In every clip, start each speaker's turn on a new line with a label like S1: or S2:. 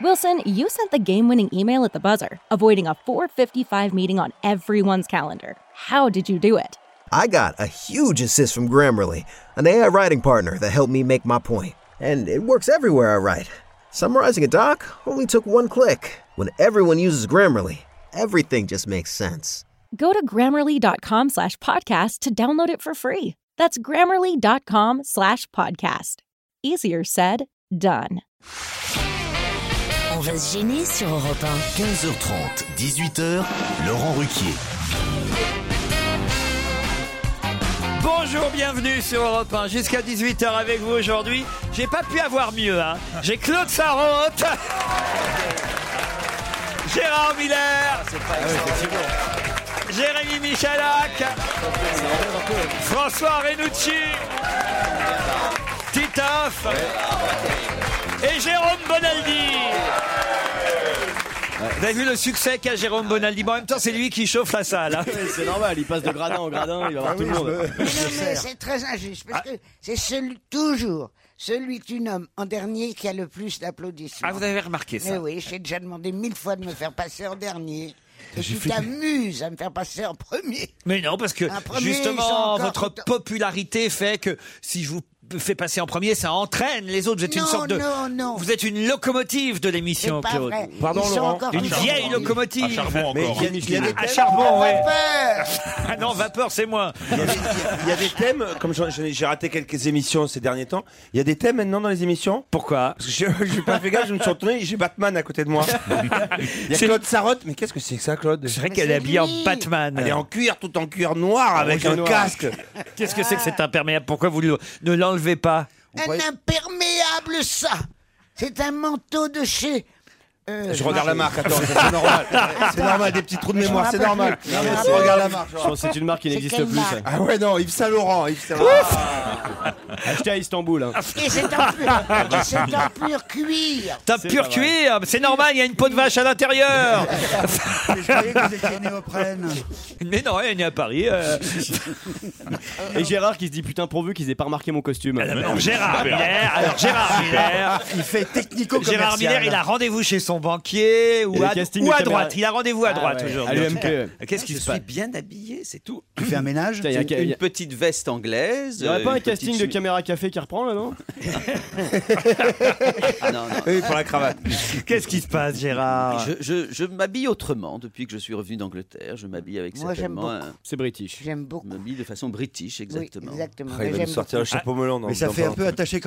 S1: Wilson, you sent the game-winning email at the buzzer, avoiding a 4:55 meeting on everyone's calendar. How did you do it?
S2: I got a huge assist from Grammarly, an AI writing partner that helped me make my point. And it works everywhere I write. Summarizing a doc only took one click. When everyone uses Grammarly, everything just makes sense.
S1: Go to grammarly.com/podcast to download it for free. That's grammarly.com/podcast. Easier said, done.
S3: On va se gêner sur Europe
S4: 15h30, 18h, Laurent Ruquier.
S5: Bonjour, bienvenue sur Europe 1. Jusqu'à 18h avec vous aujourd'hui. J'ai pas pu avoir mieux. hein. J'ai Claude Sarraute. Gérard Miller.
S6: Ah,
S5: Jérémy Michalak. François Renucci. Titoff. Et Jérôme Bonaldi. Vous avez vu le succès qu'a Jérôme Bonaldi Bon, en même temps, c'est lui qui chauffe la salle. hein. Ah
S6: C'est normal, il passe de gradin en gradin, il va voir tout le monde.
S7: Non, mais c'est très injuste, parce que c'est celui, toujours celui que tu nommes en dernier qui a le plus d'applaudissements.
S5: Ah, vous avez remarqué ça
S7: Mais oui, j'ai déjà demandé mille fois de me faire passer en dernier. Et tu t'amuses à me faire passer en premier.
S5: Mais non, parce que
S7: Un premier, ils sont
S5: justement,
S7: encore
S5: votre
S7: contents.
S5: popularité fait que si je vous fais passer en premier, ça entraîne les autres. Vous êtes une
S7: Non,
S5: sorte de.
S7: non, non.
S5: Vous êtes une locomotive de l'émission,
S7: C'est pas
S5: Claude.
S7: vrai.
S6: Pardon,
S7: Ils sont
S6: Laurent.
S7: encore
S5: Une
S7: plus
S5: vieille
S7: gentils.
S5: locomotive.
S6: Mais il y a- il y a des
S5: À
S6: thèmes-
S5: charbon, ouais.
S7: Peur.
S5: Ah non, vapeur, c'est moi.
S6: il y a des thèmes, comme j'en- j'en ai- j'ai raté quelques émissions ces derniers temps, il y a des thèmes maintenant dans les émissions
S5: Pourquoi
S6: parce que je n'ai pas fait gaffe, je me suis retourné, j'ai Batman à côté de moi. Il y a
S5: C'est-
S6: Claude Sarotte, mais qu'est-ce que c'est que ça, Claude
S5: Je dirais
S7: Mais
S5: qu'elle est
S7: c'est
S5: habillée en
S7: lui.
S5: Batman.
S6: Elle est en cuir, tout en cuir noir, avec
S5: Rouge et
S6: un
S5: noir.
S6: casque.
S5: Qu'est-ce que c'est que cet imperméable Pourquoi vous le- ne l'enlevez pas
S7: Un imperméable, ça. C'est un manteau de chez. euh,
S6: Je regarde la marque, attends, ça, c'est normal. C'est normal, des petits trous de
S7: me
S6: mémoire, c'est
S7: rappelle
S6: normal.
S7: plus. Non, mais
S6: Je
S7: c'est-
S6: regarde la marque.
S8: Je pense que c'est une marque qui
S7: C'est
S8: n'existe
S7: quelle
S8: plus.
S7: marque
S6: Ah ouais, non, Yves Saint Laurent, Yves Saint Laurent.
S8: Acheté à Istanbul. hein.
S7: Et c'est en pur, et c'est en pur cuir.
S5: T'as pur cuir C'est normal, il y a une peau de vache à l'intérieur Mais non, elle est née à Paris. euh.
S8: Et Gérard qui se dit putain pourvu qu'ils aient pas remarqué mon costume.
S5: Alors, Ah, Gérard Miller, alors Gérard Miller,
S6: Il fait technico-commercial.
S5: Gérard Miller, il a rendez-vous chez son banquier ou
S8: le
S5: à,
S8: casting
S5: ou
S8: des
S5: à
S8: caméras.
S5: droite. Il a rendez-vous à droite
S8: ouais,
S5: aujourd'hui.
S8: à l'UMP, ouais.
S5: E. Ah, Qu'est-ce qui se passe
S9: bien habillé, c'est tout.
S10: Tu fais un ménage
S8: Putain, y a un ca-
S9: une
S8: y a-
S9: petite veste anglaise.
S8: y aurait
S9: euh,
S8: pas un
S9: une petite
S8: casting de
S9: chemise-
S8: caméra café qui reprend là non
S9: Ah, non, non.
S6: Oui, pour la cravate.
S5: Qu'est-ce qui se passe, Gérard
S9: Je, je- je m'habille autrement depuis que je suis revenu d'Angleterre. Je m'habille avec
S7: Moi, j'aime
S9: certainement un-
S8: C'est british.
S7: J'aime
S9: Je
S7: beaucoup.
S9: m'habille de façon british, exactement.
S7: Oui, exactement.
S6: Il va nous
S7: J'aime
S6: sortir
S7: beaucoup.
S6: le chapeau melon. dans-
S10: Mais ça
S6: dans-
S10: fait un
S6: dans-
S10: peu attaché
S9: Et J'ai un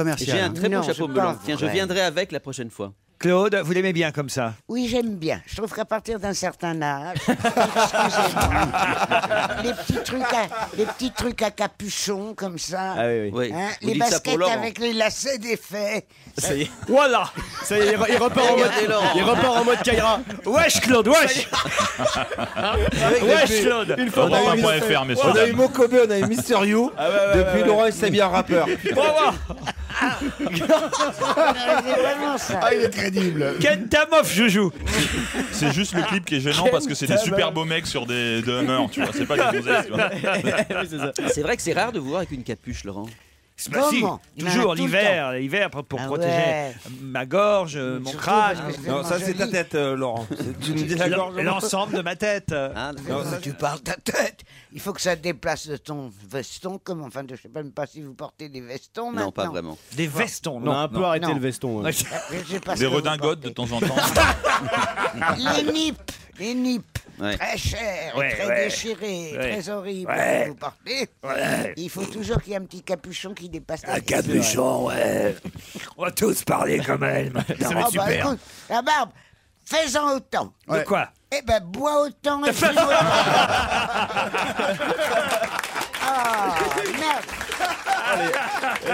S10: commercial.
S9: très
S7: Non,
S9: beau chapeau
S7: c'est
S9: melon.
S7: pas
S9: Tiens, je
S7: vrai.
S9: viendrai avec la prochaine fois.
S5: Claude, vous l'aimez bien comme ça
S7: Oui, j'aime bien. Je trouve qu'à partir d'un certain âge, excusez-moi, les petits trucs à, les petits trucs à capuchon comme ça,
S8: Ah oui oui.
S9: Oui.
S7: hein,
S9: Vous
S7: les
S9: dites ça pour
S7: baskets
S9: Laurent.
S7: avec les lacets défaits.
S8: Ça y est.
S5: Voilà
S8: Ça y est, il re- il repart en mode
S9: Regardez Laurent.
S8: il repart en mode Kyra.
S5: Wesh, Claude, wesh Wesh, Ah Claude
S8: Une fois
S6: a
S8: par
S6: eu-
S8: mois.
S6: On a eu Mokobe, on a eu Mister You. Depuis Laurent, il s'est bien rappeur.
S5: Bravo
S7: Non, mais c'est vraiment ça.
S5: Kentamoff, Joujou
S11: C'est juste le clip qui est gênant parce que c'est des
S5: bah.
S11: super beaux mecs sur des de Hummer, tu vois. C'est pas des gonzesses, tu vois.
S8: Oui, c'est ça.
S9: Ah, C'est vrai que c'est rare de vous voir avec une capuche, Laurent.
S5: Bah si,
S7: Comment Il y en a tout
S5: Toujours
S7: le
S5: l'hiver, l'hiver pour, pour
S7: Ah
S5: protéger
S7: ouais.
S5: ma gorge, euh, mon
S7: Surtout
S5: crâne,
S7: parce que c'est
S6: Non, ça
S7: vraiment
S6: c'est ta
S7: joli.
S6: tête, euh, Laurent. C'est- Tu me dis la gorge.
S5: l'ensemble de ma tête.
S9: Ah, d'accord.
S7: Non, mais tu parles ta tête. Il faut que ça te déplace de ton veston, comme enfin, de- je sais même pas si vous portez des vestons
S9: non,
S7: maintenant.
S9: pas vraiment.
S5: Des vestons,
S8: On a
S5: non.
S8: un peu
S5: non.
S8: arrêté
S7: non.
S8: le veston. hein. ouais.
S5: Ouais.
S7: Je sais pas ce
S11: Des
S7: que vous
S11: redingotes de
S7: portez.
S11: temps en temps.
S7: Les nippes, les nippes,
S9: Ouais.
S7: très chères,
S5: Ouais,
S7: très
S5: ouais.
S7: déchirées,
S5: Ouais.
S7: très horribles
S5: Ouais.
S7: que vous portez. Il faut toujours qu'il y ait un petit capuchon qui dépasse la
S5: Un
S7: tête.
S5: capuchon, ouais. On va tous parler comme elle. maintenant.
S7: Ah, bah, écoute, la barbe, fais-en autant.
S5: De quoi
S7: Eh ben, bois autant et fume autant. Ah, merde.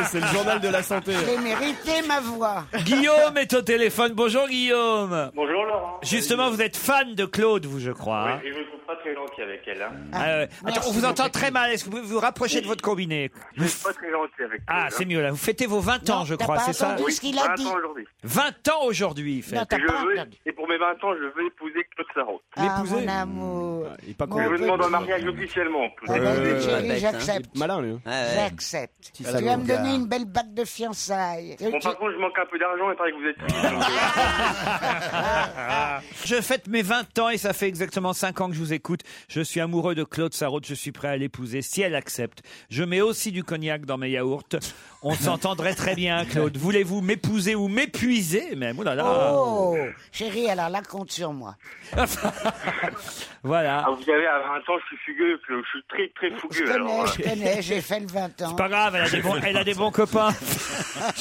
S12: c'est le journal de la santé.
S7: J'ai mérité ma voix.
S5: Guillaume est au téléphone. Bonjour Guillaume.
S13: Bonjour Laurent.
S5: Justement, vous êtes fan de Claude, vous, je crois. hein
S13: Oui, et je ne trouve pas très gentil avec elle. hein.
S5: Ah ouais. Attends, on vous entend très mal. Est-ce que vous pouvez vous rapprocher de votre combiné
S13: Je ne suis pas très gentil avec
S5: Ah,
S13: elle,
S5: c'est
S13: hein.
S5: mieux là. Vous fêtez vos 20 ans, je
S13: t'as
S5: crois,
S13: pas
S5: c'est ça
S13: entendu ce qu'il a 20 ans dit. aujourd'hui.
S5: 20 ans aujourd'hui, il fait.
S13: Et je veux- et pour mes 20 ans, je veux épouser Claude Sarraute.
S7: Ah, mon amour.
S13: Je vous demande en mariage officiellement. Euh, en plus.
S7: Ah, bah, écoute, chérie,
S13: hein.
S7: j'accepte.
S12: Malin, lui. hein.
S7: J'accepte. Tu vas me donner une belle bague de fiançailles.
S13: Bon, par contre, je manque un peu d'argent, étant donné que vous êtes euh.
S5: Je fête mes 20 ans et ça fait exactement 5 ans que je vous écoute. Je suis amoureux de Claude Sarraute, je suis prêt à l'épouser si elle accepte. Je mets aussi du cognac dans mes yaourts. On s'entendrait très bien, Claude. Voulez-vous m'épouser ou m'épuiser même Oh là là.
S7: Oh, chérie, alors là, compte sur moi. Oh,
S5: Voilà.
S13: Ah, vous savez, à 20 ans, je suis fugueux, que je suis très
S5: Oh,
S13: très fugueux.
S7: Je
S13: alors,
S7: connais, je
S13: voilà.
S7: connais, j'ai fait le 20 ans.
S5: C'est pas grave, elle a des bons, elle a des bons copains.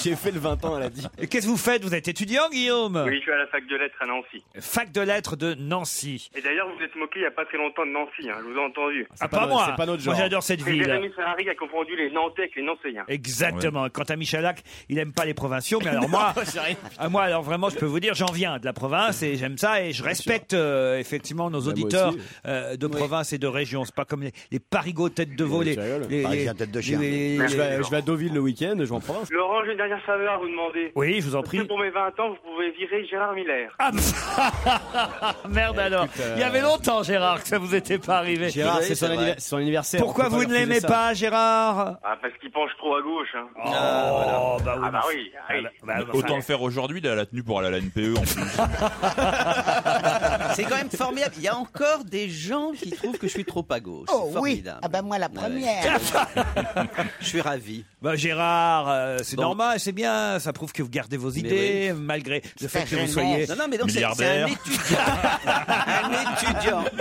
S12: J'ai fait le 20 ans, elle a dit.
S5: Et Qu'est-ce que vous faites Vous êtes étudiant, Guillaume
S13: hein. Oui, je suis à la fac de lettres à Nancy.
S5: Fac de lettres de Nancy.
S13: Et d'ailleurs, vous êtes moqué il n'y a pas très longtemps de Nancy, hein, je vous ai entendu.
S5: Ah, pas, moi. Moi, j'adore cette
S13: C'est
S5: ville.
S13: Jérémy Ferrari qui a confondu les Nantais avec les Nancéiens.
S5: Exactement. Quant à Michalak, il aime pas les provinciaux, mais alors moi,
S13: Non, c'est rien.
S5: à Ah, moi, alors vraiment, je peux vous dire, j'en viens de la province et j'aime ça et je respecte euh, effectivement nos
S12: moi
S5: auditeurs
S12: aussi, oui.
S5: euh, de province et de région. C'est pas comme les, les parigots tête de veau, les, les-
S12: Parisien tête de chien.
S5: les-
S12: je, vais, je vais à Deauville le week-end, je vais en province.
S13: Laurent, j'ai une dernière faveur à vous demander.
S5: Oui, je vous en
S13: Est-ce
S5: prie. Ah,
S13: que pour mes 20 ans, vous pouvez virer Gérard Miller.
S8: Ah,
S5: Merde alors.
S12: euh,
S5: Il y avait longtemps, Gérard, que ça vous était pas arrivé.
S12: Gérard, c'est son, anniver- son anniversaire.
S5: Pourquoi
S12: on peut
S5: vous ne
S12: leur refuser
S5: l'aimez
S12: ça.
S5: pas, Gérard
S13: Ah, parce qu'il penche trop à gauche. Hein.
S5: Oh, bah oui.
S13: Ah, bah oui. ah oui.
S11: Autant le faire aujourd'hui, là, la tenue pour aller à la NPE en plus.
S9: Ah, C'est quand même formidable. Il y a encore des gens qui trouvent que je suis trop à gauche.
S7: Oh
S9: C'est
S7: oui,
S9: formidable.
S7: ah ben moi la
S9: Ouais.
S7: première.
S9: Je suis ravi.
S5: Bah Gérard, euh, c'est
S9: Bon.
S5: normal, c'est bien, ça prouve que vous gardez vos idées malgré le fait que vous
S9: Gênant.
S5: soyez
S9: Non, non, mais donc c'est- c'est un
S5: milliardaire.
S9: étudiant.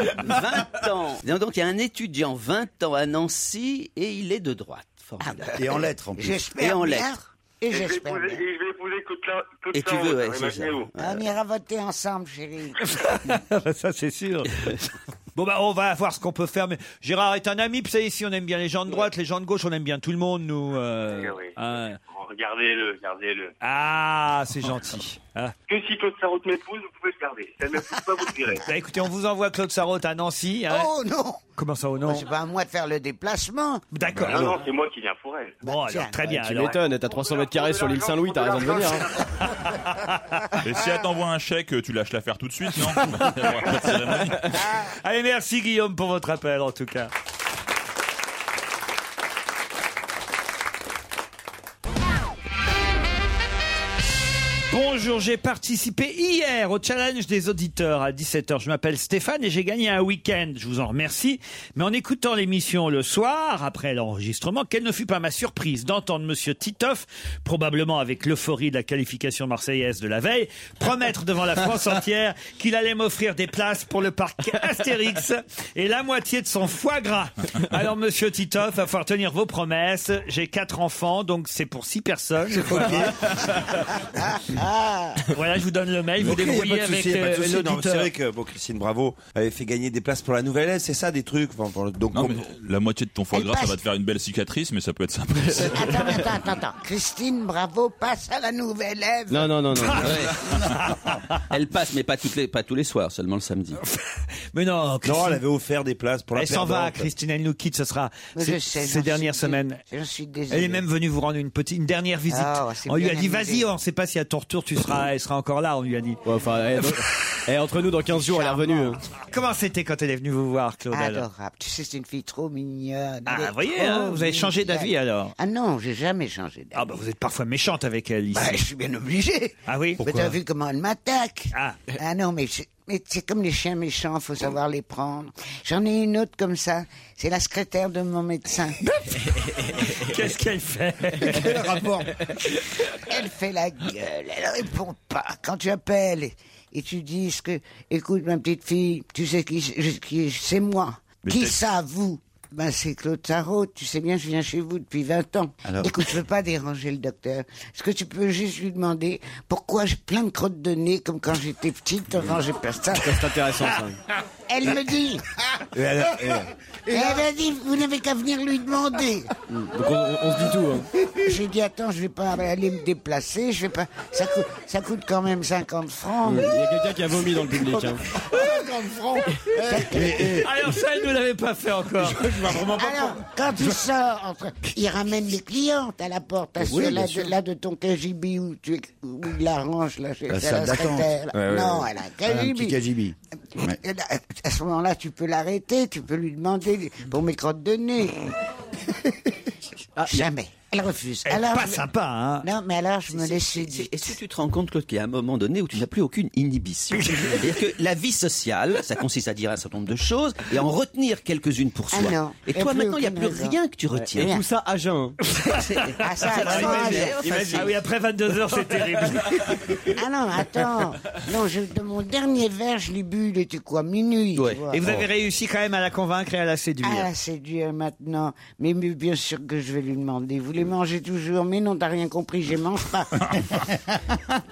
S9: un étudiant, 20 ans. Disons Donc il y a un étudiant, 20 ans à Nancy, et il est de droite. Formidable.
S10: Et en lettres, en plus.
S9: J'espère Et en bien. lettres.
S7: Et
S13: je vais
S7: j'espère
S13: épouser- et je vais épouser Claude Cla- Claude
S9: Et tu
S13: Sarraute,
S9: veux, ouais,
S13: alors,
S9: c'est ça.
S13: imaginez-vous.
S7: On ira voter ensemble, chérie.
S5: Bah, ça c'est sûr. bon bah on va voir ce qu'on peut faire. Mais Gérard est un ami, puis ça ici on aime bien les gens de droite, les gens de gauche, on aime bien tout le monde nous. euh,
S13: Eh oui.
S5: hein.
S13: Bon, Regardez-le, regardez-le.
S5: Ah c'est gentil. Ah.
S13: Que si Claude Sarraute m'épouse, vous pouvez le garder. Si elle ne m'épouse pas, vous le virez.
S5: Bah, écoutez, on vous envoie Claude Sarraute à Nancy. hein.
S7: Oh non
S5: Comment ça, oh
S7: Bah,
S5: non
S7: C'est pas à moi de faire le déplacement.
S5: D'accord.
S13: Non, non, c'est moi qui viens pour elle.
S5: Bon alors
S7: Tiens.
S5: très bien.
S12: bah, Tu
S5: alors.
S12: m'étonnes, t'as 300 mètres carrés sur l'île Saint-Louis, t'as raison de venir. hein.
S11: Et si elle t'envoie un chèque, tu lâches l'affaire tout de suite, non
S5: Allez merci Guillaume pour votre appel en tout cas. Bonjour, j'ai participé hier au challenge des auditeurs à 17h. Je m'appelle Stéphane et j'ai gagné un week-end. Je vous en remercie. Mais en écoutant l'émission le soir, après l'enregistrement, quelle ne fut pas ma surprise d'entendre Monsieur Titoff, probablement avec l'euphorie de la qualification marseillaise de la veille, promettre devant la France entière qu'il allait m'offrir des places pour le parc Astérix et la moitié de son foie gras. Alors Monsieur Titoff, à falloir tenir vos promesses. J'ai quatre enfants, donc c'est pour six personnes. Voilà.
S7: Ah.
S5: Voilà, je vous donne le mail, vous
S6: Ok, y a pas
S5: débrouillez
S6: de
S5: avec
S6: souci, y a pas de
S5: euh,
S6: souci. Non, mais C'est
S5: l'auditeur.
S6: vrai que bon, Christine Bravo avait fait gagner des places pour la nouvelle aide, c'est ça des trucs. enfin, pour le- donc
S11: Non,
S6: on-
S11: mais la moitié de ton foie
S7: Elle
S11: gras, ça
S7: passe.
S11: va te faire une belle cicatrice, mais ça peut être sympa.
S7: Attends, attends, attends, attends. Christine, bravo, passe à la nouvelle Ève.
S9: Non, non, non, non. Elle passe, mais pas, toutes les, pas tous les soirs, seulement le samedi.
S5: Mais non, Christine.
S6: non, elle avait offert des places pour la
S5: elle s'en va,
S6: perdante.
S5: Christine, elle nous quitte, ce sera
S7: Mais
S5: ces,
S7: je sais,
S5: ces
S7: j'en
S5: dernières
S7: suis-
S5: semaines.
S7: Je suis désolé.
S5: Elle est même venue vous rendre une petite, une dernière visite.
S7: Ah, ouais, c'est
S5: on lui a
S7: bien
S5: dit,
S7: amusé.
S5: vas-y, on sait pas si à ton retour tu seras, Ah, elle sera encore là, on lui a dit.
S12: Ouais, enfin, eh, donc- eh, entre nous, dans 15 jours, elle est revenue. hein.
S5: Comment c'était quand elle est venue vous voir, Claude alors
S7: Adorable. Tu sais, c'est une fille trop mignonne.
S5: Ah,
S7: Elle est
S5: vous voyez,
S7: trop
S5: hein, vous avez changé
S7: mignonne.
S5: d'avis, alors.
S7: Ah non, j'ai jamais changé d'avis.
S5: Ah, bah, vous êtes parfois méchante avec elle ici.
S7: Bah, je suis bien obligé.
S5: Ah oui
S7: Mais t'as vu comment elle m'attaque
S5: Ah.
S7: Ah non, mais c'est, mais c'est comme les chiens méchants, faut savoir les prendre. J'en ai une autre comme ça. C'est la secrétaire de mon médecin.
S5: Qu'est-ce qu'elle fait
S7: Quel rapport Elle fait la gueule, elle répond pas. Quand tu appelles et tu dis ce que, écoute ma petite fille, tu sais qui, je- qui c'est moi.
S11: Mais
S7: qui
S11: t'es-
S7: ça, vous ben, c'est Claude Sarraute, tu sais bien, je viens chez vous depuis 20 ans.
S10: Alors-
S7: Écoute, je veux pas déranger le docteur. Est-ce que tu peux juste lui demander pourquoi j'ai plein de crottes de nez comme quand j'étais petite, avant j'ai pas ça
S12: Ça, Eh, c'est intéressant, ça.
S7: elle me dit.
S6: Et elle- et-
S7: Et elle a dit, vous n'avez qu'à venir lui demander.
S12: hmm.
S6: on, se dit
S12: hein.
S6: tout.
S7: J'ai dit, attends, je vais pas aller me déplacer, je vais pas. Ça, coûte- ça coûte quand même 50
S9: Oh.
S7: francs.
S12: Il y a quelqu'un qui a vomi dans le public. hein.
S7: 50 francs
S9: Eh,
S5: Alors ça, elle ne l'avait pas fait encore.
S7: Alors, quand tu sors, entre- il ramène les clientes à la porte. T'as
S5: Oui,
S7: ceux
S5: bien
S7: là,
S5: sûr.
S7: de, là de ton KGB où, tu, es- où il l'arrange, là, chez
S10: La
S7: chez
S10: salle
S7: la
S10: d'attente.
S7: secrétaire.
S10: Ouais, ouais,
S7: non,
S10: ouais.
S7: elle a un
S10: Elle a
S7: KGB.
S10: un petit KGB. Ouais.
S7: Et là, à ce moment-là, tu peux l'arrêter, tu peux lui demander pour mes crottes de nez.
S10: Ah,
S7: Jamais. Elle refuse. Alors, je-
S5: hein
S7: Non, mais alors je me laisse séduire.
S9: Est-ce que tu te rends compte, Claude, qu'il y a un moment donné où tu n'as plus aucune inhibition C'est-à-dire que la vie sociale, ça consiste à dire un certain nombre de choses et à en retenir quelques-unes pour soi.
S7: Ah non.
S9: et
S7: Et
S9: toi,
S7: plus
S9: maintenant, il n'y a
S7: aucune
S9: plus
S7: raison.
S9: rien que tu
S7: Ouais.
S9: retiens.
S7: Et tout
S9: ça à jeun.
S7: Ah, ça,
S9: Ah,
S7: attends,
S9: imagine,
S7: je-
S9: imagine.
S5: Ah oui, après 22 heures, c'est terrible.
S7: Ah non, attends. Non, je, de mon dernier verre, je l'ai bu, il était quoi, minuit. tu vois.
S5: Et vous avez réussi quand même à la convaincre et à la séduire.
S7: Ah, c'est dur maintenant. Mais, mais bien sûr que je vais lui demander. Vous les mangez toujours Mais non, t'as rien compris, je les mange pas.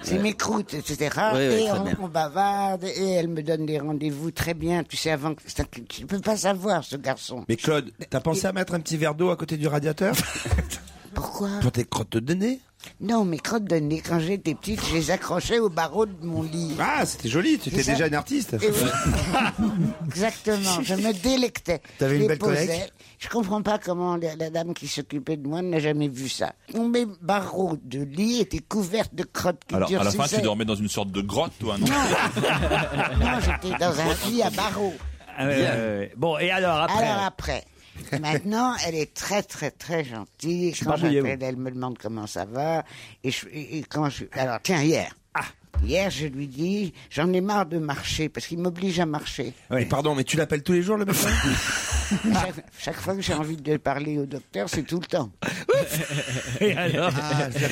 S7: c'est mes croûtes, etc.
S9: Oui, oui,
S7: et
S9: très bien.
S7: on, on bavarde, et elle me donne des rendez-vous très bien. Tu sais, avant que. ça- Tu peux pas savoir, ce garçon.
S6: Mais Claude, t'as pensé à mettre un petit verre d'eau à côté du radiateur
S7: Pourquoi
S6: Pour tes crottes de nez
S7: Non, mes crottes de nez, quand j'étais petite, je les accrochais au barreau de mon lit.
S6: Ah, c'était joli, tu
S7: C'est
S6: étais
S7: ça.
S6: déjà une artiste.
S7: Et oui. Exactement, je me délectais.
S6: T'avais
S7: Je
S6: une
S7: les
S6: belle
S7: posais.
S6: collecte
S7: Je comprends pas comment la, la dame qui s'occupait de moi n'a jamais vu ça. Mes barreaux de lit étaient couverts de crottes qui
S11: Alors, à la fin,
S7: durcissaient.
S11: tu dormais dans une sorte de grotte, toi, non
S7: Non, j'étais dans un lit à barreaux.
S5: Ah ouais, ouais, ouais. Bon, et alors après
S7: Alors après, maintenant, elle est très très très gentille.
S5: suis
S7: Quand
S5: barbouillé,
S7: j'appelle, elle me demande comment ça va. Et, je- et- et quand je, alors tiens hier,
S5: Ah.
S7: hier je lui dis, j'en ai marre de marcher parce qu'il m'oblige à marcher.
S6: Mais Pardon, mais tu l'appelles tous les jours le médecin
S7: chaque, chaque fois que j'ai envie de parler au docteur, c'est tout le temps. Ah,
S5: Et alors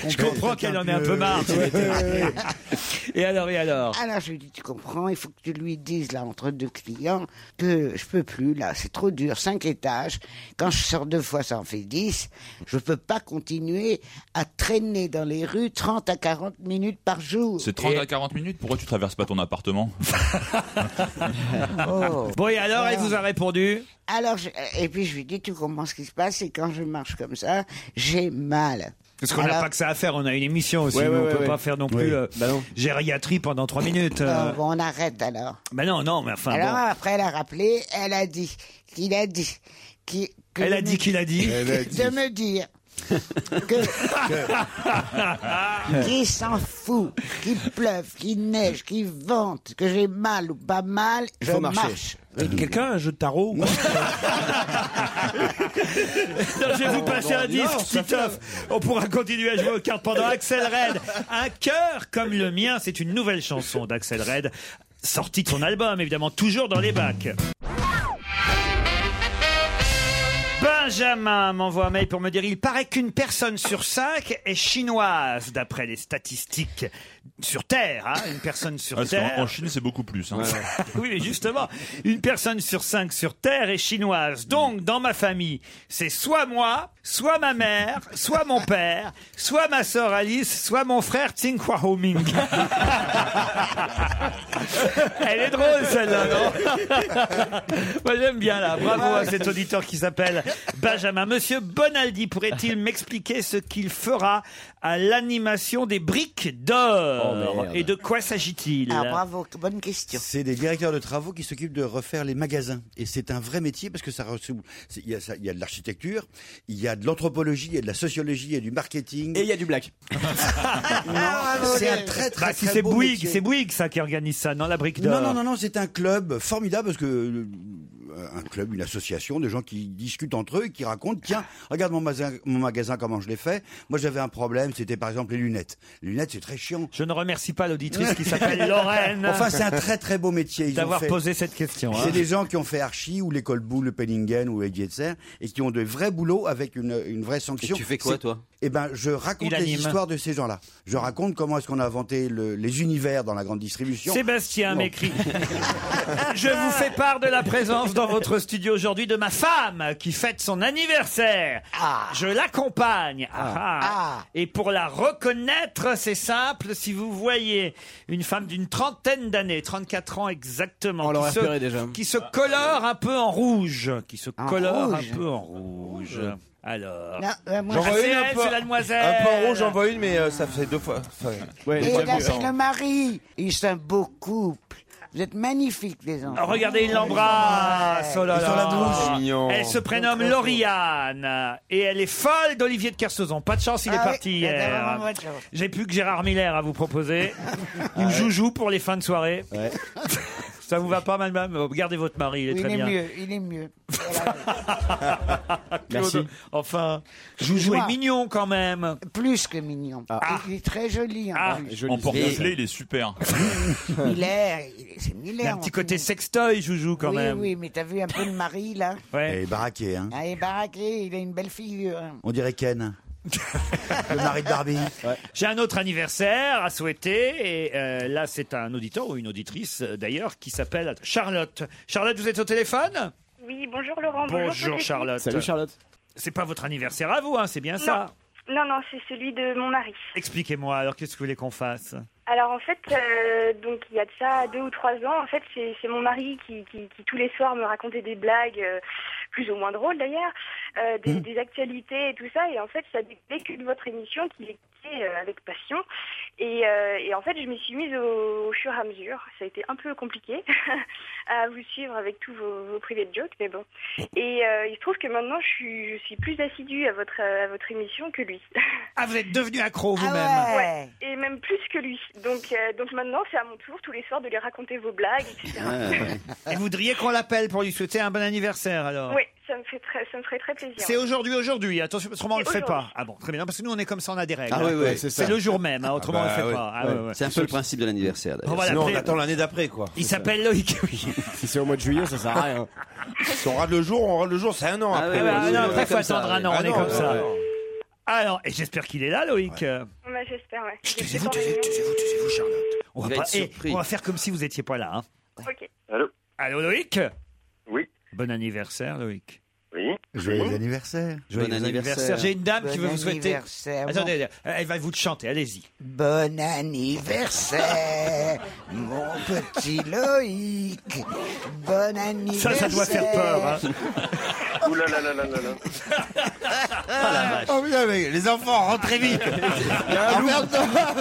S5: Je comprends qu'elle en est un peu marre. et alors, et alors
S7: Alors je lui dis, tu comprends, il faut que tu lui dises là entre deux clients que je peux plus là, c'est trop dur, cinq étages. Quand je sors deux fois, ça en fait dix. Je peux pas continuer à traîner dans les rues 30 à 40 minutes par jour.
S11: C'est 30 à 40 minutes, pourquoi tu traverses pas ton appartement
S5: Bon, et alors, elle
S7: Alors.
S5: vous a répondu
S7: Alors je- euh, et puis je lui dis, tu comprends ce qui se passe et quand je marche comme ça, j'ai mal.
S5: Parce qu'on n'a
S7: Alors-
S5: pas que ça à faire, on a une émission aussi,
S7: Ouais,
S5: nous,
S7: ouais,
S5: on peut
S7: ouais, Bah
S5: pas
S7: ouais.
S5: faire non plus euh, gériatrie pendant 3 minutes. euh.
S7: Euh, bon, on arrête alors.
S5: Bah non, non, mais enfin
S7: Alors ah,
S5: bon.
S7: après, elle a rappelé, elle a dit qu'il a dit. qu'il- que
S5: Elle a
S7: de
S5: dit
S7: me-
S5: qu'il a dit. Elle a dit.
S7: De me dire qu'il s'en fout, qu'il pleuve, qu'il neige, qu'il vente, que j'ai mal ou pas mal, je marche.
S6: Quelqu'un a un jeu de tarot
S5: Non, je vais vous passer
S6: non,
S5: un
S6: non,
S5: disque,
S6: ça
S5: Titoff. On pourra continuer à jouer aux cartes pendant Axel Red. Un cœur comme le mien, c'est une nouvelle chanson d'Axel Red, sortie de son album, évidemment, toujours dans les bacs. Benjamin m'envoie un mail pour me dire il paraît qu'une personne sur cinq est chinoise, d'après les statistiques sur Terre. hein, une personne sur
S11: Parce
S5: Terre.
S11: qu'en en Chine, Ah, c'est beaucoup plus. hein.
S5: oui, mais justement, une personne sur cinq sur Terre est chinoise. Donc, dans ma famille, c'est soit moi, soit ma mère, soit mon père, soit ma sœur Alice, soit mon frère Tsing Hua Ho Ming. Elle est drôle, Oh, celle-là, non Moi, j'aime bien, là. Bravo à cet auditeur qui s'appelle Benjamin. Monsieur Bonaldi, pourrait-il m'expliquer ce qu'il fera à l'animation des briques d'or
S10: Oh, merde.
S5: Et de quoi s'agit-il
S10: Ah, bravo.
S7: Bravo, bonne question.
S10: C'est des directeurs de travaux qui s'occupent de refaire les magasins. Et c'est un vrai métier parce que ça ressemble- c'est- il y, a ça- il y a de l'architecture, il y a de l'anthropologie, il y a de la sociologie, il y a du marketing. Et il y a du black.
S7: Ah,
S10: c'est un très très,
S5: Bah, si
S10: très
S5: c'est
S10: beau
S5: Bouygues,
S10: métier.
S5: c'est Bouygues ça qui organise ça, non la brique d'or.
S10: Non, non, non, non, c'est un club formidable parce que euh, un club, une association de gens qui discutent entre eux et qui racontent tiens, regarde mon magasin, mon magasin comment je l'ai fait. Moi j'avais un problème, c'était par exemple les lunettes. Les lunettes, c'est très chiant.
S5: Je ne remercie pas l'auditrice qui s'appelle Lorraine.
S10: Enfin, c'est un très très beau métier. Ils ont
S5: D'avoir
S10: fait-
S5: posé cette question. hein.
S10: C'est des gens qui ont fait Archie ou l'école Boulle, le Penningen ou Edgetzer et qui ont de vrais boulots avec une, une vraie sanction.
S9: tu fais quoi,
S10: C'est-
S9: toi
S10: eh ben, je raconte
S5: Il
S10: les
S5: anime.
S10: histoires de ces gens-là. Je raconte comment est-ce qu'on a inventé le- les univers dans la grande distribution.
S5: Sébastien
S10: Non.
S5: m'écrit Je vous fais part de la présence dans votre studio aujourd'hui de ma femme qui fête son anniversaire.
S8: Ah.
S5: Je l'accompagne. Ah, ah. Et pour la reconnaître, c'est simple. Si vous voyez une femme d'une trentaine d'années, 34 ans exactement,
S8: l'aurait
S5: qui, se,
S8: repéré déjà.
S5: qui se colore un peu en rouge, qui se
S8: En
S5: colore
S8: rouge.
S5: un peu en rouge. Alors,
S8: Non, euh, moi-
S5: Ah,
S8: J'en vois
S5: c'est
S8: une un
S5: elle,
S8: peu-
S5: c'est la demoiselle.
S6: Un peu en rouge, j'en vois une, mais euh, ça fait deux fois. Enfin, deux fois
S7: Et là,
S6: plus.
S7: c'est le mari. Ils sont un beau couple. Vous êtes magnifiques, les enfants.
S5: Oh, regardez, il l'embrasse. Oh là
S7: Ils sont
S5: là.
S7: la bouche. Mignon.
S5: Elle se prénomme
S7: Trop, trop, trop.
S5: Lauriane et elle est folle d'Olivier de Kersauzon. Pas de chance, il est
S7: Ah oui,
S5: parti
S7: il y a
S5: hier.
S7: vraiment pas de chance.
S5: J'ai plus que Gérard Miller à vous proposer. Ou Joujou pour les fins de soirée. Ça vous va pas, madame Regardez votre mari, il est
S7: Il
S5: très
S7: est
S5: bien.
S7: mieux, il est mieux.
S5: Claude,
S7: Merci.
S5: Enfin, Joujou
S7: Moi.
S5: est mignon quand même. Ah.
S7: Plus que mignon. Il est très Ah, joli. en plus.
S11: En porte-clés, il est super.
S7: Miller, il est- c'est
S5: Il
S7: Miller.
S5: a un petit côté sextoy, Joujou, quand
S7: oui,
S5: même.
S7: Oui, mais t'as vu un peu le mari, là
S5: Ouais.
S10: Et baraqué, hein.
S7: Ah, il est baraqué, il a une belle figure. hein.
S10: On dirait Ken. le mari de Barbie.
S5: J'ai un autre anniversaire à souhaiter et euh, là c'est un auditeur ou une auditrice euh, d'ailleurs qui s'appelle Charlotte. Charlotte, vous êtes au téléphone
S12: Oui, bonjour Laurent.
S5: Bonjour
S12: Sophie.
S5: Charlotte. C'est pas votre anniversaire à vous, hein, c'est bien
S12: Non.
S5: ça
S12: Non, non, c'est celui de mon mari.
S5: Expliquez-moi alors qu'est-ce que vous voulez qu'on fasse
S12: Alors en fait, euh, donc il y a de ça deux ou trois ans, en fait, c'est c'est mon mari qui, qui- qui, tous les soirs me racontait des blagues, euh, plus ou moins drôles d'ailleurs, euh, des, des actualités et tout ça. Et en fait, ça découlait que de votre émission qu'il écoutait euh, avec passion. Et, euh, et en fait, je m'y suis mise au, au fur et à mesure. Ça a été un peu compliqué à vous suivre avec tous vos, vos privés de jokes, mais bon. Et euh, il se trouve que maintenant, je suis, je suis plus assidue à votre, à votre émission que lui.
S5: Ah, vous êtes devenu accro vous-même
S12: Ah Ouais, et même plus que lui. Donc, euh, donc maintenant, c'est à mon tour tous les soirs de lui raconter vos blagues, etc.
S9: Ah,
S5: Et vous voudriez qu'on l'appelle pour lui souhaiter un bon anniversaire alors
S12: Oui, ça me, fait très, ça me ferait très plaisir.
S5: C'est aujourd'hui, aujourd'hui. Attention, parce que autrement on le fait
S12: C'est
S5: pas. Ah bon, très bien. Non, Parce que nous on est comme ça, on a des règles.
S9: Ah oui,
S5: hein.
S9: oui, c'est ça.
S5: c'est le jour même, hein, autrement
S9: Ah bah
S5: on le fait
S9: oui.
S5: pas. Ah
S9: Ouais.
S5: ouais, ouais.
S9: C'est un peu le principe de l'anniversaire. d'ailleurs.
S5: On va l'appeler.
S6: l'année d'après, quoi.
S5: Il s'appelle Loïc, oui.
S8: Si c'est au mois de juillet, ça sert à rien.
S6: si on rate le jour, on rate le jour, c'est un an
S5: Ah
S6: après.
S5: ouais, ouais,
S6: Ouais,
S5: ouais,
S6: c'est-
S5: non,
S6: on
S5: après,
S6: est
S5: faut
S6: comme ça,
S5: attendre un
S6: ouais.
S5: an, on
S6: Ah
S5: est
S6: non,
S5: comme
S6: ouais,
S5: ça.
S6: ouais.
S5: Alors, et j'espère qu'il est là, Loïc.
S12: Ouais, Bah, J'espère, ouais.
S5: Taisez-vous, taisez-vous, taisez-vous, taisez-vous, Charlotte. On va,
S12: Il va
S5: pas-
S12: être
S5: eh,
S12: surpris.
S5: on va faire comme si vous étiez pas là. hein.
S12: Ok.
S13: Allô
S5: Allô, Loïc
S13: Oui.
S5: Bon anniversaire, Loïc.
S13: Oui.
S10: Joyeux anniversaire.
S5: Joyeux anniversaire. J'ai une dame qui veut
S7: Bon
S5: vous souhaiter.
S7: anniversaire, mon-
S5: Attendez, elle va vous le chanter, allez-y.
S7: Bon anniversaire, mon petit Loïc. Bon anniversaire.
S5: Ça, ça doit faire peur. hein.
S13: Ouh là là là là là là.
S5: Ah,
S10: Oh, putain, mais les enfants, rentrez vite. Il y
S8: a un loup.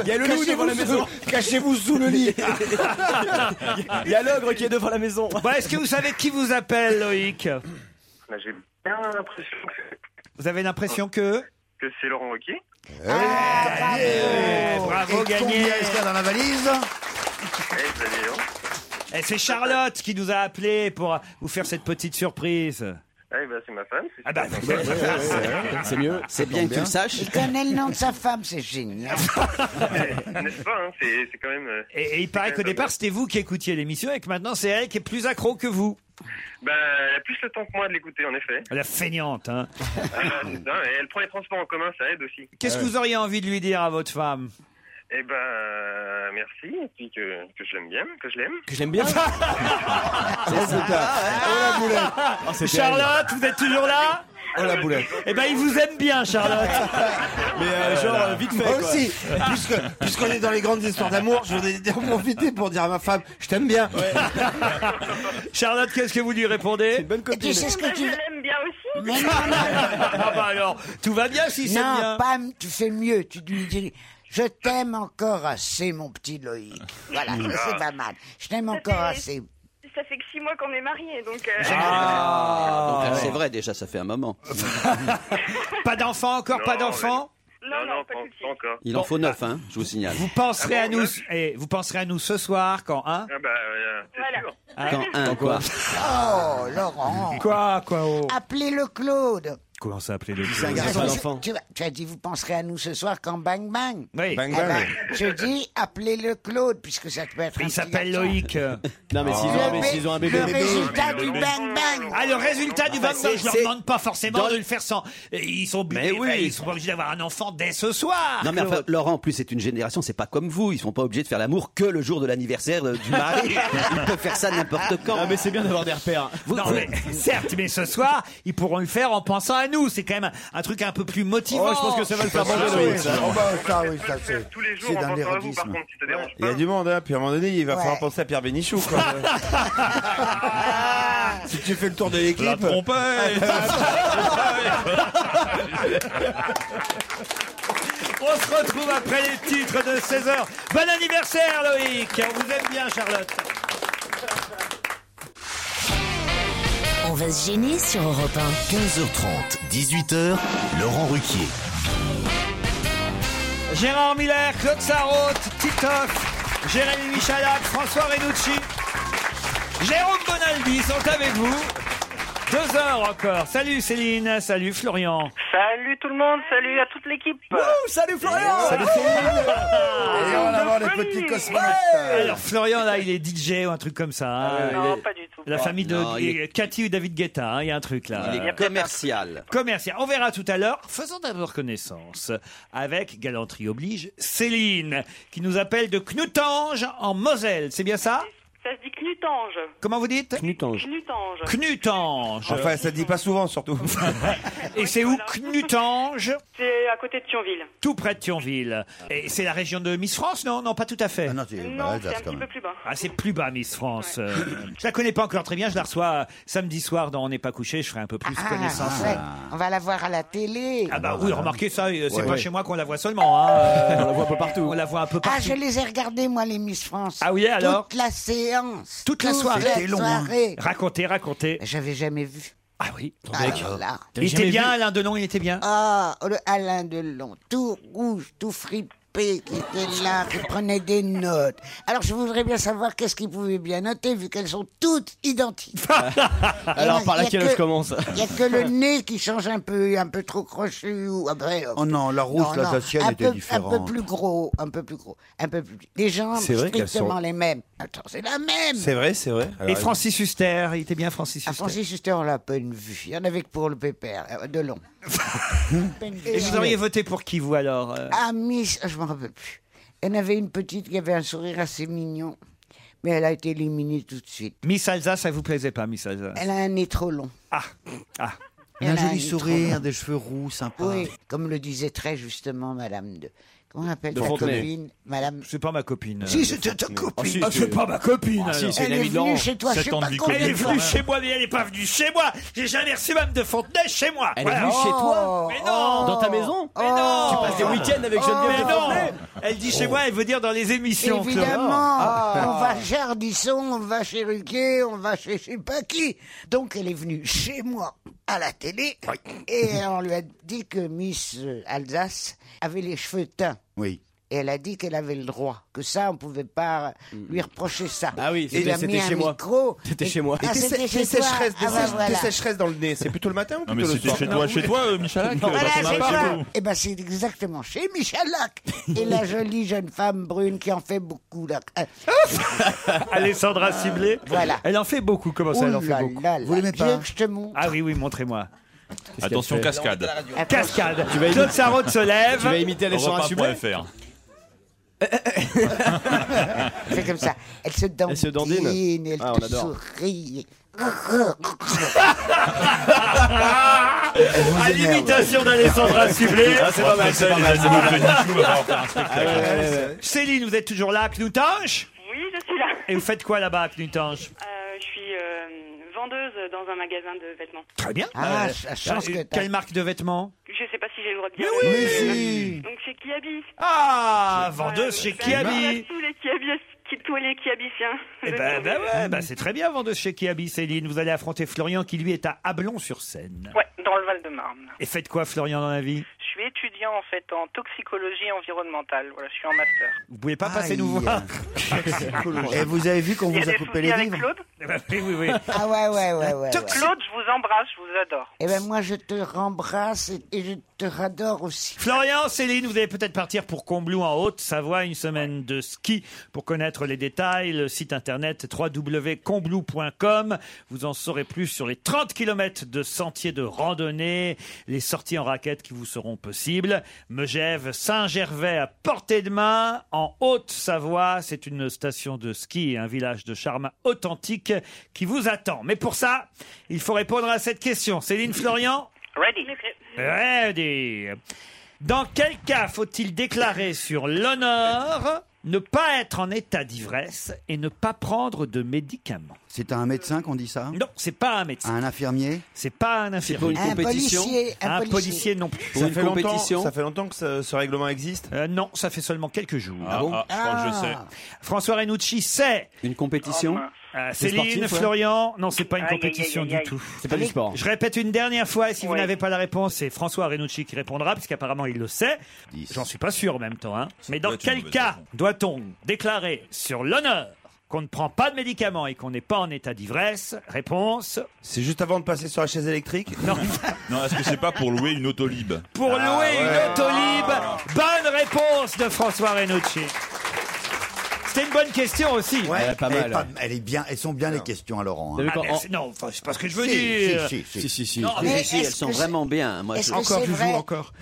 S8: Il y a le loup devant la maison.
S10: Cachez-vous sous le lit.
S8: Il y a l'ogre qui est devant la maison.
S5: Bon, Est-ce que vous savez qui vous appelle, Loïc
S13: Là, J'ai bien l'impression que c'est-
S5: Vous avez l'impression que.
S13: que c'est Laurent Ruquier.
S5: Eh, bravo,
S10: Oh. Et
S5: gagné
S10: combien est-ce qu'il y a dans la valise
S13: Eh, vous allez, hein.
S5: Et Eh, c'est Charlotte qui nous a appelé pour vous faire cette petite surprise.
S13: Eh ben, c'est ma femme. c'est-
S5: Ah bah,
S8: c'est mieux.
S9: C'est bien que tu le saches.
S7: Il connaît le nom de sa femme, c'est génial.
S13: N'est-ce pas, hein, c'est c'est quand même... euh,
S5: Et, et il paraît
S13: c'est
S5: qu'au
S13: quand même
S5: départ, c'était vous qui écoutiez l'émission et que maintenant, c'est elle qui est plus accro que vous.
S13: pas mal. Bah, elle a plus le temps que moi de l'écouter, en effet.
S5: La feignante, hein.
S13: Ah, bah, c'est dingue. Et elle prend les transports en commun, ça aide aussi.
S5: Qu'est-ce que vous auriez envie de lui dire à votre femme
S13: Eh ben, euh, merci, et puis que, que je l'aime bien, que je l'aime.
S8: Que j'aime bien.
S5: Ah,
S6: Oh,
S8: c'était
S5: Charlotte, vous êtes toujours là
S13: Oh la boulette
S5: Eh ben, il vous aime bien, Charlotte.
S8: Mais euh, genre, euh, vite fait.
S6: Moi
S8: quoi.
S6: aussi, puisque- puisqu'on est dans les grandes histoires d'amour, je voudrais en profiter pour dire à ma femme, je t'aime bien.
S5: Charlotte, qu'est-ce que vous lui répondez
S8: bonne
S7: copine. tu sais ce que
S13: Moi,
S7: tu-
S13: je l'aime bien aussi.
S7: Mais non, non,
S5: Ah bah alors, tout va bien si c'est
S7: non,
S5: bien.
S7: Pam, tu fais mieux. Tu lui dis, je t'aime encore assez, mon petit Loïc. Voilà, ça, c'est pas mal. Je t'aime
S12: Ça
S7: encore
S12: fait-
S7: assez.
S12: Ça fait que six mois qu'on est mariés, donc... euh,
S9: Ah, donc,
S5: ouais.
S9: C'est vrai, déjà, ça fait un moment.
S5: Pas d'enfant encore, pas
S13: Non,
S5: d'enfant
S13: Non, non, pas, pas encore.
S9: Il en faut neuf, hein, je vous signale.
S5: Vous
S9: Ah
S5: penserez à nous, et vous penserez à nous ce soir quand hein
S13: Ah bah, euh, c'est sûr.
S9: Quand un, quoi.
S7: Oh, Laurent.
S5: Quoi, quoi oh
S7: Appelez le Claude.
S5: comment ça appelé le
S7: C'est un garçon. Tu, tu as dit, vous penserez à nous ce soir quand Bang Bang.
S5: Oui. Bang
S7: Eh
S5: Bang.
S7: ben, je dis, appelez-le Claude, puisque ça peut être
S5: Mais il
S7: un petit
S5: s'appelle
S7: garçon.
S5: Loïc.
S12: Non, mais
S7: Ah.
S12: s'ils ont- mais s'ils ont un bébé.
S5: Le
S12: Bébé.
S5: résultat
S7: du bang bang.
S5: Ah, le résultat du
S12: Ah, bah,
S5: bang bang.
S12: c'est-
S5: Je leur
S12: c'est-
S5: demande pas forcément
S12: Dans-
S5: de le faire sans. Ils sont obligés,
S9: Mais oui.
S5: bah, ils sont pas obligés d'avoir un enfant dès ce soir.
S9: Non mais enfin,
S5: Claude.
S9: Laurent, en plus c'est une génération, c'est pas comme vous, ils sont pas obligés de faire l'amour que le jour de l'anniversaire euh, du mari. Ils peuvent faire ça n'importe quand. Ah mais c'est bien d'avoir des repères.
S5: Non, mais, certes, mais ce soir, ils pourront le faire en pensant à nous. C'est quand même un truc un peu plus motivant.
S10: Oh, je pense que ça va le faire
S6: manger, Loïc, ça.
S10: Oh, bah, ça, oui, ça, c'est- c'est d'un érotisme.
S6: Il y a du monde, hein. Puis à un moment donné, il va
S10: Ouais.
S6: falloir penser à Pierre Bénichou. quoi. si tu fais le tour de l'équipe.
S10: La
S5: On se retrouve après les titres de 16h. Bon anniversaire, Loïc. On vous aime bien, Charlotte.
S14: On va se gêner sur Europe 1.
S4: 15h30, 18h, Laurent Ruquier.
S5: Gérard Miller, Claude Sarraute, Titoff, Jérémy Michalak, François Renucci, Jérôme Bonaldi sont avec vous. Deux heures encore. Salut Céline, salut Florian.
S15: Salut tout le monde, salut à toute l'équipe.
S5: salut Florian
S15: Salut
S10: Et on
S15: Oh,
S10: va voir les petits cosmonautes.
S5: Alors Florian là, il est DJ ou un truc comme ça. hein.
S10: ouais, Non,
S5: Il est-
S10: pas du tout.
S5: La
S10: Ah,
S5: famille de
S10: non, il
S5: Cathy ou David Guetta, hein, il y a un truc là.
S9: Il est commercial.
S5: Commercial. On verra tout à l'heure. Faisons d'abord connaissance avec Galanterie oblige Céline qui nous appelle de Knutange en Moselle. C'est bien ça
S15: Ça se dit Knutange.
S5: Comment vous dites Knutange.
S15: Knutange.
S5: Knutange.
S6: Enfin, ça dit pas souvent, surtout.
S5: Et c'est où Knutange
S15: C'est à côté de Thionville.
S5: Tout près de Thionville. Et c'est la région de Miss France, non Non, pas tout à fait. Ah,
S15: Non, c'est un petit peu plus bas.
S5: c'est plus bas, Miss France. Euh, je la connais pas encore très bien. Je la reçois euh, samedi soir dans On n'est pas couché. Je ferai un peu plus
S7: Ah,
S5: connaissance. euh.
S7: ouais, on va la voir à la télé.
S5: Ah bah oui, remarquez ça, euh, c'est
S12: Ouais,
S5: pas
S12: ouais.
S5: chez moi qu'on la voit seulement. hein. Euh, on la voit un peu partout. On la voit un peu
S7: Ah,
S5: partout.
S7: je les ai regardés, moi, les Miss France.
S5: Ah oui, alors
S7: Toute la séance.
S5: Toute la soirée.
S7: C'était
S5: C'était long, hein. Racontez, racontez.
S7: J'avais jamais vu.
S5: Ah oui.
S7: Alors là.
S5: Il était bien, Alain Delon, il était bien.
S7: Ah, le Alain Delon, tout rouge, tout fripé, qui était là, qui prenait des notes. Alors, je voudrais bien savoir qu'est-ce qu'il pouvait bien noter, vu qu'elles sont toutes identiques.
S12: Alors,
S7: Il y a
S12: par laquelle
S7: que-
S12: je commence
S7: Il n'y a que le nez qui change un peu, un peu trop crochu. Ou ah, après,
S10: Oh non, la rousse, la
S7: sienne
S10: sacienne était
S7: Un peu
S10: différente.
S7: plus gros, un peu plus gros, un peu plus. Les jambes,
S6: C'est vrai qu'elles
S7: strictement
S6: sont-
S7: les mêmes. Attends, c'est la même.
S6: C'est vrai, c'est vrai. Ah,
S5: Et Francis Huster, il était bien Francis
S7: Ah,
S5: Huster.
S7: Francis Huster, on l'a à peine vu. Il y en avait que pour le pépère, euh, de long.
S5: Et vous auriez voté pour qui, vous, alors euh
S7: Ah, Miss, je me rappelle plus. Il y en avait une petite qui avait un sourire assez mignon, mais elle a été éliminée tout de suite.
S5: Miss Alsace, ça vous plaisait pas, Miss Alsace
S7: Elle a un nez trop long.
S5: Ah, ah.
S7: Elle
S10: un
S7: a
S10: joli
S7: nez
S10: sourire,
S7: trop
S10: des cheveux roux, sympa.
S7: long. Oui, comme le disait très justement Madame de. Comment on appelle
S5: De
S7: ta
S5: Fontenay.
S7: copine Madame.
S5: C'est pas ma copine.
S7: Si, c'était ta
S5: Ah, si,
S7: copine.
S5: Ah, c'est pas ma copine.
S7: Ah, si,
S5: alors.
S7: c'est une Elle amie est de venue Laurent. chez toi, je
S5: Sept
S7: sais
S5: ans de
S7: pas
S5: vie
S7: combien
S5: Elle est
S7: de
S5: venue
S7: fois.
S5: chez moi, mais elle est pas venue chez moi. J'ai jamais reçu même de Fontenay chez moi.
S12: Elle est
S5: Voilà. Oh.
S12: venue chez toi
S5: Mais non
S12: Dans ta maison
S5: Mais non Oh.
S12: Tu passes des week-ends avec Geneviève de
S5: Mais non
S12: Fontenay Oh.
S5: Elle dit chez moi, elle veut dire dans les émissions. Claude.
S7: Évidemment,
S12: Ah.
S7: on va chez Ardisson, on va chez Ruquet, on va chez je sais pas qui. Donc elle est venue chez moi à la télé et on lui a dit que Miss euh, Alsace avait les cheveux teints.
S10: Oui.
S7: Et elle a dit qu'elle avait le droit, que ça, on pouvait pas lui reprocher ça.
S12: Ah oui,
S7: Et il a
S12: c'était-
S7: mis
S12: c'était
S7: un
S12: chez moi.
S7: micro.
S12: C'était
S7: Et-
S12: chez moi.
S7: Ah,
S6: Des
S7: c'était
S6: sé-
S7: chez
S6: des
S7: toi.
S6: sécheresses, des
S7: Ah, bah,
S6: sèches-
S7: voilà.
S6: des sécheresses dans le nez. C'est plutôt le matin ou
S11: Non, mais
S6: plutôt le
S11: c'était
S6: soir
S11: chez toi, chez toi, euh, Michalak euh,
S7: Voilà,
S11: dans ton
S7: c'est
S11: appart.
S7: ça. Eh ben, c'est exactement chez Michalak. Et la jolie jeune femme brune qui en fait beaucoup, là. Euh,
S5: Alessandra Ciblé.
S7: Voilà.
S5: Elle en fait beaucoup. Comment ça, elle en fait beaucoup
S7: Vous l'aimez pas que je te montre
S5: Ah oui, oui, montrez-moi.
S11: Attention, cascade.
S5: Cascade.
S12: Tu vas
S5: Claude
S12: imiter-
S5: Sarraute se lève.
S12: Tu vas imiter Alexandra
S11: Europe
S12: Sublet
S11: 1.fr.
S7: C'est comme ça. Elle se dandine,
S12: Elle se dandine.
S7: elle
S12: Ah, on
S7: te
S12: adore.
S7: sourit.
S5: À l'imitation d'Alessandra Ciblé.
S12: Ah, c'est pas mal, c'est pas mal. c'est pas mal.
S5: Céline, vous êtes toujours là à Knutange
S15: Oui, je suis là.
S5: Et vous faites quoi là-bas à Knutange
S15: Euh, je suis euh, vendeuse dans un magasin de vêtements.
S5: Très bien.
S7: Ah,
S5: Euh,
S7: la chance
S5: euh,
S7: que t'as.
S5: Quelle marque de vêtements
S15: Je sais pas si j'ai le droit de dire.
S5: oui
S15: le-
S5: Mais si
S15: Donc chez Kiabi.
S5: Ah, vendeuse chez Kiabi.
S15: Ben, Tous les Kiabi, qui- hein. tous les Kiabiciens.
S5: Eh ben, ben ouais, ben c'est très bien, vendeuse chez Kiabi, Céline. Vous allez affronter Florian qui lui est à Ablon-sur-Seine.
S15: Ouais, dans le Val-de-Marne.
S5: Et faites quoi, Florian, dans la vie
S15: Je suis étudiante étudiant en fait en toxicologie environnementale. Voilà, je suis en master.
S5: Vous pouvez pas passer nous voir.
S10: Et Eh, vous avez vu qu'on vous a coupé les
S15: avec
S10: livres
S15: Claude
S5: Eh ben, Oui, oui, oui.
S7: Ah ouais, ouais, ouais, ouais. ouais.
S15: Claude, je vous embrasse, je vous adore.
S7: Eh ben moi, je te rembrasse et, et je te radore aussi.
S5: Florian, Céline, vous allez peut-être partir pour Combloux en Haute-Savoie, une semaine de ski. Pour connaître les détails, le site internet www.combloux.com. Vous en saurez plus sur les 30 km de sentiers de randonnée, les sorties en raquettes qui vous seront possibles. Megève, Saint-Gervais à portée de main, en Haute-Savoie. C'est une station de ski et un village de charme authentique qui vous attend. Mais pour ça, il faut répondre à cette question. Céline Florian
S15: Ready.
S5: Ready. Dans quel cas faut-il déclarer sur l'honneur ne pas être en état d'ivresse et ne pas prendre de médicaments
S10: C'est à un médecin qu'on dit ça
S5: Non, c'est pas un médecin.
S10: À un infirmier
S5: C'est pas un infirmier.
S10: pour une Un compétition policier,
S5: un,
S10: un
S5: policier.
S10: policier.
S5: non plus.
S10: Pour Ça une fait longtemps- compétition
S6: ça fait longtemps que ce, ce règlement existe
S5: Euh, Non, ça fait seulement quelques jours.
S6: Ah bon ah, je crois que je sais.
S5: François Renucci sait.
S9: Une compétition
S5: Euh,
S9: C'est
S5: Céline,
S9: sportif, ouais.
S5: Florian, non, c'est pas une
S9: Ah, Aïe, aïe,
S5: compétition
S9: aïe, aïe,
S5: du
S9: aïe.
S5: tout.
S9: C'est pas du sport.
S5: Je répète une dernière fois, et si vous n'avez pas la réponse, c'est François Renucci qui répondra, puisqu'apparemment il le sait. J'en suis pas sûr en même temps. hein. Mais dans
S11: doit être une
S5: quel
S11: mauvaise
S5: cas doit-on déclarer sur l'honneur qu'on ne prend pas de médicaments et qu'on n'est pas en état d'ivresse Réponse
S6: C'est juste avant de passer sur la chaise électrique
S5: Non.
S11: Non, est-ce que c'est pas pour louer une Autolib
S5: pour louer une Autolib. Bonne réponse de François Renucci. C'était une bonne question aussi.
S10: elle, est pas- elle est bien, elles sont bien les questions à Laurent.
S5: Ah,
S10: hein.
S5: mais c'est- non, enfin, c'est pas ce que je veux
S10: Si,
S5: dire.
S10: si, si, si. Si, si,
S5: Non,
S10: si,
S5: mais
S10: si, si,
S5: est-ce
S10: elles sont
S5: que c'est-
S10: vraiment bien, moi,
S5: Est-ce
S10: je-
S5: que
S10: Encore
S5: c'est
S10: du
S5: vrai
S10: jour,
S5: encore.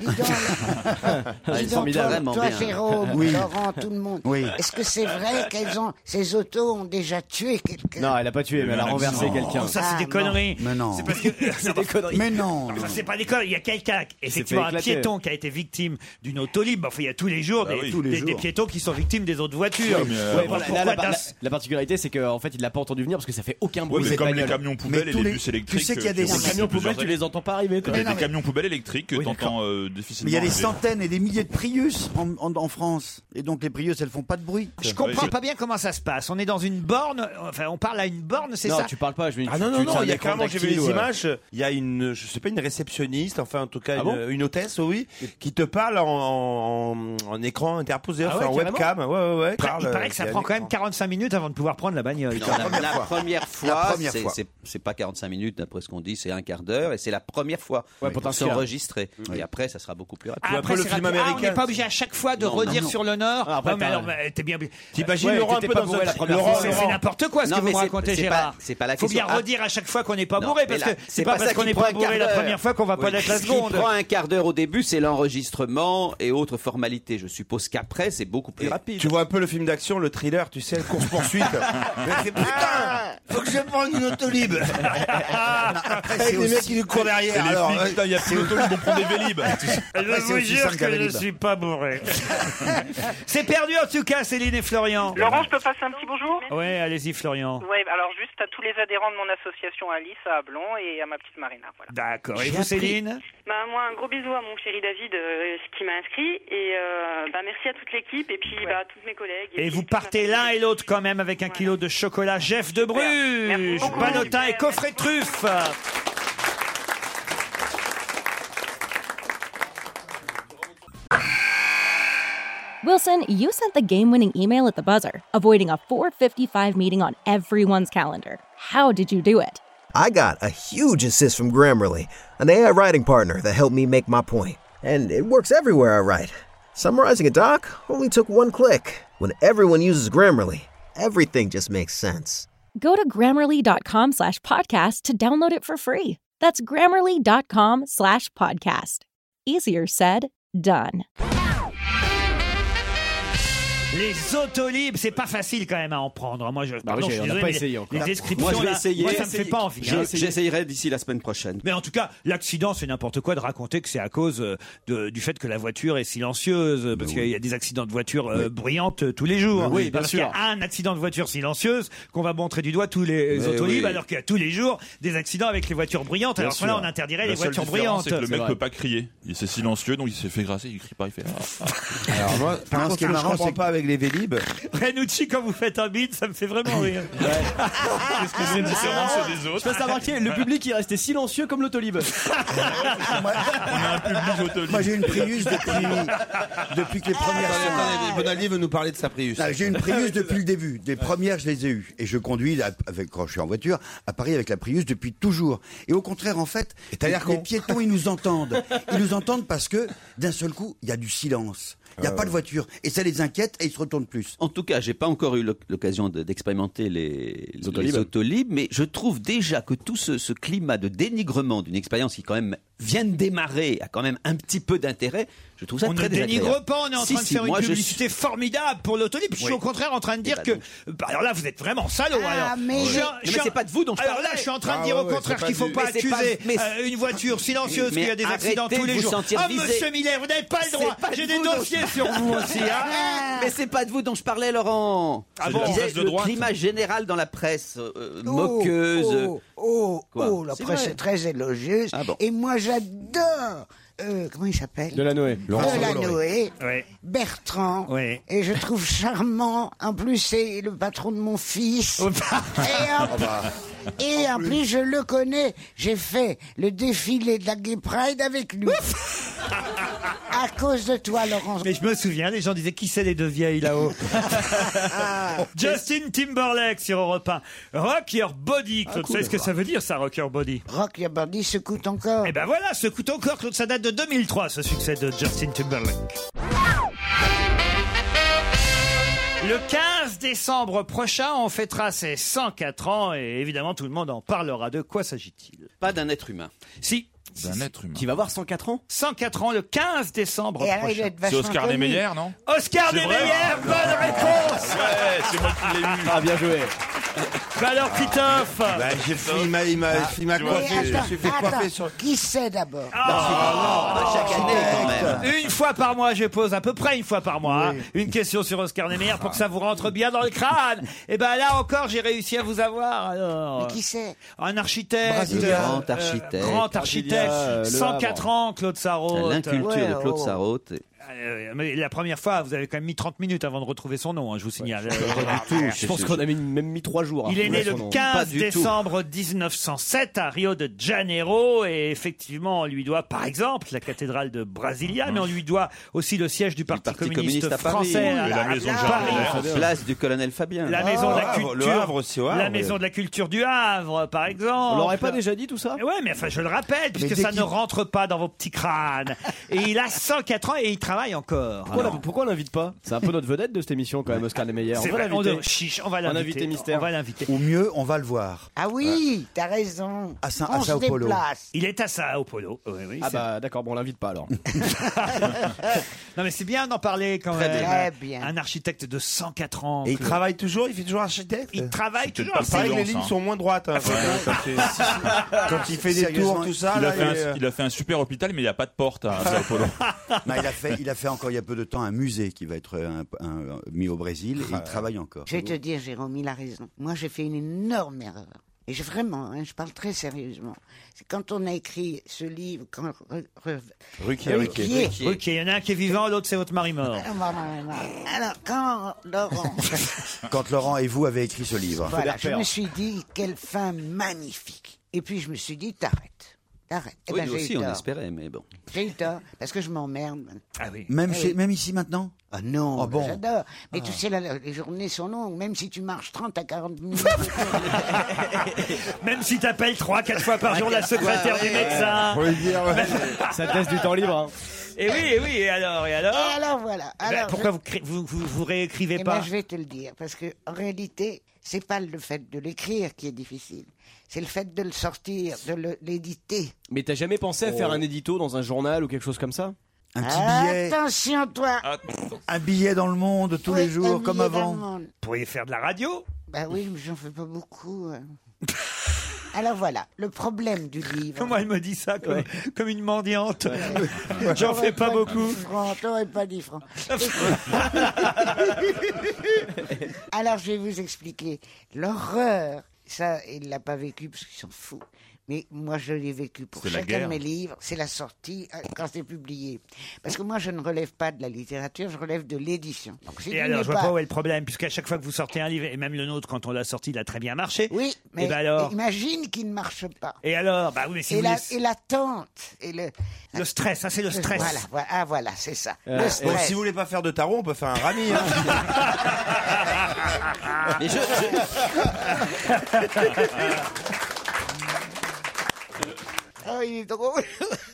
S10: Ah,
S7: Dis
S10: elles
S7: donc,
S10: sont formidables.
S7: toi,
S10: Vraiment
S7: toi,
S10: bien.
S7: Jérôme,
S10: Oui.
S7: Laurent, tout le monde.
S10: Oui.
S7: Est-ce que c'est vrai qu'elles ont ces autos ont déjà tué quelqu'un
S12: Non, elle a pas tué, mais elle a renversé
S10: Non,
S12: quelqu'un.
S5: ça, c'est des
S7: Ah,
S5: conneries.
S10: Mais non.
S5: C'est parce que c'est des conneries.
S10: Mais non.
S5: Ça c'est pas des conneries. Il y a quelqu'un, effectivement,
S10: fait
S5: un
S10: éclater.
S5: piéton qui a été victime d'une autolib. Enfin, il y a tous les jours
S12: Bah
S5: des,
S12: oui. Tous les
S5: des- des
S12: jours.
S5: piétons qui sont victimes des autres voitures.
S12: Ouais, mais, euh,
S5: Ouais,
S12: voilà,
S5: pourquoi
S12: là, la,
S5: d'un-
S12: la- la particularité, c'est qu'en fait, il l'a pas entendu venir parce que ça fait aucun
S11: Ouais,
S12: bruit.
S11: mais
S12: cette
S11: comme les
S12: bagnole.
S11: camions poubelles et les bus électriques. euh,
S10: tu sais qu'il y a des-
S11: vois
S10: Les
S11: bien
S10: camions
S11: que plusieurs-
S12: poubelles, tu les entends pas arriver, toi.
S11: T'as
S12: Mais non,
S11: des
S12: mais-
S11: camions poubelles électriques que t'entends euh, difficilement.
S10: Mais il y a des
S11: arriver.
S10: centaines et des milliers de Prius en, en- en France. Et donc les Prius, elles font pas de bruit.
S5: Je comprends pas bien comment ça se passe. On est dans une borne. Enfin, on parle à une borne, c'est
S10: Non,
S5: ça
S10: tu
S12: parles pas. Je
S6: Ah non, non, non, il y a carrément, j'ai vu les
S10: ouais.
S6: images, il y a une, je sais pas, une réceptionniste, enfin en tout cas
S12: Ah
S6: une,
S12: bon
S6: une hôtesse, oui, qui te parle en, en, en écran interposé,
S5: Ah
S6: enfin
S5: ouais,
S6: en webcam. Ouais, ouais, ouais.
S5: Après,
S6: parle,
S5: il paraît que ça
S6: euh,
S5: prend
S6: via
S5: quand même 45 minutes avant de pouvoir prendre la bagnole.
S9: Non, la, la première fois,
S5: La première
S9: c'est-
S5: fois.
S9: c'est- c'est pas 45 minutes d'après ce qu'on dit, c'est un quart d'heure et c'est la première fois.
S5: Ouais,
S9: pour
S5: pour t'inscrire.
S9: s'enregistrer. Et après, ça sera beaucoup plus rapide.
S5: Ah, après, c'est rapide. Ah, on n'est pas obligé à chaque fois de
S9: Non,
S5: redire
S9: non, non.
S5: sur l'honneur.
S9: Ah, après,
S5: non, mais
S9: t'as-
S5: alors, bah, t'es bien.
S9: T'imagines, Ouais, Laurent, un t'étais peu pas dans bourré un- la première
S5: Laurent,
S9: fois.
S5: c'est- c'est n'importe quoi ce
S9: Non,
S5: que vous
S9: mais
S5: me
S9: c'est-
S5: racontez,
S9: c'est pas-
S5: Gérard.
S9: c'est pas la
S5: Faut bien
S9: question. Ah.
S5: redire à chaque fois qu'on n'est pas
S9: Non,
S5: bourré,
S9: mais
S5: parce
S9: là,
S5: que c'est pas, parce
S9: ça
S5: qu'on
S9: qui
S5: n'est
S9: prend
S5: pas
S9: un
S5: bourré
S9: quart
S5: la
S9: d'heure.
S5: première fois qu'on va pas
S9: Oui,
S5: l'être la
S9: ce qui
S5: seconde.
S9: prend un quart d'heure au début, c'est l'enregistrement et autres formalités. Je suppose qu'après, c'est beaucoup plus rapide.
S6: Tu vois un peu le film d'action, le thriller, tu sais, course poursuite.
S10: Putain Faut que je prenne une autolib Après,
S6: Avec les mecs qui nous courent derrière,
S11: Et les
S6: alors,
S11: flics,
S6: euh,
S11: putain, il y a plus d'auto, ils vont prendre des vélib.
S5: Je vous jure que je suis pas bourré. C'est perdu en tout cas, Céline et Florian.
S15: Laurent, je peux passer un petit bonjour
S5: Ouais, allez-y, Florian.
S15: Ouais, alors juste à tous les adhérents de mon association Alice à Ablon et à ma petite Marina. Voilà.
S5: D'accord. Et vous, Céline
S15: Bah, moi, un gros bisou à mon chéri David euh, qui m'a inscrit. Et euh, bah, merci à toute l'équipe et puis bah, à tous mes collègues.
S5: Et vous partez l'un et l'autre quand même avec un kilo de chocolat Jeff de Bruges,
S15: beaucoup.
S5: panotin et coffret de truffes.
S1: Wilson, you sent the game winning email at the buzzer, avoiding a 455 meeting on everyone's calendar. How did you do it?
S2: I got a huge assist from Grammarly, an AI writing partner that helped me make my point. And it works everywhere I write. Summarizing a doc only took one click. When everyone uses Grammarly, everything just makes sense.
S1: Go to grammarly.com slash podcast to download it for free. That's grammarly.com slash podcast. Easier said, done.
S5: Les autolibes, c'est pas facile quand même à en prendre. hein. Moi, je, pardon,
S9: Bah oui,
S5: je suis
S9: on n'a
S5: désolé,
S9: pas
S5: mais les-
S9: essayé encore.
S5: Les descriptions,
S9: Moi, je vais
S5: là,
S9: essayer.
S5: moi, ça me fait pas envie.
S9: Je-
S5: hein.
S9: J'essayerai d'ici la semaine prochaine.
S5: Mais en tout cas, l'accident, c'est n'importe quoi de raconter que c'est à cause euh, de- du fait que la voiture est silencieuse, euh, parce qu'il y a des accidents de voiture euh, bruyantes euh, tous les jours.
S9: Oui, bien
S5: parce qu'il y a
S9: sûr.
S5: un accident de voiture silencieuse qu'on va montrer du doigt tous les
S9: Mais
S5: autolibes,
S9: oui.
S5: alors qu'il y a tous les jours des accidents avec les voitures bruyantes. alors que là, on interdirait les
S11: La seule
S5: voitures
S11: différence,
S5: bruyantes.
S11: C'est que le mec peut pas crier. Il- C'est silencieux, donc il s'est fait grasser, il crie pas, il fait. ah, ah.
S10: Alors moi,
S11: par
S10: non,
S11: contre,
S10: ce qui est
S11: je
S10: marrant,
S11: comprends
S10: c'est que
S11: pas avec
S6: avec les Vélib.
S5: Renucci, quand vous faites un bide, ça me fait vraiment rire.
S11: Qu'est-ce que c'est différent ceux des autres
S8: Ah, Je passe à remarquer, le public il restait silencieux comme l'autolib.
S10: Moi, j'ai une Prius depuis, depuis que les premières.
S6: Bonaldi veut nous parler de sa Prius.
S10: Non, Ah, J'ai une Prius depuis le début. Des premières, je les ai eues. Et je conduis, là, avec, quand je suis en voiture, à Paris avec la Prius depuis toujours. Et au contraire, en fait,
S6: t'as
S10: les,
S6: l'air con.
S10: les piétons, ils nous entendent. Ils nous entendent parce que, d'un seul coup, il y a du silence. Il n'y a
S9: Ah
S10: pas de
S9: ouais.
S10: voiture. Et ça les inquiète et ils se retournent plus.
S9: En tout cas, j'ai pas encore eu l'oc- l'occasion de- d'expérimenter les, les
S10: Autolibes.
S9: Autolibes, mais je trouve déjà que tout ce, ce climat de dénigrement d'une expérience qui quand même vient de démarrer a quand même un petit peu d'intérêt. Je trouve ça
S5: On
S9: très
S5: ne dénigre
S9: désagréable.
S5: pas, on est en
S9: Si,
S5: train de
S9: si,
S5: faire une
S9: moi, je
S5: publicité formidable pour l'autolib. Je suis
S9: Oui.
S5: au contraire en train de
S9: Eh
S5: dire
S9: ben
S5: que.
S9: donc.
S5: Bah, alors là, vous êtes vraiment salaud.
S9: Ah,
S5: alors.
S9: mais-
S5: Je-
S9: Non,
S5: je-
S9: mais c'est pas de vous dont je
S5: Alors là,
S9: parlais.
S5: je suis en train
S9: Ah
S5: de dire
S9: ouais,
S5: au
S9: ouais,
S5: contraire
S9: c'est pas
S5: qu'il ne faut
S9: du-
S5: pas
S9: Mais c'est pas-
S5: accuser
S9: mais-
S5: euh, une voiture silencieuse,
S9: Mais
S5: qu'il y a des
S9: arrêtez
S5: accidents tous
S9: de
S5: les
S9: vous
S5: jours.
S9: sentir
S5: Ah,
S9: visé.
S5: monsieur Miller, vous n'avez pas le
S9: C'est
S5: droit.
S9: pas de
S5: J'ai des
S9: vous dont
S5: dossiers
S9: je-
S5: sur vous aussi. hein.
S9: Mais c'est pas de vous dont je parlais, Laurent.
S5: Ah
S9: je
S5: bon,
S9: disais
S5: presse de
S9: le
S5: droite.
S9: climat général dans la presse euh,
S7: Oh,
S9: moqueuse.
S7: Oh, oh,
S9: Quoi
S7: oh, la
S9: C'est
S7: presse
S9: vrai.
S7: est très élogieuse. Et moi, j'adore. euh, comment il s'appelle
S8: Delanoë.
S7: Laurent Delanoë.
S5: Ouais.
S7: Bertrand.
S5: Ouais.
S7: Et je trouve charmant. En plus, c'est le patron de mon fils. et en,
S10: Ah
S7: et en plus. je le connais. J'ai fait le défilé de la Gay Pride avec lui. à cause de toi, Laurent.
S5: Mais je me souviens, les gens disaient qui c'est les deux vieilles là-haut Justin Timberlake sur Europe 1. Rock your body, Claude.
S7: Ah, cool.
S5: Vous savez ce que ça veut dire, ça, rock your body
S7: Rock your body secoue ton corps.
S5: Eh ben voilà, secoue ton corps, Claude. Ça date de 2003, ce succès de Justin Timberlake. Le 15 décembre prochain, on fêtera ses 104 ans et évidemment tout le monde en parlera. De quoi s'agit-il
S9: Pas d'un être humain.
S5: Si.
S11: D'un être humain.
S5: Qui va avoir 104 ans 104 ans le 15 décembre
S11: Et alors, il
S5: prochain.
S11: doit être vachement C'est Oscar connu. Niemeyer, non
S5: Oscar
S11: C'est vrai
S5: Niemeyer, bonne réponse
S11: Ouais, c'est moi qui l'ai eu. Ah, bien joué.
S5: Bah alors, Titoff
S10: Bah, j'ai fini ma, il
S11: Ah,
S10: m'a- il m'a
S7: Mais
S10: coiffé, Ah, je me suis fait
S7: attends,
S10: coiffer
S7: attends, qui c'est d'abord
S9: chaque année, quand même.
S5: Une fois par mois, je pose à peu près une fois par mois hein, une question sur Oscar Niemeyer pour que ça vous rentre bien dans le crâne. Et ben là encore, j'ai réussi à vous avoir. Alors,
S7: Mais qui c'est
S5: Un architecte,
S9: Brésilien. Grand
S5: euh,
S9: architecte.
S5: grand architecte,
S9: Brasilia, euh, Le
S5: 104
S9: Havre.
S5: ans, Claude Sarraute. oh.
S9: L'inculture de Claude
S10: oh.
S9: Sarraute.
S5: Euh, mais la première fois, vous avez quand même mis 30 minutes avant de retrouver son nom, hein, je vous signale.
S10: Euh,
S11: Ah,
S8: Je pense qu'on a mis- même mis trois jours. à
S5: Il est né
S8: retrouver
S5: le
S8: son nom. Pas
S5: 15
S8: du
S5: décembre 1907 à Rio de Janeiro et effectivement on lui doit par exemple la cathédrale de Brasilia mais on lui doit aussi le siège du Parti,
S9: Parti
S5: communiste,
S9: communiste à Paris.
S5: français à-
S9: la
S5: à
S9: maison
S5: Paris.
S9: Place du colonel Fabien.
S5: La maison de la
S9: Ah,
S5: culture,
S9: le Havre aussi, au Havre.
S5: la maison de la culture du Havre, par exemple.
S8: On l'aurait pas déjà dit tout ça
S5: Ouais, mais enfin, je le rappelle, puisque
S8: dès
S5: ça
S8: qu'il-
S5: ne rentre pas dans vos petits crânes. et il a 104 ans et il travaille encore.
S8: Pourquoi,
S5: Alors,
S8: on- pourquoi on l'invite pas Ah, C'est un peu notre vedette de cette émission quand même, Oscar Niemeyer.
S5: C'est
S8: On va
S5: vrai, on
S8: l'inviter.
S5: devrait- chiche, on va
S8: On
S5: l'inviter.
S8: invite mystère.
S5: On va l'inviter.
S10: Ou mieux, on va le voir.
S7: Ah oui, t'as raison.
S10: À Saint-
S7: On
S10: à Sao
S7: se
S10: Paulo.
S7: déplace.
S5: Il est à Sao Paulo. Oui, oui,
S8: Ah
S5: c'est-
S8: bah d'accord, bon on l'invite pas alors.
S5: Non, mais c'est bien d'en parler quand
S8: Très
S5: même.
S8: bien.
S7: Très bien.
S5: Un architecte de 104 ans.
S6: Et il
S5: Claude.
S6: travaille toujours, il fait toujours architecte
S5: Il travaille toujours.
S6: Il paraît que les
S11: prudence,
S6: lignes
S11: hein.
S6: sont moins droites. hein.
S5: Ah,
S6: Quand il fait des tours, tout ça.
S11: Il a,
S6: là, euh,
S11: fait un,
S6: il est-
S11: il a fait un super hôpital, mais il n'y a pas de porte hein, à Sao Paulo.
S10: bah. Non, il, a fait, il a fait encore il y a peu de temps un musée qui va être euh, un- un- mis au Brésil et il travaille encore.
S7: Euh, Je vais te dire, Jérôme, il a raison. Moi, j'ai fait une énorme erreur. Et je, vraiment, hein, je parle très sérieusement. C'est quand on a écrit ce livre, quand re- re-
S5: Ruquier,
S7: Ruquier.
S5: Ruquier. Il y en a un qui est vivant, l'autre c'est votre mari mort.
S10: Oh.
S7: Ah, non, non, non, non. Alors, quand Laurent,
S10: Quand Laurent et vous avez écrit ce livre.
S7: voilà, je me suis dit, quelle fin magnifique. Et puis, je me suis dit, t'arrêtes, t'arrêtes. Eh
S9: oui,
S7: ben,
S9: nous
S7: j'ai eu
S9: aussi, on
S7: tort.
S9: espérait, mais bon.
S7: J'ai eu tort, parce que je m'emmerde.
S5: Ah oui.
S10: Même,
S7: Eh
S10: chez,
S7: oui.
S10: même ici maintenant
S7: Ah non,
S10: Ah bon.
S7: j'adore. Mais
S10: Ah.
S7: tu sais, la- les journées sont longues, même si tu marches 30 à 40 minutes.
S5: Même si t'appelles 3-4 fois par jour la secrétaire du médecin.
S8: Ça te laisse du temps libre. hein.
S5: Et oui, et oui, et alors, et alors,
S7: Et alors, voilà.
S5: Eh ben,
S7: Alors,
S5: Pourquoi
S7: je-
S5: vous, cré- vous, vous, vous réécrivez
S7: Eh
S5: pas
S7: ben, je vais te le dire, parce que en réalité, c'est pas le fait de l'écrire qui est difficile, c'est le fait de le sortir, de le- l'éditer.
S8: Mais t'as jamais pensé à faire un édito dans un journal ou quelque chose comme ça
S10: Un
S7: Attention, toi.
S10: Un billet dans le monde tous les
S7: Oui,
S10: jours,
S7: un
S10: comme
S7: billet dans
S10: avant.
S7: le monde.
S5: Vous pourriez faire de la radio
S7: Bah oui, mais j'en fais pas beaucoup. hein. Alors voilà, le problème du livre.
S5: Comment elle me dit ça comme, comme une mendiante J'en
S7: T'aurais
S5: fais pas beaucoup.
S7: dit franc, t'aurais pas dit franc. Alors je vais vous expliquer l'horreur. Ça, il l'a pas vécu parce qu'ils s'en fout. Mais moi, je l'ai vécu pour
S16: C'était la
S7: chacun de
S16: guerre.
S7: mes livres. C'est la sortie euh, quand c'est publié. Parce que moi, je ne relève pas de la littérature, je relève de l'édition. Donc, si
S5: Et
S7: tu
S5: alors,
S7: n'es
S5: je vois
S7: pas-
S5: pas où est le problème, puisqu'à chaque fois que vous sortez un livre, et même le nôtre, quand on l'a sorti, il a très bien marché.
S7: Oui, mais
S5: Et ben alors
S7: imagine qu'il ne marche pas.
S5: Et alors Bah oui, mais si
S7: et,
S5: vous
S7: la-
S5: laissez-
S7: et l'attente. Et le,
S5: Le stress, ça c'est le stress.
S7: Voilà, voilà, ah, voilà c'est ça.
S10: Euh,
S7: le
S10: bon,
S7: stress.
S10: si vous voulez pas faire de tarot, on peut faire un rami.
S6: hein.
S9: Mais je-
S7: Oh, il est drôle.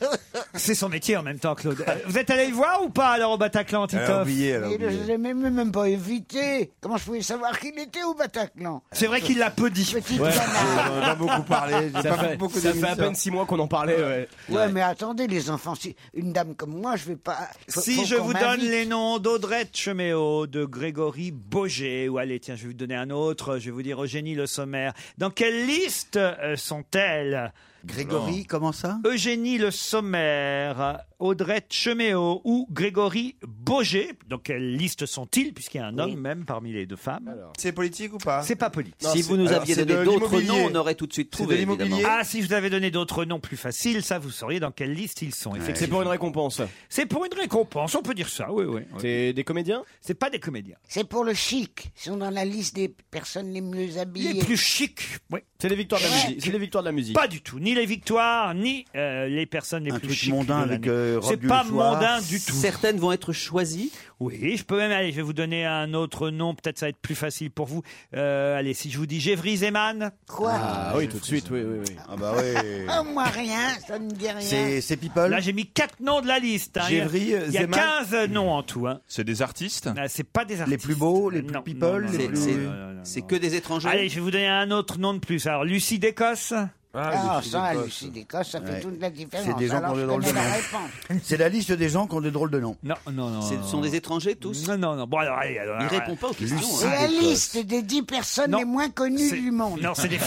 S5: C'est son métier en même temps, Claude. Euh, Vous êtes allé le voir ou pas alors au Bataclan, Titoff
S7: Mais le- je l'ai même, même pas évité. Comment je pouvais savoir qu'il était au Bataclan
S5: C'est vrai qu'il l'a peu dit.
S7: Petite
S8: Ouais.
S7: banane.
S8: On en a beaucoup parlé, j'ai
S12: Ça
S8: pas
S12: fait,
S8: fait beaucoup
S12: ça fait à
S8: d'émissions.
S12: peine six mois qu'on en parlait. Ouais.
S7: Ouais, mais attendez, les enfants, si une dame comme moi, je vais pas. faut- faut
S5: Si je
S7: qu'on
S5: vous donne
S7: m'invite.
S5: les noms d'Audrey Cheméo, de Grégory Boger, ou allez, tiens, je vais vous donner un autre, je vais vous dire Eugénie Le Sommaire. Dans quelle liste euh, sont-elles
S10: Grégory,
S5: comment ça Eugénie Le Sommaire, Audrey Cheméo ou Grégory Boger. Dans quelle liste sont-ils, puisqu'il y a un homme même parmi les deux femmes
S10: C'est politique ou pas
S5: C'est pas poli.
S9: si vous nous aviez donné d'autres noms, on aurait tout de suite trouvé. évidemment.
S5: Ah, si je vous avais donné d'autres noms plus faciles, ça, vous sauriez dans quelle liste ils sont.
S8: C'est
S5: effectivement.
S8: pour une récompense.
S5: C'est pour une récompense, on peut dire ça, oui, oui.
S8: C'est des comédiens
S5: C'est pas des comédiens.
S7: C'est pour le chic. Ils sont dans la liste des personnes les mieux habillées.
S5: plus chic. Oui.
S8: C'est les victoires de la musique. C'est les victoires de la musique.
S5: Pas du tout, ni les victoires, ni euh, les personnes les plus
S10: truc
S5: chics.
S10: mondain
S5: de
S10: avec,
S5: l'année.
S10: euh, robe
S5: C'est
S10: du
S5: pas
S10: soir.
S5: mondain du tout.
S9: Certaines vont être choisies.
S5: Oui, je peux même aller. Je vais vous donner un autre nom. Peut-être ça va être plus facile pour vous. Euh, allez, si je vous dis Gévry Zeman.
S7: Quoi
S8: Ah oui, tout de suite, oui, oui, oui.
S10: Ah bah oui.
S7: Ah, moi, rien, ça ne me dit rien.
S10: c'est People.
S5: Là, j'ai mis quatre noms de la liste. hein. Il y a-
S10: Gévry,
S5: il y a
S10: Zeman.
S5: 15 noms en tout. C'est des artistes C'est pas des artistes. Euh,
S10: plus beaux, les
S5: Non,
S10: plus
S5: non,
S10: people,
S5: non,
S10: les
S5: non,
S10: plus-
S5: non, non, non, non.
S9: C'est que des étrangers.
S5: Allez, je vais vous donner un autre nom de plus. Alors, Lucie d'Écosse.
S7: Ah, ça, Lucie d'Écosse, ça fait
S10: Ouais.
S7: toute la différence.
S10: C'est des gens qui
S7: Alors,
S10: ont
S7: je
S10: des drôles de
S7: connais la
S10: noms.
S7: réponse.
S10: C'est la liste des gens qui ont des drôles de noms.
S5: Non, non, non.
S9: Ce sont des étrangers tous
S5: Non, non, non. Bon, alors, allez, alors,
S9: Il
S5: alors,
S9: répond pas aux questions. hein.
S7: C'est la liste des dix personnes les moins connues du monde.
S5: Non, c'est des...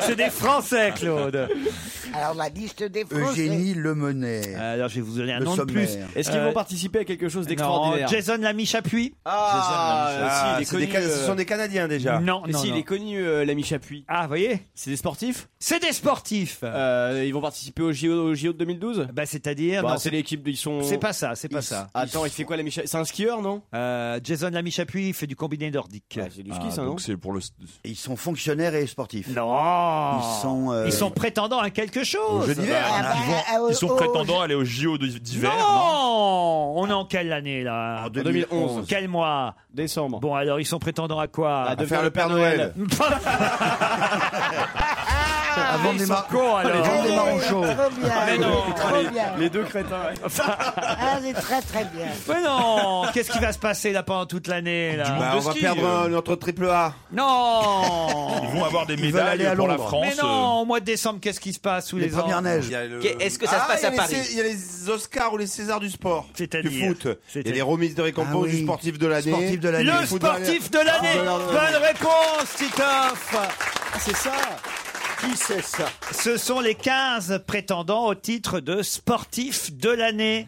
S5: c'est des Français, Claude.
S7: Alors, la liste des Français.
S10: Eugénie Lemonet.
S5: Alors, je vais vous donner un
S10: Le
S5: nom de
S10: sommaire.
S5: plus.
S8: Est-ce qu'ils
S5: Euh,
S8: vont participer à quelque chose
S5: non,
S8: d'extraordinaire
S5: Jason Lamy Chapuis.
S8: Ah,
S10: Ah,
S8: si, il est
S10: c'est des
S8: connu,
S10: Ca-
S8: euh,
S10: ce sont des Canadiens déjà.
S5: Non,
S8: Mais
S5: non,
S8: si,
S5: non.
S8: il est connu, euh, l'ami Chapuis.
S5: Ah, vous voyez
S8: C'est des sportifs
S5: C'est des sportifs
S8: Euh, Ils vont participer au JO, au JO de 2012
S5: Bah, c'est-à-dire.
S8: Bah,
S5: non,
S8: c'est l'équipe, de- ils sont.
S5: C'est pas ça, c'est pas ça.
S8: Attends, il fait quoi, l'ami Chapuis C'est un skieur, non Ah,
S5: Euh, Jason Lamy Chapuis il fait du combiné nordique.
S8: C'est du ski, ça, non
S10: Ah, c'est pour le. Ils sont fonctionnaires et sportifs.
S5: Non.
S10: Ils sont. euh,
S5: Ils sont prétendants à quelque chose.
S10: Aux Jeux d'hiver.
S7: Ah, bah,
S11: Ils, vont-
S7: ah, oh,
S11: ils sont
S7: oh,
S11: prétendants à aller au JO de- d'hiver. non
S5: Non On est en quelle année là En
S8: 2011.
S5: Quel mois
S8: Décembre.
S5: Bon alors ils sont prétendants à quoi
S8: À devenir
S10: faire le Père Noël.
S7: Ah,
S5: Avant
S10: des
S5: des
S10: mar-
S5: cons alors.
S10: Avant des marrons chauds.
S7: Trop bien.
S5: Mais non.
S7: Trop bien.
S8: Les deux crétins, ouais.
S7: Ah, c'est très très bien.
S5: Mais non Qu'est-ce qui va se passer là pendant toute l'année là
S10: Bah, on va perdre euh, notre triple A.
S11: Ils
S5: Non
S11: vont avoir des
S10: Ils veulent
S11: médailles
S10: aller à
S11: pour la
S10: Londres.
S11: France.
S5: Mais
S10: euh.
S5: non Au mois de décembre, qu'est-ce qui se passe sous les,
S10: Les premières
S5: ans
S10: neiges.
S9: Est-ce que ça se passe à Paris
S10: Ah, Il y a les Oscars ou les Césars du sport.
S5: C'est-à-dire
S10: Du foot.
S5: C'est-à-dire
S10: Et les remises de récompense
S5: Ah oui.
S10: du sportif de l'année.
S6: Sportif de l'année. Ah,
S5: Le sportif de l'année Bonne réponse, Titoff
S10: Ah, c'est ça. Qui c'est ça
S5: Ce sont les 15 prétendants au titre de sportif de l'année.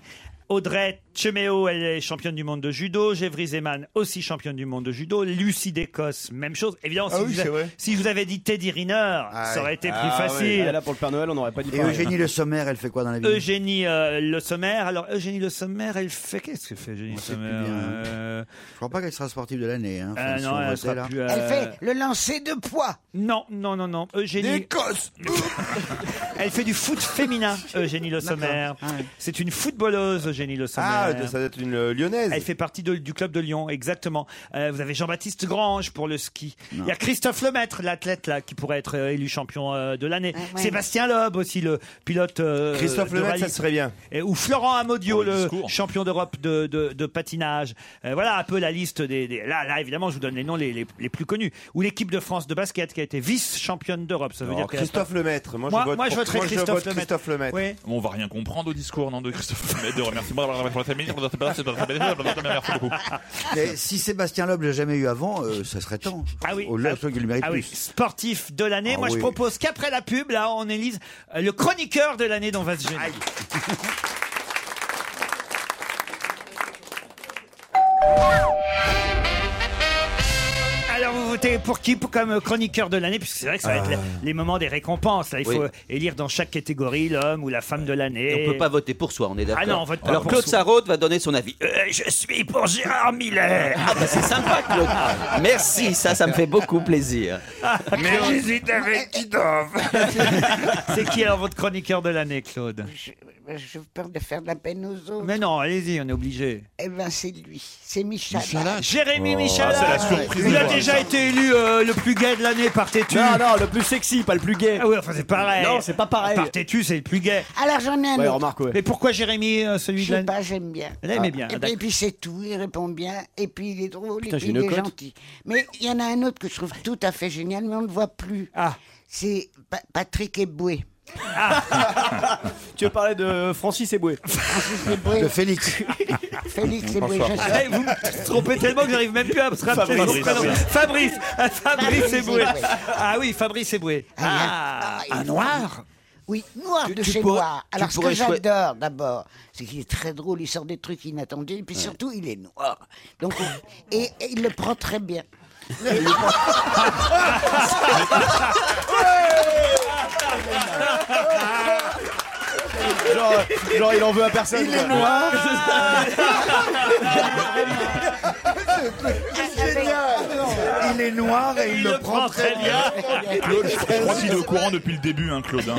S5: Audrey Cheméo, elle est championne du monde de judo. Gévry Zeman, aussi championne du monde de judo. Lucie d'Écosse, même chose. Évidemment, si,
S10: Ah oui,
S5: vous,
S10: c'est
S5: a-
S10: vrai.
S5: si je vous avais dit Teddy Riner,
S10: Ah
S5: ça aurait
S10: oui.
S5: été plus
S10: Ah
S5: facile.
S8: Et là, pour le Père Noël, on n'aurait pas dit
S10: Et
S8: pareil.
S10: Eugénie Le Sommer, elle Ah fait quoi dans la vie
S5: Eugénie euh, Le Sommaire. Alors, Eugénie Le Sommaire, elle fait. Qu'est-ce que fait Eugénie Le
S10: sait plus
S5: Sommaire
S10: bien, hein.
S5: Euh,
S10: Je crois pas qu'elle sera sportive de l'année. Hein.
S5: euh,
S10: Enfin, si on
S5: Non, elle
S10: votait,
S5: sera
S10: là.
S5: plus, euh,
S7: Elle fait le lancer de poids.
S5: Non, non, non, non. Eugénie.
S10: L'Écosse
S5: Elle fait du foot féminin, Eugénie Le Sommaire. C'est une footballeuse, Eugénie Le Sommaire.
S10: Ah, de- ça doit être une euh, lyonnaise.
S5: Elle fait partie de- du club de Lyon, exactement. Euh, vous avez Jean-Baptiste Grange pour le ski. Il y a Christophe Lemaître, l'athlète là, qui pourrait être euh, élu champion euh, de l'année.
S7: Ah, ouais.
S5: Sébastien Loeb aussi, le pilote. euh,
S10: Christophe
S5: de
S10: Lemaitre,
S5: rallye.
S10: ça serait bien.
S5: Et- ou Florent Amodio,
S11: Pour le
S5: le
S11: discours.
S5: champion d'Europe de, de- de patinage. Euh, voilà un peu la liste des, des- Là, là, évidemment, je vous donne les noms les, les- les plus connus. Ou l'équipe de France de basket qui a été vice-championne d'Europe. Ça veut
S10: Alors,
S5: dire qu'elle a-
S10: Christophe Lemaître. Moi,
S5: Moi-
S10: je vote
S5: moi, je
S10: pour-
S5: voterais
S10: moi, je
S5: Christophe
S10: vote
S5: Lemaître.
S10: Christophe Lemaître.
S5: Oui.
S11: On va rien comprendre au discours non, de Christophe Lemaitre, de remerciement pour la famille, merci beaucoup.
S10: Mais si Sébastien Loeb l'a jamais eu avant, euh, ça serait temps.
S5: Ah oui.
S10: Oh là, je trouve qu'il le mérite
S5: Ah oui,
S10: plus.
S5: sportif de l'année.
S10: Ah
S5: Moi, je
S10: oui.
S5: propose qu'après la pub, là, on élise euh, le chroniqueur de l'année dont on va se gêner. Alors, vous vous voter pour qui pour, comme chroniqueur de l'année Puisque c'est vrai que ça va être
S9: Ah.
S5: les- les moments des récompenses. Là. Il
S9: Oui.
S5: faut élire dans chaque catégorie l'homme ou la femme de l'année.
S9: Et on peut pas voter pour soi, on est d'accord.
S5: Ah non, on vote pas
S9: Alors
S5: pour
S9: Claude
S5: soi.
S9: Sarraute va donner son avis. Euh, je suis pour Gérard Miller. Ah bah c'est sympa Claude. Merci, ça, ça me fait beaucoup plaisir.
S5: Mais j'hésite avec Titov. C'est qui alors votre chroniqueur de l'année, Claude
S7: J'ai peur de faire de la peine aux autres.
S5: Mais non, allez-y, on est obligé.
S7: Eh ben, c'est lui, c'est Michel.
S5: Jérémy
S7: Oh.
S5: Michalak.
S7: Ah, c'est la surprise
S5: Il
S7: de
S5: a
S7: voir
S5: déjà
S7: ça.
S5: été élu euh, le plus gay de l'année par Tétu.
S7: Non, non,
S5: le plus sexy, pas le plus gay. Ah oui, enfin c'est pareil.
S7: Non, c'est pas pareil.
S5: Par Tétu, c'est le plus gay.
S7: Alors j'en ai un autre.
S5: Mais pourquoi Jérémy, euh, celui
S7: Je
S5: de
S7: sais
S5: l'année
S7: pas, j'aime bien.
S5: Elle aimait bien, ah,
S7: Et puis,
S5: d'accord.
S7: et puis c'est tout, il répond bien, et puis il est drôle,
S5: Putain,
S7: et
S5: j'ai
S7: puis
S5: une
S7: il est
S5: cote.
S7: gentil. Mais il y en a un autre que je trouve tout à fait génial, mais on ne le voit plus.
S5: Ah.
S7: C'est Pa- Patrick Eboué.
S8: Tu veux parler de Francis Eboué
S7: Eboué. De Félix. Félix Eboué, je sais.
S8: Ah,
S5: Vous me trompez tellement que j'arrive même plus à me rappeler son
S7: Fabrice.
S5: prénom. Fabrice, Ah, Fabrice
S7: Fabrice
S5: Eboué.
S7: Eboué.
S5: Ah oui, Fabrice Eboué. Ah, un noir
S7: Oui, noir de
S5: tu
S7: chez
S5: pourrais-
S7: noir.
S5: tu
S7: Alors, ce
S5: pourrais
S7: que
S5: choi-
S7: j'adore d'abord, c'est qu'il est très drôle, il sort des trucs inattendus, et puis surtout, il est noir. Donc, on- et, et il le prend très bien. Ah, Et il le prend-
S8: genre, genre, il en veut à personne.
S7: Il
S8: quoi.
S7: est noir.
S8: Ah,
S7: ah,
S16: Il est noir et il, le prend très bien.
S11: Claude, je je crois qu'il est au courant depuis le début, hein, Claude. hein.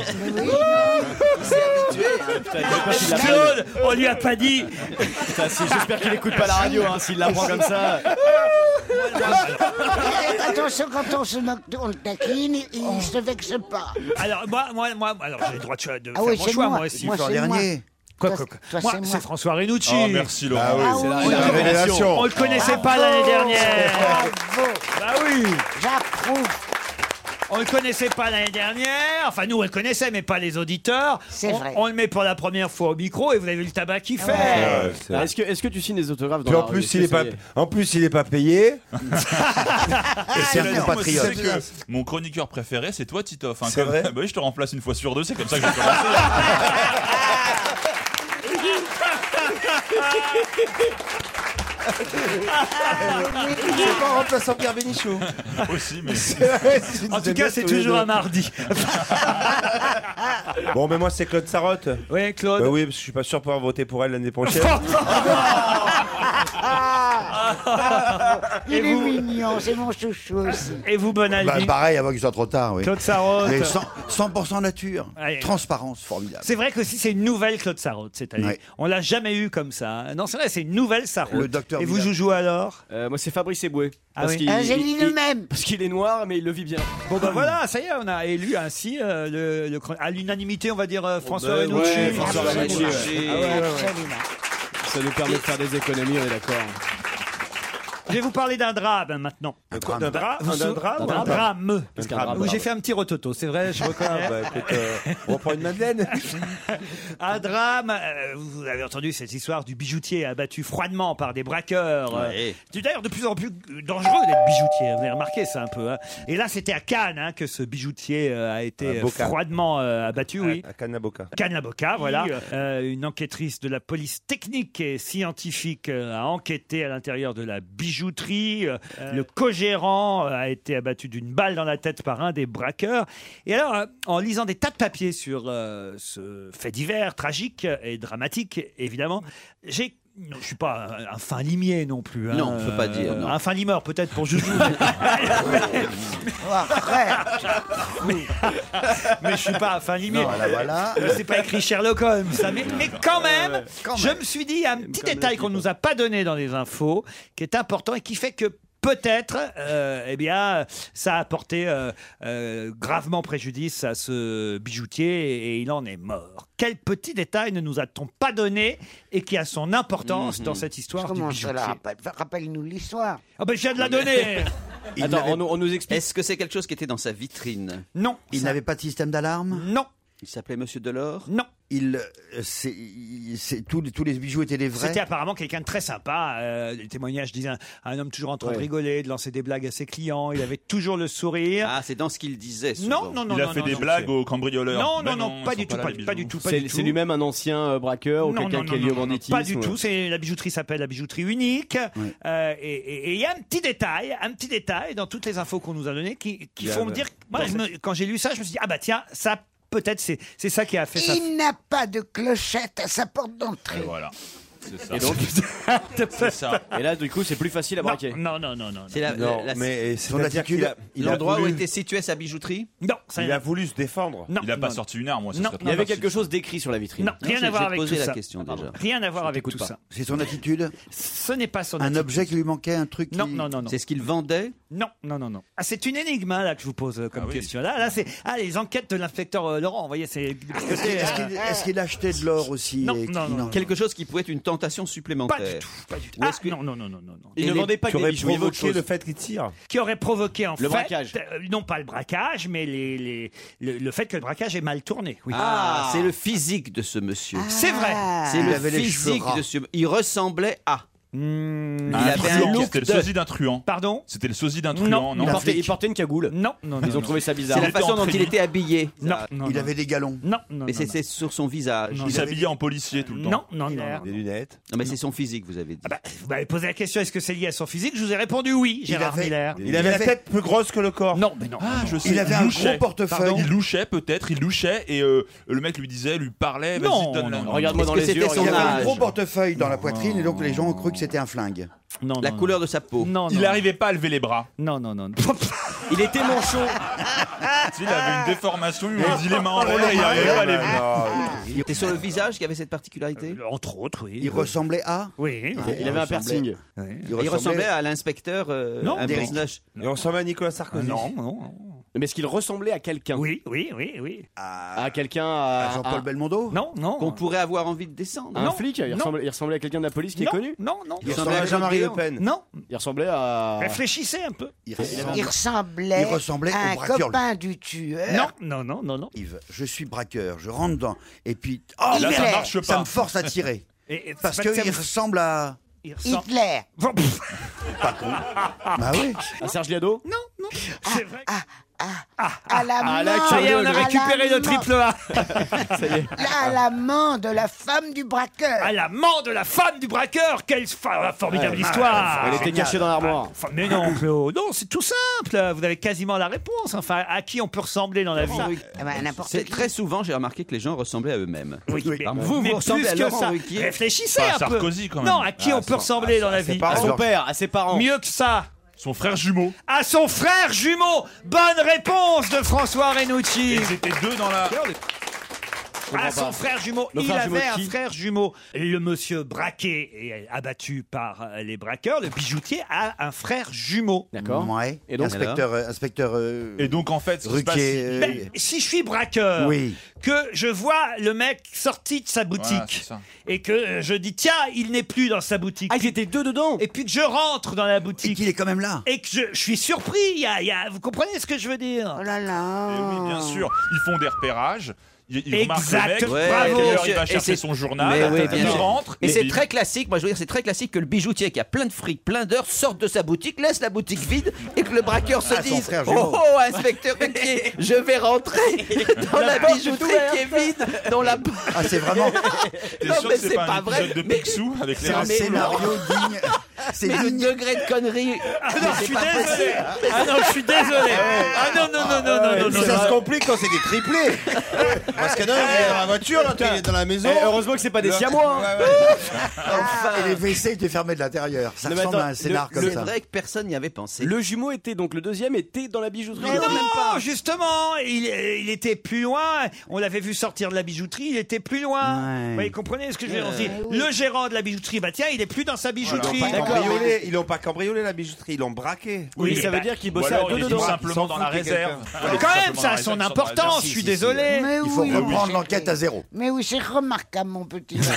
S5: Claude, on lui a pas dit.
S8: Putain, si, J'espère qu'il écoute pas la radio, hein, s'il la prend comme ça.
S7: Et Eh, Attention, quand on se moque, on le taquine, il se vexe pas.
S5: Alors, moi, moi, moi, alors j'ai le droit de, cho- de
S7: Ah
S5: faire
S7: oui,
S5: mon
S7: c'est
S5: choix,
S7: moi.
S5: moi, aussi.
S7: Moi, c'est moi.
S5: Quoi,
S7: Toi,
S5: quoi, quoi.
S7: toi,
S5: Moi,
S7: c'est moi.
S5: c'est François Renucci.
S6: Oh,
S11: Ah, merci, Laurent. Ah oui,
S5: on,
S11: c'est la-
S5: le-
S11: la révélation.
S5: on le connaissait pas
S11: Bravo.
S5: l'année dernière.
S7: Bravo.
S5: Bah oui.
S7: J'approuve.
S5: On le connaissait pas l'année dernière. Enfin, nous, on le connaissait, mais pas les auditeurs.
S8: C'est
S5: on,
S8: vrai.
S5: on le met pour la première fois au micro et vous avez vu le tabac qu'il fait.
S6: Ouais, c'est vrai.
S8: Est-ce que, est-ce que tu signes des autographes dans
S6: Puis en
S8: la rue
S6: plus, il est pas,
S8: Est-ce que
S6: en plus, il est pas payé.
S11: Et
S6: c'est un
S11: cela dit,
S6: compatriote.
S11: moi, tu sais que Mon chroniqueur préféré, c'est toi, Titoff. hein,
S6: C'est
S11: comme-
S6: vrai
S11: Bah oui, je te remplace une fois sur deux, c'est comme ça que j'ai commencé.
S16: C'est pas en remplaçant Pierre Bénichou.
S11: Aussi, mais.
S5: En tout cas, c'est toujours un mardi.
S6: Bon, mais moi, c'est Claude Sarotte.
S5: Oui, Claude.
S6: oui, parce que je suis pas sûr de pouvoir voter pour elle l'année prochaine.
S7: Il est mignon, c'est mon chouchou aussi.
S5: Et vous, Bonaldi
S10: Bah, pareil, avant qu'il soit trop tard, oui.
S5: Claude Sarraute.
S10: Mais 100%, 100% nature.
S5: Allez.
S10: Transparence, formidable.
S5: C'est vrai que si c'est une nouvelle Claude Sarraute cette année. On l'a jamais eu comme ça. hein. Non, c'est vrai, c'est une nouvelle Sarraute.
S8: Le docteur
S5: Et vous,
S8: Miller.
S5: Joujou, alors
S8: Euh, moi, c'est Fabrice Eboué.
S5: Ah
S8: Parce
S5: oui.
S8: qu'il-
S5: Ah, j'ai
S8: il-
S5: dit
S8: il-
S5: le
S8: il-
S5: même.
S8: Parce qu'il est noir, mais il le vit bien.
S5: Bon, bah voilà, ça y est, on a élu ainsi, euh, le, le chron- à l'unanimité, on va dire, euh, François
S8: ben,
S5: Renucci.
S8: ouais, François Renucci, ouais.
S5: Ah ouais, ouais, ouais.
S8: Ça nous permet de faire des économies, on est d'accord.
S5: Je vais vous parler d'un drame maintenant.
S8: Un quoi, d'un drame
S5: Vous
S8: Un
S5: sou-
S8: drame
S5: Un
S8: D'un
S5: drame.
S8: drame. Qu'est-ce qu'un drame
S5: Oui, J'ai fait un petit rototo, c'est vrai, je reconnais.
S6: Ah, bah, écoute, euh, on prend une madeleine.
S5: Un drame, euh, vous avez entendu cette histoire du bijoutier abattu froidement par des braqueurs. euh,
S9: Ouais.
S5: C'est d'ailleurs de plus en plus dangereux d'être bijoutier, vous avez remarqué ça un peu. hein. Et là, c'était à Cannes hein, que ce bijoutier euh, a été
S6: À
S5: euh,
S6: Boca.
S5: froidement euh, abattu. Oui.
S6: À Canaboca.
S5: Canaboca, voilà.
S6: Oui.
S5: Euh, une enquêtrice de la police technique et scientifique euh, a enquêté à l'intérieur de la bijouterie. Euh, Le co-gérant euh, a été abattu d'une balle dans la tête par un des braqueurs. Et alors, euh, en lisant des tas de papiers sur euh, ce fait divers, tragique et dramatique, évidemment, j'ai... non, je suis pas un- un fin limier non plus. hein.
S9: Non, on peut pas dire, non.
S5: Un fin limeur peut-être pour Joujou. mais, mais je suis pas un fin limier.
S10: Non, là, voilà.
S5: Mais C'est pas écrit Sherlock Holmes, ça. Mais, mais
S8: Ah,
S5: quand, même, je me suis dit, il y a un petit détail qu'on nous a pas donné dans les infos, qui est important et qui fait que peut-être, euh, eh bien, ça a porté euh, euh, gravement préjudice à ce bijoutier et, et il en est mort. Quel petit détail ne nous a-t-on pas donné et qui a son importance dans cette histoire du
S7: Comment
S5: bijoutier
S7: ça la rappelle Rappelle-nous l'histoire.
S5: Ah ben, je viens de la donner
S9: Attends,
S5: l'avait-
S9: on, nous- on nous explique. Est-ce que c'est quelque chose qui était dans sa vitrine
S5: Non.
S9: Il n'avait
S10: pas de système d'alarme
S5: Non.
S9: Il s'appelait Monsieur Delors
S5: Non.
S10: il, euh, c'est, il- c'est- tous, les, tous les bijoux étaient des vrais.
S5: C'était apparemment quelqu'un de très sympa. euh, les témoignages disaient un, un homme toujours en train de
S10: Ouais.
S5: rigoler, de lancer des blagues à ses clients. Il avait toujours le sourire. Ah, c'est dans ce qu'il disait. Non, non, non.
S11: Il a
S5: non,
S11: fait
S5: non,
S11: des
S5: non,
S11: blagues
S5: monsieur.
S11: aux cambrioleurs.
S5: Non,
S11: Ben
S5: non, non, pas
S11: ils
S5: du
S11: sont
S5: tout,
S11: là,
S5: pas
S11: les
S5: du- pas
S11: bijoux.
S5: du tout, pas
S8: C'est
S5: du
S8: c'est
S5: tout.
S8: lui-même un ancien euh, braqueur ou
S5: Non,
S8: quelqu'un
S5: non,
S8: qui
S5: non,
S8: est lié
S5: non,
S8: au
S5: non,
S8: banditisme
S5: Pas du
S8: ouais.
S5: tout, c'est la bijouterie s'appelle la bijouterie unique. Euh, et- et et il y a un petit détail, un petit détail dans toutes les infos qu'on nous a données qui, qui
S8: Il y a
S5: font me
S8: le-
S5: dire, moi, je me- quand j'ai lu ça, je me suis dit ah bah tiens, ça peut-être c'est c'est ça qui a fait ça.
S7: Il n'a pas de clochette à sa porte d'entrée.
S5: voilà.
S11: ça.
S8: Et donc,
S5: c'est
S8: ça. Et là, du coup, c'est plus facile à braquer.
S5: Non, non, non, non.
S9: C'est la-
S8: Non,
S9: la- la-
S8: mais
S9: son
S8: c'est-à-dire
S9: attitude,
S8: qu'il a- il a
S9: l'endroit où
S8: voulu-
S9: était située sa bijouterie
S5: Non,
S11: Il a
S10: voulu se défendre.
S11: Il n'a pas sorti une arme, moi. ça
S9: Non,
S11: serait
S9: il y avait
S11: parti.
S9: quelque chose d'écrit sur la vitrine.
S5: Non, rien
S9: j'ai-
S5: à voir
S9: j'ai
S5: avec
S9: posé
S5: tout
S9: la
S5: ça.
S9: question,
S5: Ah, pardon.
S9: déjà.
S5: Rien à voir avec tout
S9: t'écoute pas.
S5: ça.
S10: C'est son attitude
S5: Ce n'est pas son
S10: Un
S5: attitude.
S10: objet qui lui manquait, un truc
S5: Non, non, non, non.
S9: C'est ce qu'il vendait
S5: Non, non, non, non. Ah, c'est une énigme hein, là que je vous pose euh, comme question. Là, là, c'est ah, les enquêtes de l'inspecteur euh, Laurent. Vous voyez, c'est
S10: Est-ce qu'il- est-ce qu'il- est-ce qu'il achetait de l'or aussi
S5: Non,
S10: et-
S5: non, non, non.
S9: Quelque chose qui pouvait être une tentation supplémentaire.
S5: Pas du tout, pas du tout.
S9: Ou
S5: Ah,
S9: est-ce que-
S5: Non, non, non, non, non. non.
S9: Il ne
S5: Et les-
S9: vendait pas
S5: qui
S9: que des
S5: aurait
S9: bijoux, il y avait autre chose.
S5: fait qu'il tire. Qui aurait provoqué en
S9: Le
S5: fait
S9: braquage.
S5: euh, non pas le braquage, mais les, les- le, le fait que le braquage est mal tourné. Oui.
S9: Ah, c'est le physique de ce monsieur.
S10: Ah.
S5: C'est vrai.
S9: C'est
S5: Il
S9: le
S5: avait les cheveux
S9: physique
S5: ras.
S9: de ce Il ressemblait à.
S5: Hmm.
S9: Il
S11: Ah,
S9: avait un
S11: truand.
S9: look
S11: C'était le
S9: de-
S11: sosie d'un truand.
S5: Pardon
S11: C'était le sosie d'un truand, non
S8: il, portait, il portait une cagoule.
S5: Non, non,
S8: Ils ont trouvé ça bizarre.
S9: C'est la façon dont il était habillé.
S5: Non,
S10: Il avait des galons.
S5: Non, non.
S9: Mais c'était sur son visage.
S11: Il s'habillait en policier tout le temps.
S5: Non, non, non.
S10: Des lunettes.
S9: Non, mais c'est son physique, vous avez dit.
S5: Vous m'avez posé la question est-ce que c'est lié à son physique Je vous ai répondu oui, Gérard
S11: avait-
S5: Miller.
S11: il avait la tête
S10: plus grosse que le corps.
S5: Non, mais non.
S11: Ah, je sais.
S10: Il avait un
S11: louchait.
S10: gros portefeuille.
S11: Pardon il louchait peut-être, il louchait et euh, le mec lui disait, lui parlait,
S5: Non,
S11: vas-y, donne la
S5: non, regarde-moi
S11: Est-ce
S5: dans
S11: que
S5: les
S11: c'était
S5: yeux,
S11: son
S10: Il avait un
S11: âge
S10: gros portefeuille dans la poitrine et donc les gens ont cru que c'était un flingue.
S5: Non,
S9: La couleur de sa peau.
S11: Il n'arrivait pas à lever les bras.
S5: Non, non, non.
S8: Il était manchon.
S11: Ah, il avait une déformation, il
S9: Ah,
S11: avait dit les mains en l'air, il n'arrivait pas à les Euh,
S9: C'est sur le visage qu'il y avait cette particularité
S5: Entre autres, oui.
S10: Il ressemblait à
S5: Oui.
S10: Ah, il avait un piercing.
S9: Il ressemblait, à l'inspecteur. euh,
S10: Non,
S9: un
S10: Derek.
S9: personnage.
S6: Il ressemble à Nicolas Sarkozy.
S5: Non, non.
S8: Mais est-ce qu'il ressemblait à quelqu'un
S5: Oui, oui, oui, oui.
S10: À,
S8: quelqu'un. À,
S10: Jean-Paul
S8: à-
S10: Belmondo
S5: Non, non.
S9: Qu'on pourrait avoir envie de descendre.
S8: à un
S9: Non.
S8: flic il
S9: Non.
S8: ressemblait, il ressemblait à quelqu'un de la police qui
S9: Non.
S8: est connu
S5: Non, non.
S9: Il ressemblait à Jean-Marie Le Pen.
S5: Non.
S8: Il ressemblait à.
S5: Réfléchissez un peu.
S10: Il
S7: Il ressemblait,
S10: Il ressemblait
S7: à
S10: au
S7: un
S10: braqueur.
S7: copain du tueur.
S5: Non, non, non, non, non.
S10: Yves, je suis braqueur, je rentre dans et puis oh,
S5: Là, ça
S10: Hitler
S5: marche pas.
S10: ça me force à tirer
S5: Et- et-
S10: parce
S5: c'est pas que ça
S10: qu'il
S5: me-
S10: ressemble à
S5: Il ressemble-
S7: Hitler.
S5: Bon, pff,
S10: bah oui.
S8: À Serge Liado
S5: Non, non. C'est vrai.
S7: À la
S8: Ah, là,
S7: main-
S8: ça
S5: Ça y est, on
S7: à
S5: a
S7: la
S5: récupéré le
S7: main-
S5: triple A.
S8: Ça y est.
S7: Là, à l'amant de la femme du braqueur.
S5: À l'amant de la femme du braqueur. Quelle fa- formidable histoire.
S8: Elle était cachée dans l'armoire.
S5: Enfin, mais non, Claude. Non, c'est tout simple. Vous avez quasiment la réponse. Enfin, à qui on peut ressembler dans la vie
S7: Ah bah, n'importe
S9: C'est
S7: qui.
S9: très souvent, j'ai remarqué que les gens ressemblaient à eux-mêmes.
S5: Oui, mais-
S9: Alors, vous,
S5: mais
S9: vous ressemblez
S5: plus
S9: à
S5: que
S9: Laurent
S5: ça.
S9: Ruquier.
S5: Réfléchissez
S11: Pas
S5: un
S11: à
S5: peu.
S11: Sarkozy, quand même. Ah,
S5: Non, à qui on peut ressembler dans la vie
S8: À son père, à ses parents.
S5: Mieux que ça.
S11: Son frère jumeau.
S5: À son frère jumeau. Bonne réponse de François Renucci.
S11: Et c'était deux dans la.
S5: À
S8: comprends
S5: son
S8: pas.
S5: frère jumeau.
S8: Le
S5: il
S8: frère jumeau
S5: avait
S8: de
S5: un
S8: qui
S5: frère jumeau. Le monsieur braqué et abattu par euh, les braqueurs, le bijoutier, a un frère jumeau.
S8: D'accord.
S10: Ouais.
S8: Et donc,
S10: inspecteur euh, inspecteur euh,
S11: Et donc en fait, ce qui se passe,
S10: Ruquier euh,
S5: Ben, si je suis braqueur,
S10: Oui.
S5: que je vois le mec sorti de sa
S11: Voilà,
S5: boutique
S11: c'est ça.
S5: et que euh, je dis tiens, il n'est plus dans sa boutique.
S8: Ah, ils étaient deux dedans
S5: Et puis que je rentre dans la
S10: et
S5: boutique
S10: qu'il est quand même là.
S5: et que je, je suis surpris. il y a- il y a- vous comprenez ce que je veux dire
S7: Oh là
S11: Eh
S7: là.
S11: oui, bien sûr, ils font des repérages. Ils, ils remarquent le mec,
S5: Exact.
S9: Ouais,
S5: Bravo.
S11: quelle heure il
S9: monsieur.
S11: va
S9: Et
S11: chercher
S9: c'est-
S11: son journal,
S9: Mais oui, bien
S11: il
S9: sûr.
S11: rentre.
S9: Et c'est
S11: puis-
S9: très classique, moi je veux dire, c'est très classique que le bijoutier qui a plein de fric, plein d'heures, sorte de sa boutique, laisse la boutique vide et que le braqueur se
S10: Ah, son
S9: dise
S10: frère
S9: Oh
S10: jumeau.
S9: oh, inspecteur Ruquier, je vais rentrer dans la, bijouterie qui est vide, dans la.
S10: Ah c'est vraiment
S11: hein. T'es
S9: Non,
S11: sûr
S9: mais
S11: que c'est
S9: c'est
S11: pas,
S9: pas
S11: un
S9: vrai,
S11: épisode de
S9: mais-
S11: Picsou avec les
S10: c'est un
S9: mais
S10: scénario digne. C'est
S9: Mais le
S10: digne.
S9: degré de connerie.
S11: Ah,
S9: mais
S5: Non,
S9: c'est
S5: je suis
S9: pas
S5: désolé.
S9: possible.
S5: Ah non, je suis désolé. Ah non, non, non, non, non, non, non.
S16: ça se complique quand c'est des triplés.
S11: Ah,
S16: Parce que non, il est dans la voiture, l'autre il est dans la maison.
S8: Eh, heureusement que c'est pas des siamois. hein.
S10: Et les WC étaient fermés de l'intérieur. Ça
S8: Non, mais
S10: ressemble à
S8: attends,
S10: un scénar
S8: le-
S10: comme
S9: C'est
S10: ça.
S9: vrai que personne n'y avait pensé.
S8: Le jumeau était donc le deuxième était dans la bijouterie.
S9: Mais non.
S5: Non, justement, il, euh, il était plus loin. On l'avait vu sortir de la bijouterie, il était plus loin.
S10: Ouais.
S5: Vous voyez, comprenez ce que je veux dire On se dit, Le gérant de la bijouterie, bah tiens, il est plus dans sa bijouterie.
S6: Ils l'ont pas
S8: D'accord,
S6: cambriolé, ils l'ont pas cambriolé la bijouterie, ils l'ont braqué.
S8: Oui,
S5: Oui,
S8: mais ça
S5: bah,
S8: veut dire qu'il
S11: Ou
S8: bossait
S11: alors,
S8: à
S11: il
S8: deux
S11: est
S8: dedans.
S11: tout simplement dans la
S6: qu'il y ait
S11: réserve.
S6: quelqu'un.
S11: Il est tout
S5: Quand même,
S11: simplement dans
S5: ça
S11: la
S5: a son
S11: réserve, sur la réserve.
S5: importance. Je suis désolé.
S7: Mais
S10: Il faut
S7: oui. oui,
S10: reprendre
S7: oui.
S10: l'enquête à zéro.
S7: Mais oui, c'est remarquable, mon petit garçon.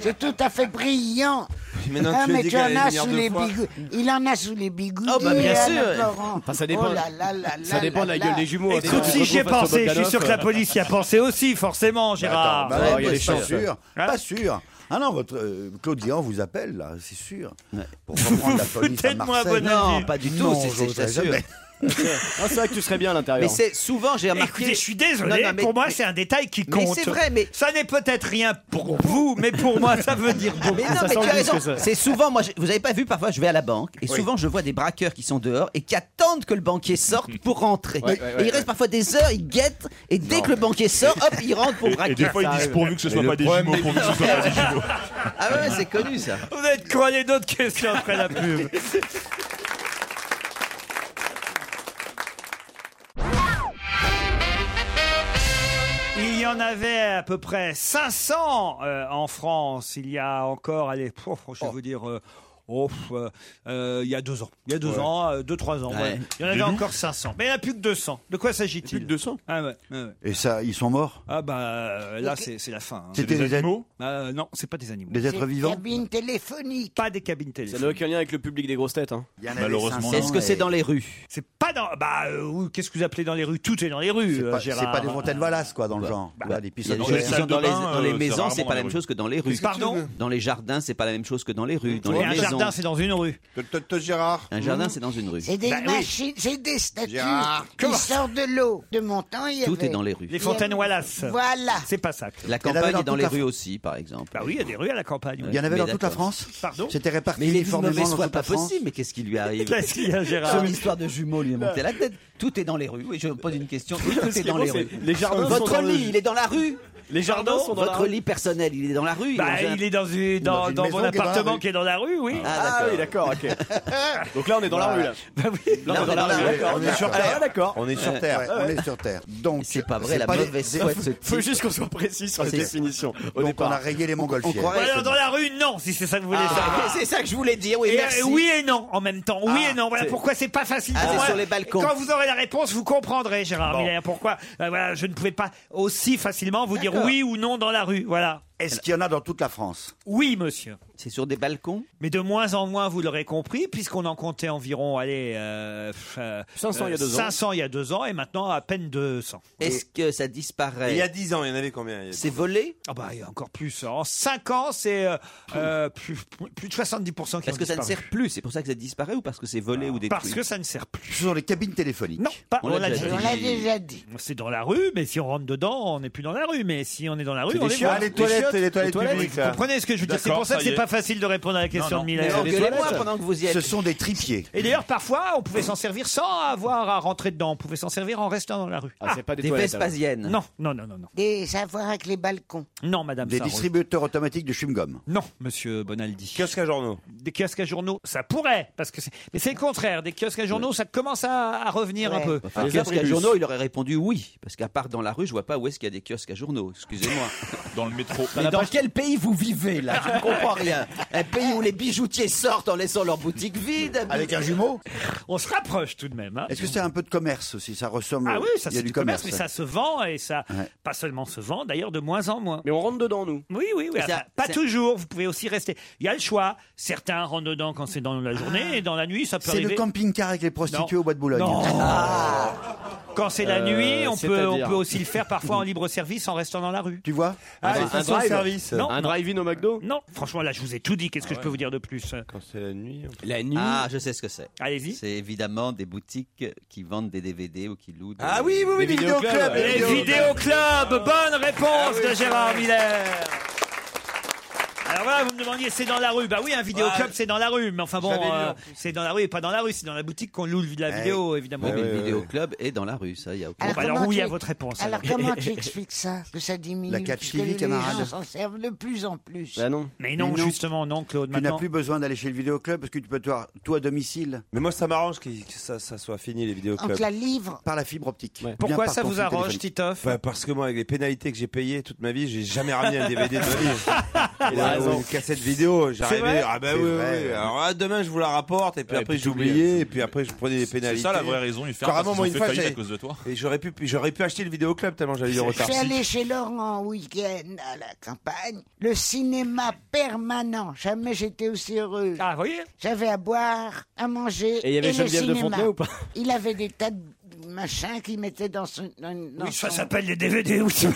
S7: c'est tout à fait brillant.
S10: Maintenant,
S7: Ah,
S10: tu le
S7: mais
S10: dis
S7: tu
S10: qu'elle
S7: en
S10: allait
S7: as
S10: venir
S7: sous
S10: deux
S7: les
S10: fois.
S7: bigoudis. Il en a sous les bigoudis.
S10: Oh, bah, bien
S7: Alain
S10: sûr.
S7: Florent.
S10: Enfin, ça dépend.
S7: Oh là là là
S10: Ça
S7: là
S10: dépend de la
S7: là
S10: gueule
S7: là.
S10: des jumeaux, hein.
S7: Et-
S5: Écoute,
S10: tu te
S5: si j'y ai
S10: retrouves face au
S5: pensé, je suis
S10: Bogdanov,
S5: sûr que la
S10: euh.
S5: police y a pensé aussi, forcément, Gérard. Oh,
S10: Bah, bah, pas sûr.
S5: Hein
S10: Pas sûr. Ah non, votre, euh, Claude Guéant vous appelle, là, c'est sûr. Pour reprendre la police à
S9: foutez de moi,
S10: Marseille.
S9: Bonaldi. Non, pas du tout,
S10: Non,
S9: c'est- c'est-
S10: j'oserais
S9: je t'assure.
S10: jamais.
S8: Ah, c'est vrai que tu serais bien à l'intérieur.
S9: Mais c'est souvent, j'ai remarqué.
S5: Écoutez, je suis désolé,
S9: Non, non, mais-
S5: pour moi
S9: mais-
S5: c'est un détail qui
S9: Mais
S5: compte.
S9: c'est vrai, mais-
S5: Ça n'est peut-être rien pour vous, mais pour moi ça veut dire beaucoup.
S9: Mais non, mais tu as raison. C'est souvent, moi, je- vous avez pas vu, parfois, je vais à la banque et souvent, je vois des braqueurs qui sont dehors et qui attendent que le banquier sorte pour rentrer.
S8: Ouais, ouais,
S9: et
S8: ouais,
S9: ils restent
S8: ouais.
S9: parfois des heures, ils guettent et dès que le banquier sort, hop, ils rentrent pour
S11: Et- et
S9: braquer.
S11: des fois, ils disent pourvu que ce soit pas des jumeaux, pourvu que ce soit pas des jumeaux.
S9: Ah ouais, c'est connu ça.
S5: Vous êtes croyez d'autres questions après la pub. Il y en avait à peu près 500 euh, en France. Il y a encore, allez, pouf,
S9: Oh.
S5: je vais vous dire, euh, oh, euh, euh, il y a deux ans. Il y a deux
S11: Ouais.
S5: ans, euh, deux, trois ans.
S10: Ouais.
S5: voilà. Il y en
S10: Des
S5: avait
S10: loups
S5: encore 500. Mais il n'y en a plus que 200. De quoi s'agit-il Plus de 200 Ah ouais. ouais, ouais.
S10: Et ça, ils sont morts
S5: Ah bah euh, là c'est c'est la fin. hein.
S10: C'était des animaux
S5: Euh, Non, c'est pas des animaux.
S10: Des êtres vivants
S7: Cabine téléphonique.
S5: Pas des cabines téléphoniques.
S8: Ça n'a aucun lien avec le public des grosses têtes. Hein.
S9: Est-ce que c'est dans les rues
S5: C'est pas dans. Bah, euh, oui, qu'est-ce que vous appelez dans les rues Tout est dans les rues, euh,
S10: Pas- C'est
S5: Gérard.
S10: pas des fontaines valaces, quoi, dans
S9: Bah,
S10: le genre. Ou pas des
S9: Il y a
S10: piscines
S9: des
S10: de
S9: choses
S10: verre.
S9: qui sont dans les, dans les maisons, c'est pas la
S10: les
S9: même
S10: rues.
S9: chose que dans les rues.
S10: Qu'est-ce que tu Pardon veux
S9: Dans les jardins, c'est pas la même chose que dans les rues. Dans
S5: Et
S9: les
S5: un
S9: maisons.
S5: jardin, c'est dans une rue.
S10: Gérard.
S9: Un jardin, c'est dans une rue.
S7: C'est des
S9: Bah oui.
S7: machines, c'est des statues
S9: Gérard,
S7: qui
S9: comment-
S7: sortent de l'eau. De mon temps, il y
S9: Tout
S7: avait-
S9: est dans les rues.
S5: Les fontaines Wallace.
S7: Voilà.
S5: C'est pas ça.
S9: La
S10: Il y en avait
S9: campagne
S10: dans
S9: est dans
S10: toute
S9: les
S10: la
S9: rues
S10: France.
S9: aussi, par exemple.
S5: Bah oui, il y a des rues à la campagne.
S10: Il y en avait
S9: Mais
S10: dans toute la
S9: d'accord.
S10: France
S5: Pardon
S10: C'était réparti
S9: Mais il est d'une
S10: uniformément
S9: mauvaise
S10: dans
S9: foi,
S10: toute
S9: pas
S10: la France
S9: possible. Mais qu'est-ce qui lui arrive
S5: Qu'est-ce qu'il y a, Gérard
S9: Son histoire de jumeaux lui est montée à la tête. Tout est dans les rues. Oui, je pose une question. Tout
S8: Ce
S9: est
S8: qui
S9: dans
S8: est
S9: les
S8: bon,
S9: rues.
S8: c'est les jardins sont
S9: Votre
S8: dans le-
S9: lit, il est dans la rue.
S8: Les jardins sont dans la
S9: Votre
S8: rue.
S9: lit personnel, il est dans la rue.
S5: Bah,
S9: est dans un-
S5: il est dans, une- dans,
S9: une
S5: dans
S9: maison
S5: mon
S9: qui est dans la
S5: appartement
S9: rue.
S5: qui est dans la rue, oui.
S9: Ah,
S8: Ah oui, d'accord, ok. Donc là, on est dans la rue, là.
S5: Bah oui.
S8: Là, on est dans la rue, d'accord.
S10: On est sur
S8: Ah,
S10: Terre.
S8: d'accord.
S10: On est sur
S8: Ouais.
S10: Terre.
S8: Ouais,
S10: On
S8: ouais.
S10: est sur Terre. Donc
S9: C'est pas vrai, la
S10: pas des-
S9: mauvaise
S10: des-
S9: foi de ce
S8: Faut
S9: type.
S8: juste qu'on soit précis sur la
S9: C'est-
S8: définition. Au
S10: Ah, Donc on
S8: départ.
S10: a rayé les
S8: on
S10: montgolfières.
S8: croirait-
S5: Voilà, Bah, dans la rue, non, si c'est ça que vous voulez
S9: Ah,
S5: savoir.
S9: C'est ça que je voulais dire. Oui,
S5: Et,
S9: merci.
S5: euh, oui et non en même temps. Oui
S9: Ah,
S5: et non. Voilà
S9: c'est-
S5: pourquoi c'est pas facile
S9: Ah,
S5: pour
S9: c'est
S5: moi.
S9: sur les balcons.
S5: Quand vous aurez la réponse, vous comprendrez, Gérard
S9: Bon.
S5: Miller, pourquoi euh, voilà, je ne pouvais pas aussi facilement vous dire
S9: D'accord.
S5: oui ou non dans la rue. Voilà.
S10: Est-ce qu'il y en a dans toute la France
S5: Oui, monsieur.
S9: C'est sur des balcons.
S5: Mais de moins en moins, vous l'aurez compris, puisqu'on en comptait environ, allez, euh, pff, euh,
S8: 500 il y a deux ans.
S5: 500 il y a deux ans, et maintenant à peine 200.
S9: Est-ce que ça disparaît
S6: Il y a 10 ans, il y en avait combien il y a-
S9: C'est volé
S5: Ah bah, il y a encore plus. En 5 ans, c'est euh, euh, plus, plus de 70% qui
S9: Parce
S5: ont
S9: que ça ne
S5: disparu.
S9: sert plus. C'est pour ça que ça disparaît ou parce que c'est volé ou détruit
S5: Parce que ça ne sert plus.
S10: Ce sont les cabines téléphoniques.
S5: Non, pas,
S9: On
S5: on,
S9: l'a
S5: l'a
S9: déjà
S5: dit.
S7: On l'a déjà dit.
S5: C'est dans la rue, mais si on rentre dedans, on n'est plus dans la rue. Mais si on est dans la rue,
S8: C'est
S5: on
S8: des
S5: est
S8: chiottes.
S5: voir.
S8: Ah, les
S5: Des
S8: toilettes,
S5: chiottes,
S8: les toilettes
S5: Vous
S8: publiques, là.
S5: comprenez ce que je veux dire C'est
S11: D'accord,
S5: pour ça que
S11: ça y
S5: c'est
S11: est.
S5: pas facile de répondre à la question
S11: Non, non.
S5: de Miller.
S9: Mais engueulez-moi pendant que vous y êtes.
S10: Ce sont des tripiers.
S5: Et d'ailleurs, parfois, on pouvait s'en servir sans avoir à rentrer dedans. On pouvait s'en servir en restant dans la rue.
S8: Ah, c'est pas des,
S9: Des
S8: toilettes. alors.
S9: Vespasiennes.
S5: Non, non, non, non, non.
S7: Des savoirs avec les balcons.
S5: Non, madame
S10: Des
S5: Sarraud.
S10: distributeurs automatiques de chewing-gum.
S5: Non, monsieur Bonaldi.
S6: Kiosque à journaux.
S5: Des kiosques à journaux, ça pourrait, parce que c'est... Mais c'est le contraire. Des kiosques à journaux, ça commence à, à revenir un
S7: Ouais.
S5: peu.
S9: Enfin,
S8: Les
S9: kiosque Ah, à
S8: abribus.
S9: journaux, il aurait répondu oui. Parce qu'à part dans la rue, je vois pas où est-ce qu'il y a des kiosques à journaux. Excusez-moi.
S11: Dans le métro.
S9: Mais dans quel pays vous vivez là Je ne comprends rien. Un pays où les bijoutiers sortent en laissant leur boutique vide.
S10: Avec un jumeau
S5: On se rapproche tout de même. hein.
S10: Est-ce que c'est un peu de commerce aussi Ça ressemble.
S5: Ah oui, ça
S10: il y a
S5: c'est
S10: du,
S5: commerce, mais ça se vend et ça,
S10: Ouais.
S5: pas seulement se vend, d'ailleurs de moins en moins.
S8: Mais on rentre dedans, nous.
S5: Oui, oui, oui.
S9: Et ça-
S5: enfin, pas
S9: ça-
S5: toujours. Vous pouvez aussi rester. Il y a le choix. Certains rentrent dedans quand c'est dans la journée
S9: Ah.
S5: et dans la nuit, ça peut
S10: C'est le
S5: arriver.
S10: camping-car avec les prostituées
S5: Non.
S10: au bois de Boulogne. Ah.
S5: Non. Quand c'est la
S8: Euh,
S5: nuit, on peut, on
S8: c'est-à-dire
S5: peut aussi le faire parfois en libre service en restant dans la rue.
S10: Tu vois
S5: Ah,
S8: Un-
S5: les
S8: un
S5: stations de
S8: drive.
S5: service. Non,
S8: un
S5: non.
S8: drive-in au McDo
S5: Non, franchement, là, je vous ai tout dit. Qu'est-ce que je peux vous dire de plus
S6: Quand c'est la nuit.
S8: La nuit.
S9: Ah, je sais ce que c'est.
S5: Allez-y.
S9: C'est évidemment des boutiques qui vendent des DVD ou qui louent. des-
S6: Ah
S5: Ah
S8: oui, les vidéoclubs,
S5: Les
S8: vidéo-
S5: vidéoclubs, bonne réponse
S6: Ah
S5: de Gérard Miller. Alors voilà, vous me demandiez, c'est dans la rue. Bah oui, un vidéoclub, c'est dans la rue. Mais enfin bon,
S6: J'avais lu en Eh.
S5: euh, c'est dans la rue et pas dans la rue, c'est dans la boutique qu'on loue la vidéo, évidemment.
S9: Oui, mais le
S6: ouais,
S9: vidéoclub est dans la rue, ça, il y a aucun.
S5: Alors, bah,
S7: comment
S5: alors, où
S7: tu
S5: il y a
S7: ex-
S5: votre réponse,
S7: Alors,
S5: alors
S7: comment tu expliques ça Que ça diminue
S10: La catch
S7: puisque
S10: TV,
S7: les
S10: camarade.
S7: gens s'en servent de plus en plus.
S8: Bah non.
S5: Mais non,
S10: Mais non.
S5: justement, non, Claude.
S10: Tu n'as
S5: Maintenant,
S10: plus besoin d'aller chez le vidéoclub parce que tu peux te voir, toi à domicile
S6: Mais moi, ça m'arrange qu'il- que ça, ça soit fini, les vidéoclubs.
S7: Entre la livre
S10: par la fibre optique. Bien
S5: pourquoi
S10: par
S5: ça
S10: ton
S5: vous
S10: fil
S5: arrange,
S16: Bah,
S10: téléphonique.
S5: Titoff
S6: Enfin, parce que moi, avec les pénalités que j'ai payées toute ma vie, j'ai jamais ramené un DVD de ma vie.
S8: Il a
S6: raison.
S16: Une cassette vidéo,
S6: C'est vrai
S16: j'arrivais. Ah ben
S6: C'est
S16: oui, oui,
S6: vrai.
S16: oui. Alors ah, demain, je vous la rapporte, et puis
S6: Ouais,
S16: après,
S6: puis t'oublies,
S16: j'oubliais, et puis après, je prenais des pénalités.
S11: ça, la vraie raison, ils ferment
S16: Carrément,
S11: parce qu'ils
S16: moi,
S11: ont
S16: une
S11: fait
S16: fois,
S11: faillite à
S16: j'avais-
S11: cause de toi.
S16: Et j'aurais pu, j'aurais pu acheter le vidéoclub tellement j'avais du
S7: Je
S16: retard.
S7: suis allé chez Laurent en week-end à la campagne. Le cinéma permanent. Jamais j'étais aussi heureuse.
S5: Ah, voyez
S7: J'avais à boire, à manger.
S12: Et il y avait
S7: le
S12: Geneviève de
S7: cinéma.
S12: Fontenay ou pas
S7: Il avait des tas de machins qu'il mettait dans son. dans- dans
S5: Oui, ça
S7: son-
S5: s'appelle les DVD aussi.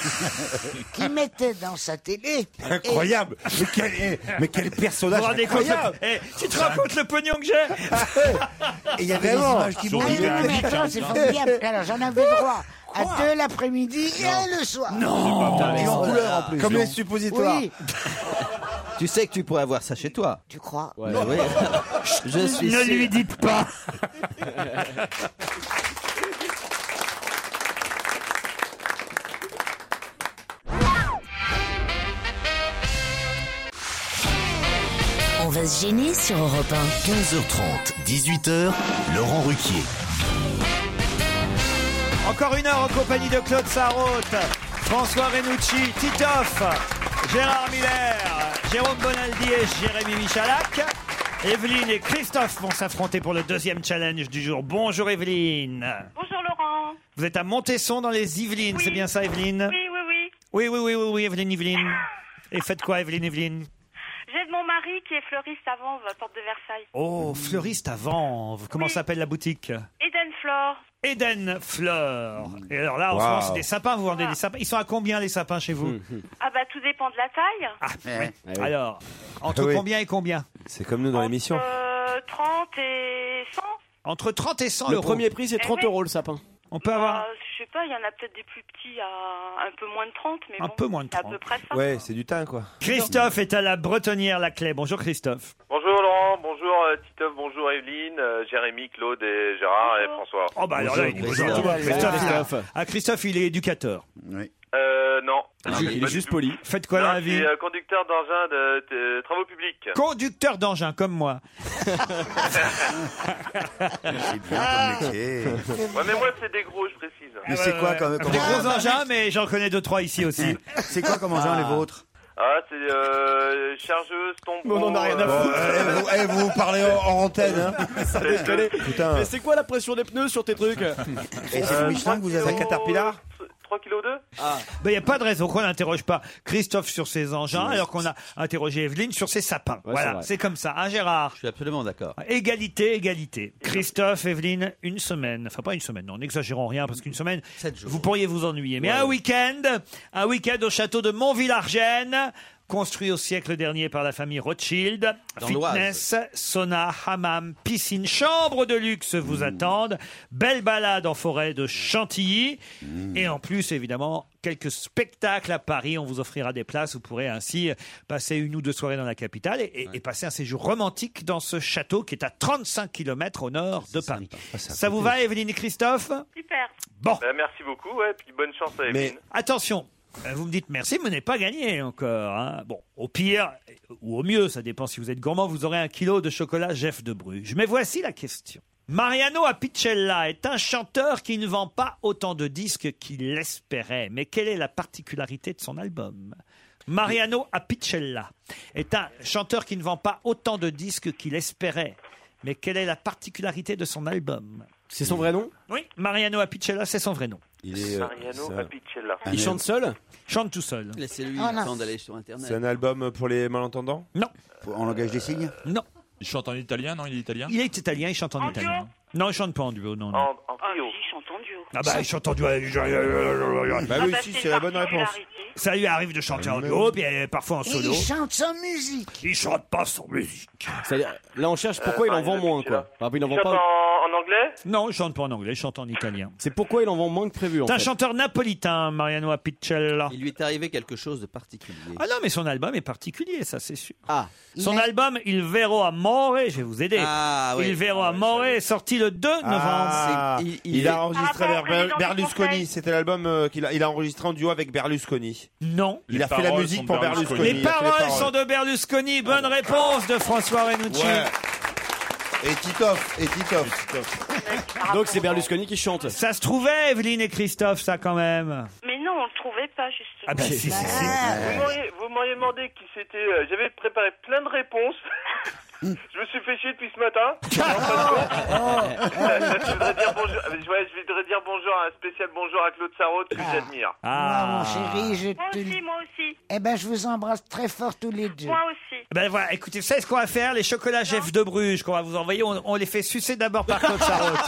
S7: qu'il mettait dans sa télé.
S6: Incroyable Mais quel, eh, mais quel personnage
S5: Vous vous rendez compte
S6: incroyable
S5: Eh, tu te rends compte le pognon que j'ai
S6: Et il y avait des images qui
S7: Ah, non,
S6: brillaient.
S7: mais attends, c'est formidable. Alors j'en avais droit à deux l'après-midi et un le soir.
S9: Et en couleur, en plus.
S16: Comme les
S9: Non.
S16: suppositoires.
S7: Oui.
S9: Tu sais que tu pourrais avoir ça chez toi.
S7: Tu crois
S9: Ouais,
S7: Non.
S9: ouais. Je suis
S5: Ne
S9: sûr.
S5: lui dites pas.
S14: On va se gêner sur Europe 1.
S4: 15h30, 18h, Laurent Ruquier.
S5: Encore une heure en compagnie de Claude Sarraute, François Renucci, Titoff, Gérard Miller, Jérôme Bonaldi et Jérémy Michalak. Evelyne et Christophe vont s'affronter pour le deuxième challenge du jour. Bonjour Evelyne.
S17: Bonjour Laurent.
S5: Vous êtes à Montesson dans les Yvelines, c'est bien ça Evelyne
S17: Oui, oui, oui.
S5: Oui, oui, oui, oui, oui, Evelyne, Evelyne. Et faites quoi Evelyne, Evelyne
S17: J'aide mon mari qui est fleuriste avant votre porte de Versailles.
S5: Oh, fleuriste à Vanves. Comment s'appelle la boutique
S17: Eden Flore,
S5: Eden Fleur. Et alors là, en ce
S6: Wow.
S5: moment, c'est des sapins. Vous vendez des sapins. Ils sont à combien les sapins chez vous
S17: ah bah tout dépend de la taille.
S5: Ouais.
S6: Ah oui.
S5: Alors, entre
S6: Ah oui.
S5: combien et combien
S6: C'est comme nous dans l'émission.
S17: Euh, 30 et 100.
S5: Entre 30 et 100
S17: Le
S5: euros.
S17: premier prix, c'est 30 euros,
S5: le sapin. On peut avoir
S17: Euh, je sais pas, il y en a peut-être des plus petits à un peu moins de 30, mais
S5: un
S17: bon,
S5: peu moins de
S17: c'est
S5: 30.
S17: à peu près ça.
S6: Ouais, c'est du teint, quoi.
S5: Christophe est à la bretonnière la clé. Bonjour Christophe.
S18: Bonjour Laurent, bonjour euh, Titoff, bonjour Evelyne, euh, Jérémy, Claude et Gérard et François.
S5: Oh bah alors là, il est
S18: Bonjour,
S5: bonjour à tout le monde.
S18: Christophe.
S5: Christophe, il a- Ah, Christophe, il est éducateur.
S18: Euh, non.
S5: Ah,
S18: Pas du tout.
S5: poli. Faites quoi dans
S18: Non,
S5: la
S18: je
S5: vie
S18: suis, euh, conducteur d'engin de, de travaux publics.
S5: Conducteur d'engin, comme moi.
S18: ouais, mais moi c'est des gros, je précise.
S5: Ah, ouais, ouais. Des gros engins, mais j'en connais deux, trois ici aussi.
S10: C'est quoi comme engin, les vôtres
S18: Ah, c'est
S13: Eh,
S18: euh, chargeuse, tombeau.
S10: on en a rien à foutre.
S18: euh,
S10: Eh, vous, vous parlez en, en antenne, hein
S18: Ça déconne.
S10: Putain.
S8: Mais c'est quoi la pression des pneus sur tes trucs
S10: Et c'est le Michelin que vous avez
S18: Caterpillar 3 kg 2
S5: Ah. Il n'y a pas de raison qu'on n'interroge pas Christophe sur ses engins, alors qu'on a interrogé Evelyne sur ses sapins.
S9: c'est
S5: voilà,
S9: vrai.
S5: c'est comme ça. Hein, Gérard
S9: Je suis absolument d'accord.
S5: Égalité, égalité. Christophe, Evelyne, une semaine. Enfin, pas une semaine, non, n'exagérons rien, parce qu'une semaine, vous pourriez vous ennuyer. Mais un week-end, un week-end au château de Montvillargennes, construit au siècle dernier par la famille Rothschild.
S9: Dans
S5: Fitness, sauna, hammam, piscine, chambre de luxe vous attendent. Belle balade en forêt de Chantilly. Et en plus, évidemment, quelques spectacles à Paris. On vous offrira des places. Vous pourrez ainsi passer une ou deux soirées dans la capitale et, et- et passer un séjour romantique dans ce château qui est à 35 km au nord de Paris. Ça vous va, Evelyne et Christophe
S17: Super.
S5: Bon.
S18: Bah, merci beaucoup, ouais, puis bonne chance à Evelyne.
S5: Attention, euh, vous me dites merci, mais vous n'avez pas gagné encore. hein. Bon, au pire, euh, ou au mieux, ça dépend si vous êtes gourmand, vous aurez un kilo de chocolat Jeff de Bruges. Mais voici la question. Mariano Apicella est un chanteur qui ne vend pas autant de disques qu'il l'espérait. Mais quelle est la particularité de son album Mariano Apicella est un chanteur qui ne vend pas autant de disques qu'il espérait. Mais quelle est la particularité de son album
S8: C'est son vrai nom
S5: Oui, Mariano Apicella, c'est son vrai nom.
S16: Il est, euh,
S18: Mariano
S16: c'est un-
S18: Apicella.
S16: Il chante
S5: seul Chante tout seul.
S9: Laissez-lui
S7: Ah,
S16: Oh
S9: le
S16: là.
S9: temps d'aller sur Internet.
S16: C'est un album pour les malentendants
S5: Non. Euh,
S10: En langage des signes
S5: Non.
S11: Il chante en italien, non Il est italien
S5: Il est italien, il chante en, italien. Non, il chante pas en duo, non. non.
S17: Ah, si, je chante en duo.
S5: Ah bah, il chante en duo.
S17: Bah oui, Ah bah, si, c'est c'est la une bonne réponse.
S5: Ça lui arrive de chanter en duo, puis euh, parfois en
S7: Et
S5: solo.
S7: il chante sans musique.
S5: Il chante pas sans musique.
S8: Là, on cherche pourquoi
S5: Euh,
S8: il en vend
S5: Mariano
S8: moins, quoi. Ah, il en vend
S5: Chante
S8: pas.
S18: En, anglais
S5: Non, il chante pas en anglais, il chante en italien.
S8: C'est pourquoi il en vend moins que prévu, en
S5: C'est un
S8: fait.
S5: chanteur napolitain, Mariano Apicella.
S9: Il lui est arrivé quelque chose de particulier.
S5: Ah non, mais son album est particulier, ça c'est sûr.
S9: Ah.
S5: Son album Il Vero Amore, je vais vous aider.
S9: Ah, oui.
S5: Il Vero Amore est sorti le 2 novembre.
S16: Ah,
S5: C'est-
S16: il, a enregistré
S17: Ah,
S5: Ah,
S16: vers Ber- Berlusconi. C'était l'album euh, qu'il a, il a enregistré en duo avec Berlusconi.
S5: Non.
S16: Il
S11: Les
S16: a fait la
S11: paroles
S16: musique
S11: sont
S16: pour
S11: de
S16: Berlusconi.
S11: Berlusconi.
S5: Les
S16: il a fait
S5: paroles, sont de Berlusconi. Bonne réponse de François Renucci.
S16: Ouais. Et Titoff, et Titoff.
S8: Donc c'est Berlusconi qui chante.
S5: Ça se trouvait, Evelyne et Christophe, ça quand même.
S17: Mais non, on le trouvait pas, justement.
S5: Ah bah, si, si, si.
S17: Ah.
S18: Vous m'auriez- Vous m'auriez demandé qui c'était. euh, J'avais préparé plein de réponses.
S5: Mmh.
S18: Je me suis fait chier depuis ce matin. Et en fin de compte,
S8: Ah,
S18: je, voudrais dire bonjour, euh, ouais, je voudrais dire bonjour, un spécial bonjour à Claude Sarraute que j'admire.
S7: Ah, mon chéri, je
S17: Moi
S7: te-
S17: aussi, moi aussi.
S7: Eh ben, je vous embrasse très fort tous les deux.
S17: Moi aussi.
S5: Ben voilà, écoutez, vous savez ce qu'on va faire Les chocolats Jeff de Bruges qu'on va vous envoyer, on, on les fait sucer d'abord par Claude Sarraute.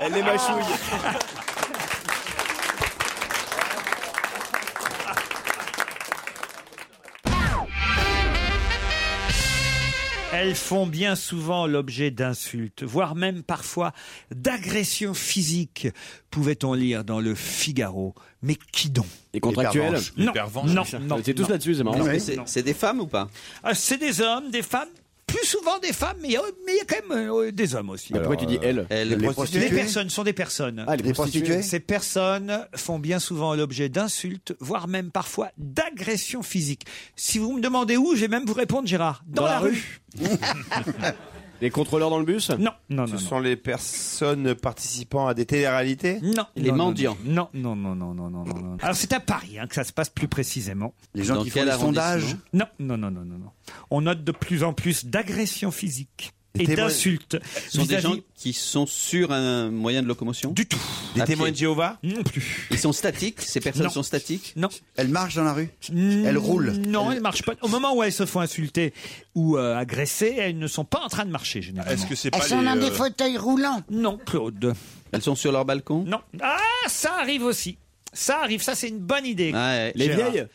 S5: Elle
S10: Ah.
S5: les mâchouille. Elles font bien souvent l'objet d'insultes, voire même parfois d'agressions physiques, pouvait-on lire dans le Figaro. Mais qui donc Les
S9: contractuels Les
S5: Non,
S9: pervenches,
S5: non,
S9: tout ça.
S5: non.
S9: Vous étiez tous
S5: non.
S9: là-dessus, c'est marrant.
S5: Non,
S9: Est-ce que c'est-
S5: non.
S9: c'est des femmes ou pas
S5: Ah, C'est des hommes, des femmes, plus souvent des femmes, mais euh, mais il y a quand même euh, des hommes aussi.
S9: Mais pourquoi Alors, tu dis elles elles, Les les prostituées
S5: Les personnes sont des personnes.
S9: Ah, les Les prostituées. prostituées.
S5: Ces personnes font bien souvent l'objet d'insultes, voire même parfois d'agressions physiques. Si vous me demandez où, je vais même vous répondre, Gérard. Dans, la, rue.
S16: Les contrôleurs dans le bus
S5: Non, non,
S16: Ce sont les personnes participant à des téléréalités
S5: Non.
S16: Les
S5: Non, non,
S16: mendiants
S5: Non, non, non, non, non, non, non. Alors c'est à Paris hein, que ça se passe plus précisément.
S10: Les gens Dans qui font quel les arrondissement sondages
S5: Non, non, non, non, non, non. On note de plus en plus d'agressions physiques et
S9: témoins-
S5: d'insultes
S9: Ce sont des
S5: vis-à-vis-
S9: gens qui sont sur un moyen de locomotion
S5: Du tout.
S9: Des témoins de
S5: Jéhovah Non plus.
S9: Ils sont statiques Ces personnes
S5: Non.
S9: sont statiques
S5: Non.
S9: Elles marchent dans la rue
S5: Elles
S9: roulent.
S5: Non, elles marchent pas. Au moment où elles se font insulter ou euh, agresser, elles ne sont pas en train de marcher généralement.
S9: Est-ce que c'est euh,
S7: Elles sont dans des fauteuils roulants.
S5: Non, Claude.
S9: Elles sont sur leur balcon
S5: Non. Ah, ça arrive aussi. Ça arrive. Ça, c'est une bonne idée.
S9: Ouais. Les
S5: Gérard.
S9: vieilles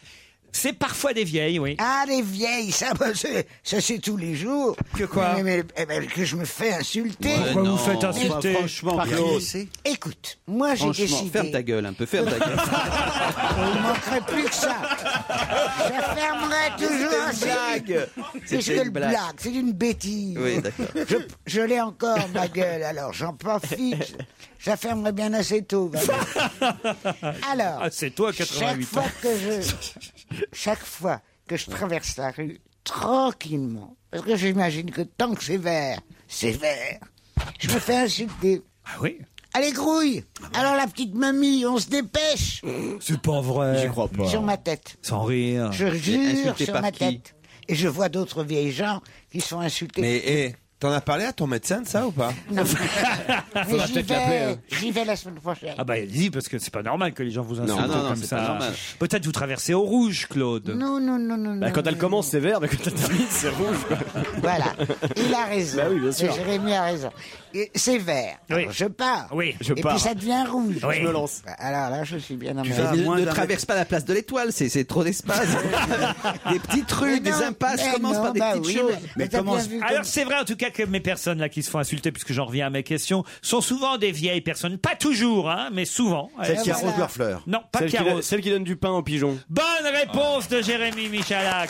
S5: C'est parfois des vieilles, oui.
S7: Ah, les vieilles, ça, bah, c'est- ça c'est tous les jours. Que
S5: quoi
S7: mais, mais- eh ben, Que je me fais insulter.
S9: Ouais, Pourquoi vous non. faites insulter Enfin, franchement,
S7: Par qui
S9: Claude.
S7: c'est Écoute, moi j'ai
S9: Franchement,
S7: décidé.
S9: ferme ta gueule un peu, ferme ta gueule.
S7: Il manquerait plus que ça. Je fermerai toujours
S9: une
S7: ainsi.
S9: blague.
S7: C'est
S9: C'était
S7: une
S9: une blague.
S7: blague, c'est une bêtise.
S9: Oui, d'accord.
S7: Je, je l'ai encore, ma gueule, alors j'en profite. Je la fermerai bien assez tôt. Valérie. Alors,
S5: Ah, c'est toi,
S7: chaque
S5: 88
S7: fois
S5: ans.
S7: que je, chaque fois que je traverse la rue tranquillement, parce que j'imagine que tant que c'est vert, c'est vert, je me fais insulter.
S5: Ah oui Ah
S7: Allez, grouille Alors la petite mamie, on se dépêche
S5: C'est pas vrai.
S7: J'y crois pas. Sur ma tête.
S5: Sans rire.
S7: Je jure sur ma tête. Et je vois d'autres vieilles gens qui sont insultés.
S16: Mais hé, t'en as parlé à ton médecin de ça ou pas
S7: Non. Mais
S5: Faudra
S7: j'y
S5: peut-être l'appeler,
S7: vais,
S5: hein.
S7: j'y vais la semaine prochaine.
S5: Ah bah allez-y parce que c'est pas normal que les gens vous insultent
S9: Non, non, non,
S5: comme
S9: c'est
S5: ça.
S9: pas normal.
S5: Peut-être vous traversez au rouge, Claude.
S7: Non, non, non, non.
S5: Bah,
S7: non, non.
S5: commence, c'est vert, mais quand elle termine, c'est rouge.
S7: Voilà, il a raison.
S5: Bah oui, bien sûr.
S7: Mais Jérémy a raison. Et C'est vert.
S5: Oui.
S7: Alors, je pars.
S5: Oui, je
S7: Et
S5: pars.
S7: puis ça devient rouge.
S5: Oui. Je me
S9: lance.
S7: Alors là, je suis bien dans
S9: Tu
S7: ma-
S9: fais- ne ne traverse pas la place de l'étoile, c'est c'est trop d'espace. des petites rues,
S7: Mais
S9: des
S7: non,
S9: impasses,
S7: mais
S9: commence
S7: non,
S9: par des
S7: bah
S9: petites
S7: oui,
S9: choses.
S7: mais- mais t'as bien vu comme-
S5: Alors c'est vrai en tout cas que mes personnes là qui se font insulter, puisque j'en reviens à mes questions, sont souvent des vieilles personnes. Pas toujours, hein, mais souvent.
S8: Celles
S5: Euh,
S8: qui
S5: voilà.
S8: arrosent leurs fleurs.
S5: Non, pas
S8: celles
S5: qui
S8: qui,
S5: arrosent.
S8: celles qui donnent du pain aux pigeons.
S5: Bonne réponse de Jérémy Michalak.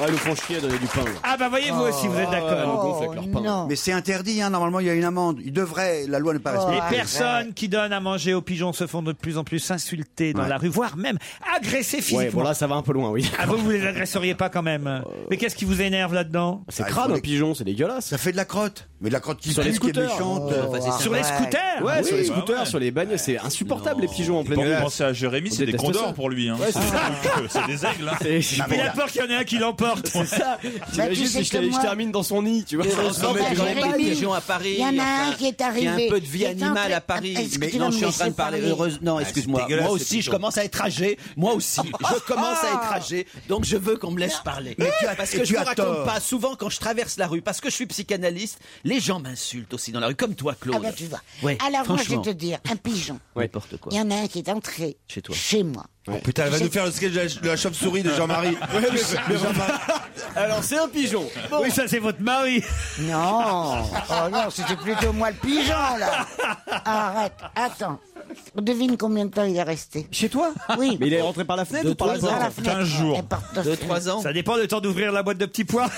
S8: Ah, ils nous font chier à donner du pain. là.
S5: Ah bah voyez vous
S9: Oh.
S5: aussi, vous êtes
S7: Oh,
S5: d'accord.
S10: Mais c'est interdit, hein, normalement il y a une amende. Il devrait, la loi ne
S8: Ah,
S7: Oh,
S10: pas
S5: Les
S10: respecter.
S5: personnes qui donnent à manger aux pigeons se font de plus en plus insulter dans
S10: Ouais.
S5: la rue, voire même agresser physiquement.
S8: Ouais, bon là ça va un peu loin, oui.
S5: Ah vous, vous les agresseriez pas quand même Mais qu'est-ce qui vous énerve là-dedans
S8: Ah,
S11: Ah,
S10: Ah,
S8: C'est crade hein. un pigeon, c'est dégueulasse. Ça
S10: fait de la crotte. Mais de la crotte qui
S8: Sur les
S10: pue, qui est
S8: scooters. Oh,
S10: méchante.
S5: Sur les scooters
S8: Ouais, sur les
S5: Oui.
S10: bah
S8: scooters,
S11: ouais.
S8: sur les bagnes, c'est insupportable les pigeons en pleine
S11: Pour
S8: rue.
S11: penser à Jérémy,
S8: On
S11: c'est des
S8: déteste
S11: condors
S8: ça.
S11: pour lui. hein.
S8: Ouais, c'est ça.
S11: C'est des aigles. hein.
S8: Non, mais
S5: Il a
S8: là-
S5: peur qu'il y en ait un qui l'emporte.
S8: C'est ça. T'imagines
S7: tu sais
S8: si je,
S7: que
S8: t'ai- je
S7: moi-
S8: termine dans son nid, tu vois.
S9: Heureusement
S7: mais
S9: que j'en ai
S7: Jérémy,
S9: pas des gens à Paris.
S7: il y en a
S9: enfin,
S7: un qui est
S9: Il y a
S7: arrivé.
S9: un peu de vie
S7: Qui est en
S9: animale
S7: train- Ah,
S9: à Paris.
S7: Est-ce que
S9: Mais
S7: tu vas
S9: non,
S7: me
S9: je suis en
S7: laisser
S9: train de parler.
S7: parler Ah,
S9: Heureuse... Non, excuse-moi.
S16: dégueulasse,
S9: Moi
S16: ces
S9: aussi, je
S16: pigeons.
S9: commence à être âgé. Moi aussi, je commence à être âgé. Donc, je veux qu'on me
S7: Ah.
S9: laisse parler.
S10: Mais tu as-
S9: parce
S10: et
S9: que je
S10: tu
S9: ne
S10: as
S9: raconte
S10: tort.
S9: pas souvent quand je traverse la rue. Parce que je suis psychanalyste, les gens m'insultent aussi dans la rue, comme toi, Claude.
S7: Ah bah tu vois.
S9: Ouais,
S7: Alors moi, je vais
S9: franchement.
S7: te dire, un pigeon.
S9: N'importe quoi.
S7: Il y en a un qui est entré
S9: Chez toi.
S7: moi.
S16: Oh putain, elle va
S7: Tu sais-
S16: nous faire le sketch de la, de la chauve-souris de Jean-Marie.
S8: Alors c'est un pigeon.
S5: Oui, ça c'est votre mari.
S7: Non Oh non, c'était plutôt moi le pigeon, là Arrête, attends. Devine combien de temps il est resté
S8: Chez toi
S7: Oui.
S8: Mais il est rentré par la fenêtre ou par la
S7: Par la
S8: porte
S5: 15
S7: fenêtre.
S9: Ah,
S5: jours.
S7: Et par ta
S9: Deux,
S7: fenêtre.
S9: trois ans.
S5: Ça dépend le temps d'ouvrir la boîte de petits pois.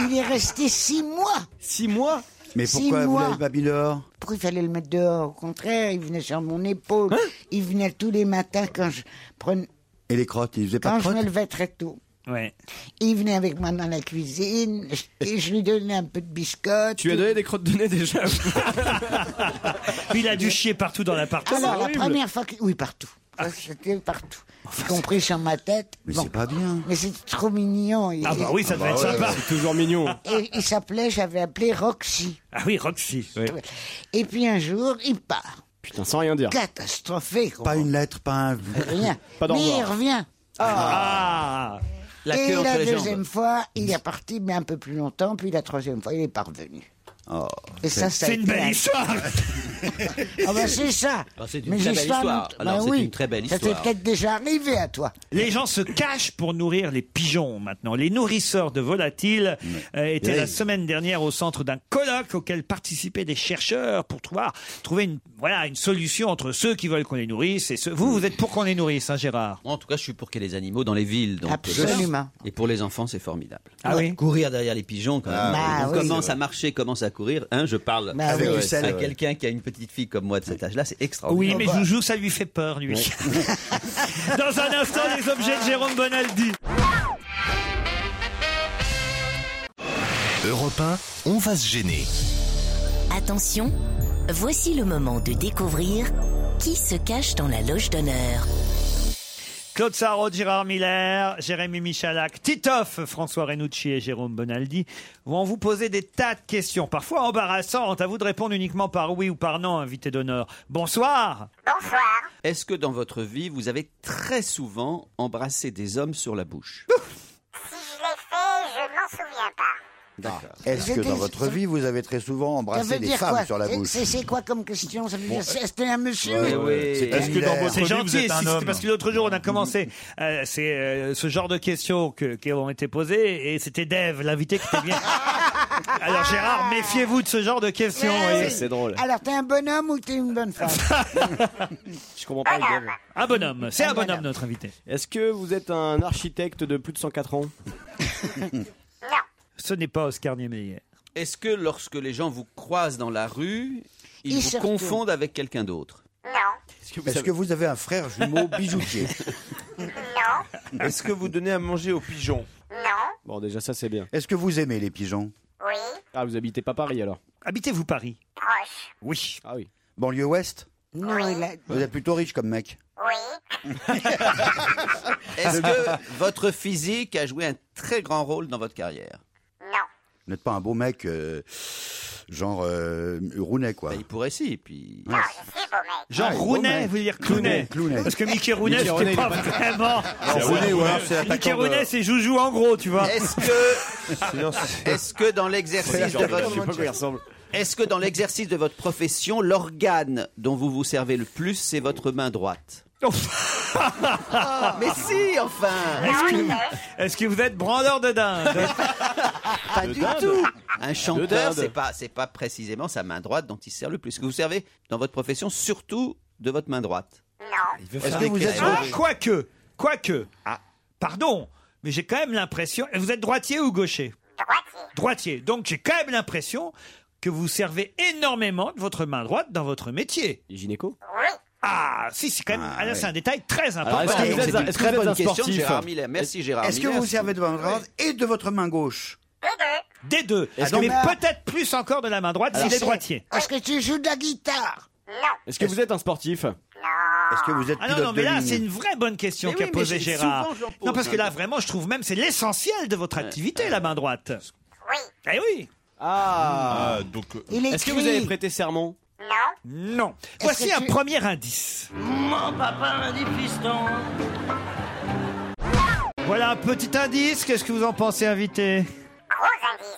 S7: Il est resté six mois
S8: Six mois
S10: Mais
S7: Six
S10: pourquoi vous
S7: mois.
S10: l'avez pas mis dehors
S7: Pourquoi il fallait le mettre dehors Au contraire, il venait sur mon épaule.
S5: Hein
S7: il venait tous les matins quand je prenais,
S10: Et les crottes, il faisait pas
S7: quand
S10: de
S7: je me
S10: crottes
S7: levais très tôt.
S5: Ouais.
S7: Il venait avec moi dans la cuisine et je lui donnais un peu de biscotte.
S8: Tu lui as donné des crottes de nez déjà.
S5: Puis il a dû chier partout dans l'appartement.
S8: Ah,
S7: Alors, la
S5: Horrible.
S7: première fois que... Oui, partout.
S5: Ah.
S7: Ça, C'était partout.
S5: Oh,
S7: y compris sur ma tête. Mais c'est
S10: pas bien.
S7: Mais c'était trop mignon. Il-
S5: Ah bah oui, ça devait être sympa. toujours mignon.
S7: Et il s'appelait, j'avais appelé Roxy.
S5: Ah oui, Roxy. oui.
S7: Et puis un jour, il part.
S8: Putain, sans rien dire.
S7: Catastrophé. quoi.
S10: Pas une lettre, pas un.
S7: Rien.
S10: Pas d'au
S7: Mais il
S10: revoir.
S7: revient.
S5: Ah,
S7: et la deuxième fois, il est parti, mais un peu plus longtemps. Puis la troisième fois, il est parvenu. Et ça, ça a été un- ah bah c'est ça.
S9: Ah, c'est une
S7: Mais
S9: très belle
S7: j'espère
S9: histoire.
S7: longtemps-
S9: Alors,
S7: bah
S9: c'est
S7: oui.
S9: une très belle
S7: Ça
S9: histoire.
S7: t'est peut-être déjà arrivé à toi.
S5: Les gens se cachent pour nourrir les pigeons maintenant. Les nourrisseurs de volatiles euh, étaient
S10: Oui.
S5: la semaine dernière au centre d'un colloque auquel participaient des chercheurs pour pouvoir trouver une, voilà, une solution entre ceux qui veulent qu'on les nourrisse et ceux... Vous, vous êtes pour qu'on les nourrisse, hein, Gérard
S9: Moi, en tout cas, je suis pour qu'il y ait les animaux dans les villes. Donc, euh,
S7: Absolument.
S9: Et pour les enfants, c'est formidable.
S5: Ah oui
S9: Courir derrière les pigeons, quand même.
S7: Ah oui.
S9: Ils
S7: Bah oui.
S9: commencent à marcher, commencent à courir. Hein, je parle
S7: Bah Avec oui. du sel,
S9: à
S7: ouais.
S9: quelqu'un qui a une petite fille comme moi de cet âge-là, c'est
S5: Oui,
S9: extraordinaire.
S5: mais
S7: Bah.
S5: Joujou, ça lui fait peur, lui. Dans un instant, les objets de Jérôme Bonaldi.
S4: Europe 1, on va se gêner.
S14: Attention, voici le moment de découvrir qui se cache dans la loge d'honneur.
S5: Claude Sarraud, Gérard Miller, Jérémy Michalak, Titoff, François Renucci et Jérôme Bonaldi vont vous poser des tas de questions, parfois embarrassantes, à vous de répondre uniquement par oui ou par non, invité d'honneur. Bonsoir
S9: Est-ce que dans votre vie, vous avez très souvent embrassé des hommes sur la bouche D'accord.
S10: Est-ce que dans votre vie, vous avez très souvent
S7: Ça
S10: embrassé
S7: veut
S10: des
S7: dire
S10: femmes
S7: quoi
S10: sur la
S7: C'est-
S10: bouche
S7: C'est c'est quoi comme question Ça veut
S10: Bon,
S7: dire c'est- c'était un monsieur
S10: Ouais, ouais. C'est Est-ce que dans votre
S5: C'est
S10: vie,
S5: gentil,
S10: vous êtes un
S5: si-
S10: homme Mmh.
S5: parce que l'autre jour, on a commencé euh, c'est, euh, ce genre de questions que- qui ont été posées, et c'était Dave, l'invité qui était bien. Alors Gérard, méfiez-vous de ce genre de questions.
S7: Ouais,
S5: voyez.
S7: oui. Alors, t'es un bonhomme ou t'es une bonne femme
S8: Je comprends pas les gars.
S5: Un bonhomme, c'est un bonhomme notre invité.
S8: Est-ce que vous êtes un architecte de plus de 104 ans
S5: Ce n'est pas Oscar Niemeyer.
S9: Est-ce que lorsque les gens vous croisent dans la rue, ils,
S5: Ils se
S9: vous
S5: retournent.
S9: confondent avec quelqu'un d'autre
S10: Est-ce que, vous avez un frère jumeau bijoutier
S16: Est-ce que vous donnez à manger aux pigeons
S8: Bon, déjà, ça, c'est bien.
S10: Est-ce que vous aimez les pigeons
S8: Ah, vous habitez pas Paris alors
S5: Habitez-vous Paris
S10: Proche.
S5: Oui.
S8: Ah oui.
S10: Banlieue ouest
S7: Non, il a...
S10: Vous êtes plutôt riche comme mec.
S9: Est-ce que votre physique a joué un très grand rôle dans votre carrière
S10: Vous n'êtes pas un beau mec, euh, genre euh, Rounet, quoi.
S9: Ben, Il pourrait si, et puis...
S5: Jean
S10: Ah, il est beau,
S5: Rounet,
S10: mec.
S5: vous dire Clounet.
S10: Clounet.
S5: Parce que Mickey Rounet,
S10: Mickey
S5: c'était
S10: Rounet,
S5: pas
S10: il est pas-
S5: vraiment.
S10: Ah, C'est Rounet, ou alors c'est
S5: Mickey
S10: l'attaquant de-
S5: Rounet, c'est Joujou en gros, tu vois.
S9: Est-ce que, est-ce que dans l'exercice de votre est-ce que dans l'exercice de votre profession, l'organe dont vous vous servez le plus, c'est votre main droite Mais si, enfin
S5: Ah, Est-ce que, est-ce que vous êtes branleur de dinde
S9: Pas du tout. Un
S5: De
S9: chanteur,
S5: dinde.
S9: c'est pas, c'est pas précisément sa main droite dont il se sert le plus. Est-ce que vous servez dans votre profession surtout de votre main droite Non.
S5: Est-ce que vous êtes- Ah Quoique, quoique.
S8: Ah.
S5: Pardon, mais j'ai quand même l'impression. Vous êtes droitier ou gaucher Droitier. Droitier. Donc j'ai quand même l'impression que vous servez énormément de votre main droite dans votre métier.
S8: Gynéco
S5: Ah, si, c'est quand même. ah là,
S8: ouais.
S5: c'est un détail très important. Ah,
S8: Alors, est-ce que vous êtes-
S9: C'est une
S8: est-ce que
S9: très
S8: vous êtes
S9: bonne
S8: un
S9: question,
S8: sportif
S9: Gérard
S5: hein
S9: Miller. Merci, Gérard
S10: Est-ce que
S9: Miller.
S10: vous servez de votre main droite et de votre main gauche
S5: Des deux.
S10: Est-ce
S5: mais
S10: que-
S5: peut-être plus encore de la main
S8: Ah,
S5: droite si
S10: Alors,
S5: des
S10: c'est-
S5: droitiers.
S7: Ah, Est-ce que tu joues de la guitare
S8: Est-ce que vous êtes un sportif
S10: Est-ce que vous êtes
S5: Ah non,
S10: pilote
S5: non,
S10: de
S5: mais là,
S10: ligne
S5: c'est une vraie bonne question
S9: Mais
S5: qu'a
S9: Eh oui, mais
S5: posée
S9: j'ai-
S5: Gérard.
S9: souvent, j'en pose,
S5: non, parce que
S9: hein.
S5: là, vraiment, je trouve même c'est l'essentiel de votre activité, la main droite. Oui. Eh oui.
S8: Ah,
S11: donc.
S9: euh,
S16: euh,
S7: Il
S8: Est-ce que
S7: écrit.
S8: vous avez prêté serment
S5: Non.
S7: Est-ce
S5: Voici
S7: que
S5: un
S7: tu-
S5: premier indice.
S19: Mon papa m'a dit fiston.
S5: Voilà un petit indice. Qu'est-ce que vous en pensez, invité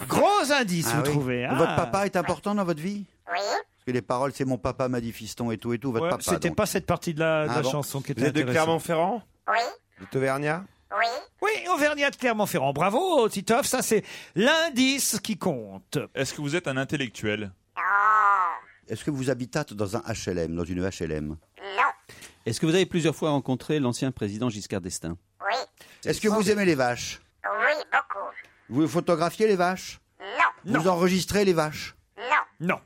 S5: Gros indice,
S10: Ah
S5: vous
S10: oui.
S5: trouvez. hein.
S10: Votre papa est important dans votre vie Oui. Parce que les paroles, c'est mon papa m'a dit fiston et tout et tout. Votre
S5: Ouais,
S10: papa.
S5: C'était
S10: donc.
S5: pas cette partie de la, de
S10: Ah
S5: la
S10: bon.
S5: chanson qui était
S10: Vous êtes de
S5: intéressante.
S10: Clermont-Ferrand
S16: De Tavernia
S5: Oui, Auvergnat de Clermont-Ferrand. Bravo, Titoff. Ça, c'est l'indice qui compte.
S11: Est-ce que vous êtes un intellectuel
S10: Est-ce que vous habitâtes dans un HLM, dans une HLM
S9: Est-ce que vous avez plusieurs fois rencontré l'ancien président Giscard d'Estaing
S10: Est-ce que vous aimez les vaches
S20: Oui, beaucoup.
S10: Vous photographiez les vaches
S5: Non.
S10: Vous enregistrez les vaches
S5: Non.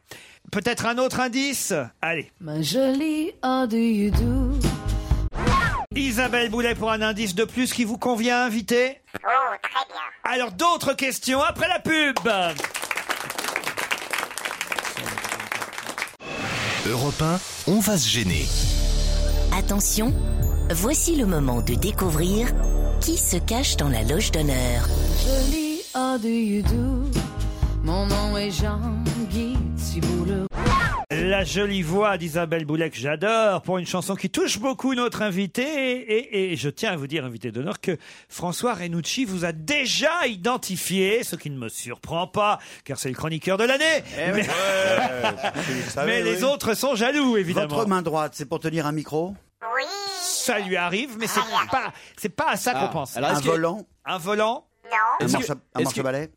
S5: Peut-être un autre indice Allez.
S21: Ma jolie, how do you do?
S5: Isabelle Boulet pour un indice de plus qui vous convient, invité
S20: Oh, très bien.
S5: Alors d'autres questions après la pub
S4: Europe 1, on va se gêner.
S14: Attention, voici le moment de découvrir qui se cache dans la loge d'honneur.
S21: Jolie, oh do you do Mon nom est Jean-Guy Thiboulot.
S5: La jolie voix d'Isabelle Boulet que j'adore pour une chanson qui touche beaucoup notre invité. Et, et- et je tiens à vous dire, invité d'honneur, que François Renucci vous a déjà identifié, ce qui ne me surprend pas, car c'est le chroniqueur de l'année.
S10: Eh oui.
S5: Mais- mais les autres sont jaloux, évidemment.
S10: Votre main droite, c'est pour tenir un micro
S5: Ça lui arrive, mais c'est pas, c'est pas à ça
S10: Ah.
S5: qu'on pense.
S10: Alors, est-ce Un que- volant
S5: Un volant
S10: Un
S8: Est-ce
S10: marche-
S8: que-
S10: un
S8: est-ce
S10: marche
S8: que-
S10: balai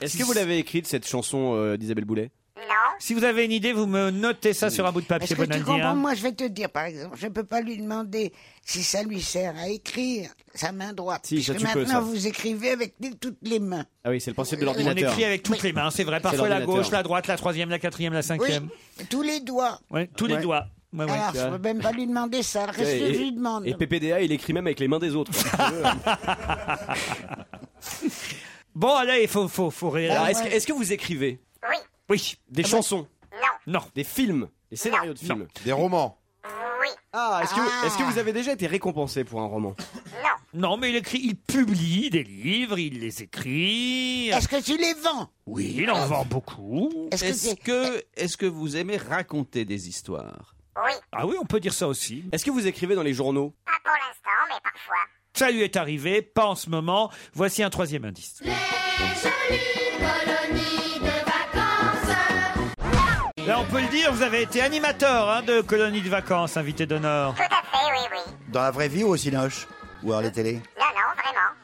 S8: Est-ce que vous l'avez écrite, cette chanson euh, d'Isabelle Boulet
S5: Si vous avez une idée, vous me notez ça sur un bout de
S7: Parce
S5: papier,
S7: que tu
S5: Bonaldi.
S7: comprends,
S5: hein.
S7: moi je vais te dire par exemple, je ne peux pas lui demander si ça lui sert à écrire sa main droite.
S8: Si, ça,
S7: puisque
S8: tu peux,
S7: maintenant
S8: ça.
S7: vous écrivez avec les- toutes les mains.
S8: Ah oui, c'est le principe de
S5: On
S8: l'ordinateur.
S5: écrit avec toutes les mains, c'est vrai.
S8: C'est
S5: Parfois la
S8: l'ordinateur.
S5: gauche, la droite, la troisième, la quatrième, la cinquième.
S7: Tous les doigts.
S5: Ouais, tous les
S8: Ouais.
S5: doigts. Ouais, ouais.
S10: Ah,
S7: Alors je ne peux même pas lui demander ça. Alors, Qu'est-ce que je lui demande
S8: et PPDA, il écrit même avec les mains des autres.
S5: Bon, allez, il faut, faut, faut ré-
S8: Alors, est-ce que, est-ce que vous écrivez
S20: Oui.
S5: Oui.
S7: Ah
S8: Des chansons
S5: Non.
S8: Des films Des scénarios de films
S16: Des romans
S8: Ah, est-ce que, est-ce que vous avez déjà été récompensé pour un roman
S5: Non, mais il écrit, il publie des livres, il les écrit.
S7: Est-ce que tu les vends
S5: Oui, il en vend beaucoup.
S9: Est-ce que, est-ce que vous aimez raconter des histoires
S5: Ah oui, on peut dire ça aussi.
S8: Est-ce que vous écrivez dans les journaux
S5: Ça lui est arrivé, pas en ce moment. Voici un troisième indice. Là, on peut le dire, vous avez été animateur hein, de colonie de vacances, invité d'honneur.
S10: Dans la vraie vie ou au cinoche Ou à la télé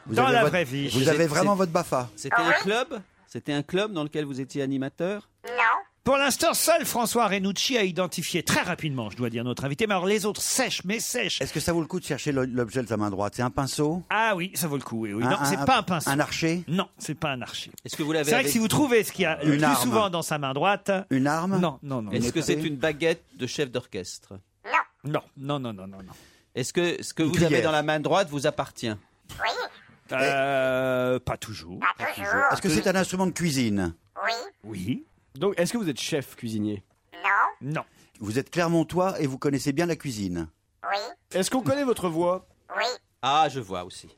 S10: Vous
S5: Dans
S10: avez
S5: la
S10: votre-
S5: vraie vie.
S10: Vous avez vraiment votre bafa
S5: Ah
S9: C'était un club C'était un club dans lequel vous étiez animateur
S5: Pour l'instant, seul François Renucci a identifié très rapidement, je dois dire, notre invité. Mais alors, les autres sèchent, mais sèchent.
S10: Est-ce que ça vaut le coup de chercher l'o- l'objet de sa main droite C'est un pinceau
S5: Ah oui, ça vaut le coup. Oui, oui.
S10: Un-
S5: non,
S10: un-
S5: c'est
S10: un-
S5: pas un pinceau.
S10: un archer
S5: Non, c'est pas un archer.
S9: Est-ce que vous
S5: C'est
S9: l'avez
S5: vrai que
S9: avec-
S5: si vous trouvez ce qu'il y a le
S9: Une
S5: plus
S9: arme.
S5: souvent dans sa main droite.
S10: Une arme
S5: Non, non, non.
S9: Est-ce que c'est une baguette de chef d'orchestre
S5: Non, non, non, non, non. non.
S9: Est-ce que ce que vous
S5: cuillère.
S9: avez dans la main droite vous appartient
S5: Euh, pas toujours.
S10: Est-ce
S20: Ah.
S10: que c'est un instrument de cuisine
S5: Oui.
S8: Donc, est-ce que vous êtes chef cuisinier
S5: Non.
S10: Vous êtes clermontois et vous connaissez bien la cuisine
S8: Est-ce qu'on connaît votre voix
S9: Ah, je vois aussi.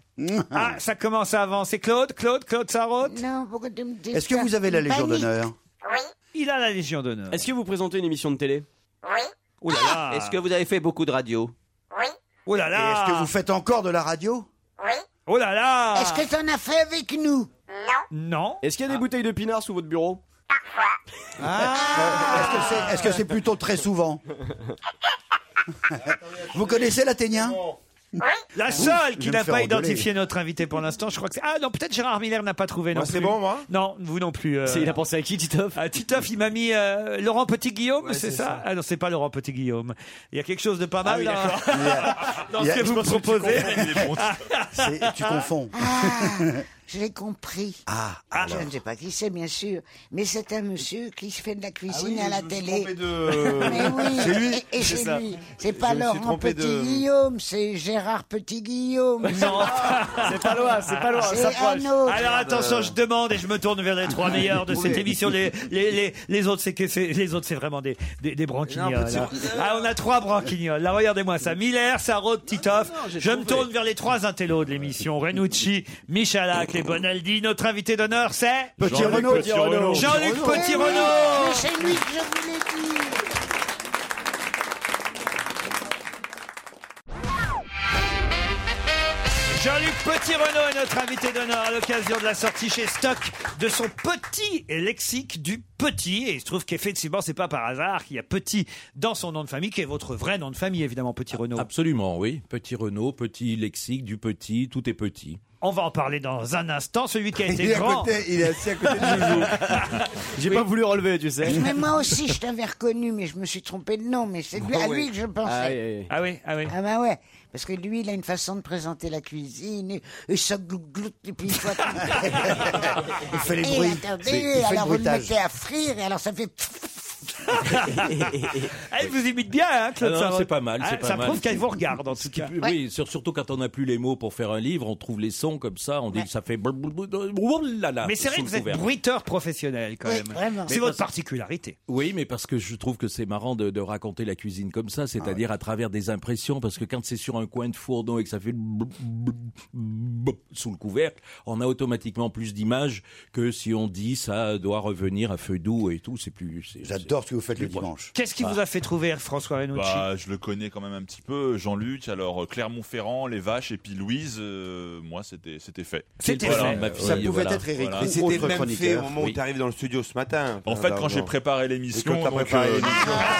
S5: Ah, ça commence à avancer. Claude, Claude, Claude Sarraute
S7: Non, pourquoi tu me dis
S8: Est-ce que
S7: ça
S8: vous avez la
S7: Il
S8: Légion
S7: panique.
S8: d'honneur
S5: Il a la Légion d'honneur.
S8: Est-ce que vous présentez une émission de télé
S5: Oh là là
S9: Est-ce que vous avez fait beaucoup de radio
S5: Oh là là
S10: Et Est-ce que vous faites encore de la radio
S5: Oh là là
S7: Est-ce que t'en as fait avec nous
S5: Non.
S8: Est-ce qu'il y a des bouteilles de pinard sous votre bureau
S10: Ah.
S5: Ah.
S10: Est-ce que c'est est-ce que c'est plutôt très souvent
S8: Ah,
S10: Vous connaissez l'Athénien
S5: La
S10: Ouf, je
S5: seule
S10: vais
S5: qui
S10: me
S5: n'a
S10: faire
S5: pas
S10: engueuler.
S5: identifié notre invité pour l'instant, je crois que c'est. Ah non, peut-être Gérard Miller n'a pas trouvé non
S8: Moi, c'est
S5: plus.
S8: bon, moi
S5: Non, vous non plus. euh.
S8: C'est- Il a pensé à qui, Titoff
S5: Ah, Titoff, il m'a mis euh, Laurent Petit-Guillaume, c'est ça, Ah non, c'est pas Laurent Petit-Guillaume. Il y a quelque chose de pas mal
S8: Ah oui,
S5: là,
S8: d'accord.
S10: Il y a-
S5: dans
S10: il y
S5: ce
S10: a-
S5: que
S10: je
S5: vous
S10: pense que tu
S5: proposez.
S10: C'est- Tu confonds.
S7: Je l'ai compris.
S10: Ah,
S7: je ne sais pas qui c'est, bien sûr, mais c'est un monsieur qui se fait de la cuisine à la télé.
S10: de-
S7: Mais oui,
S10: C'est lui,
S7: et, et
S10: c'est
S7: c'est
S10: ça.
S7: lui. C'est pas
S10: Je me suis
S7: Laurent
S10: trompé de-
S7: Petit-Guillaume, c'est Gérard Petit-Guillaume.
S5: Non,
S8: c'est pas loin, c'est pas loin,
S7: C'est
S8: ça
S7: un
S8: approche.
S7: autre.
S5: Alors attention, je demande et je me tourne vers les
S10: Ah,
S5: trois meilleurs de cette émission. Les, les, les, les autres, c'est que c'est les autres, c'est vraiment des des, des branquignoles.
S8: Non, petit-
S5: hein. Ah, on a trois branquignoles. Là, regardez-moi ça. Miller, Sarot, Titoff. Je me tourne vers les trois intellos de l'émission. Renucci, Michalak et Bonaldi. Notre invité d'honneur, c'est
S10: Petit Jean-Luc Renaud. Petit Renaud.
S5: Jean-Luc
S10: Renaud.
S5: Petit
S10: Eh oui,
S7: Mais
S5: Renaud.
S7: c'est lui que je voulais dire.
S5: Jean-Luc Petit Renaud est notre invité d'honneur à l'occasion de la sortie chez Stock de son petit lexique du petit. Et il se trouve qu'effectivement, c'est pas par hasard qu'il y a petit dans son nom de famille, qui est votre vrai nom de famille, évidemment, Petit Renaud.
S22: Absolument, oui. Petit Renault, petit lexique, du petit, tout est petit.
S5: On va en parler dans un instant. Celui qui a
S22: Il
S5: été
S22: est à
S5: grand.
S22: côté,
S16: il est assis à côté de Joujou.
S8: J'ai pas voulu relever, tu sais.
S7: Mais moi aussi, je t'avais reconnu, mais je me suis trompé de nom. Mais c'est lui- à lui que je pensais.
S5: Ah oui, ah oui.
S7: Ah bah ouais, parce que lui, il a une façon de présenter la cuisine, et, et ça glougloute, et puis il faut...
S10: Il fait les
S7: Et
S10: bruits.
S7: Ah, attendez,
S10: C'est- il Ah, fait le
S7: alors vous le
S10: bruitage.
S7: mettez à frire, et alors ça fait...
S5: Elle vous imite bien, hein, Claude
S22: Ah non,
S5: Sarraute.
S22: c'est pas mal, c'est
S5: Ah,
S22: pas
S5: ça
S22: mal.
S5: prouve qu'elle vous regarde, en tout cas.
S22: Oui, sur- surtout quand on n'a plus les mots pour faire un livre, on trouve les sons comme ça, on dit ça fait brou- brou- brou- brou- brou- là là.
S5: Mais c'est vrai
S22: sous
S5: que
S22: le
S5: vous êtes
S22: couvert.
S5: bruiteur professionnel, quand
S22: Oui,
S5: même.
S22: vraiment.
S5: C'est
S22: Mais
S5: votre
S22: parce-
S5: particularité.
S22: Oui, mais parce que je trouve que c'est marrant de, de raconter la cuisine comme ça,
S5: Ah
S22: c'est-à-dire à travers des impressions, parce que quand c'est sur un coin de fourneau et que ça fait bloup, bloup, bloup sous le couvercle, on a automatiquement plus d'images que si on dit ça doit revenir à feu doux et tout. C'est plus. Bah. J'adore
S10: ce que vous faites
S22: le dimanche.
S5: Qu'est-ce qui vous a fait trouver François Renucci
S11: Bah, je le connais quand même un petit peu, Jean-Luc. Alors euh, Clermont-Ferrand, les vaches et puis Louise, euh, moi c'était c'était fait. Voilà.
S6: Ça pouvait être Eric.
S11: Voilà.
S6: Mais c'était même fait au moment où tu arrives dans le studio ce matin.
S11: En fait, quand j'ai préparé l'émission,
S6: Et que t'as
S11: donc,
S6: préparé
S11: euh,
S6: l'émission.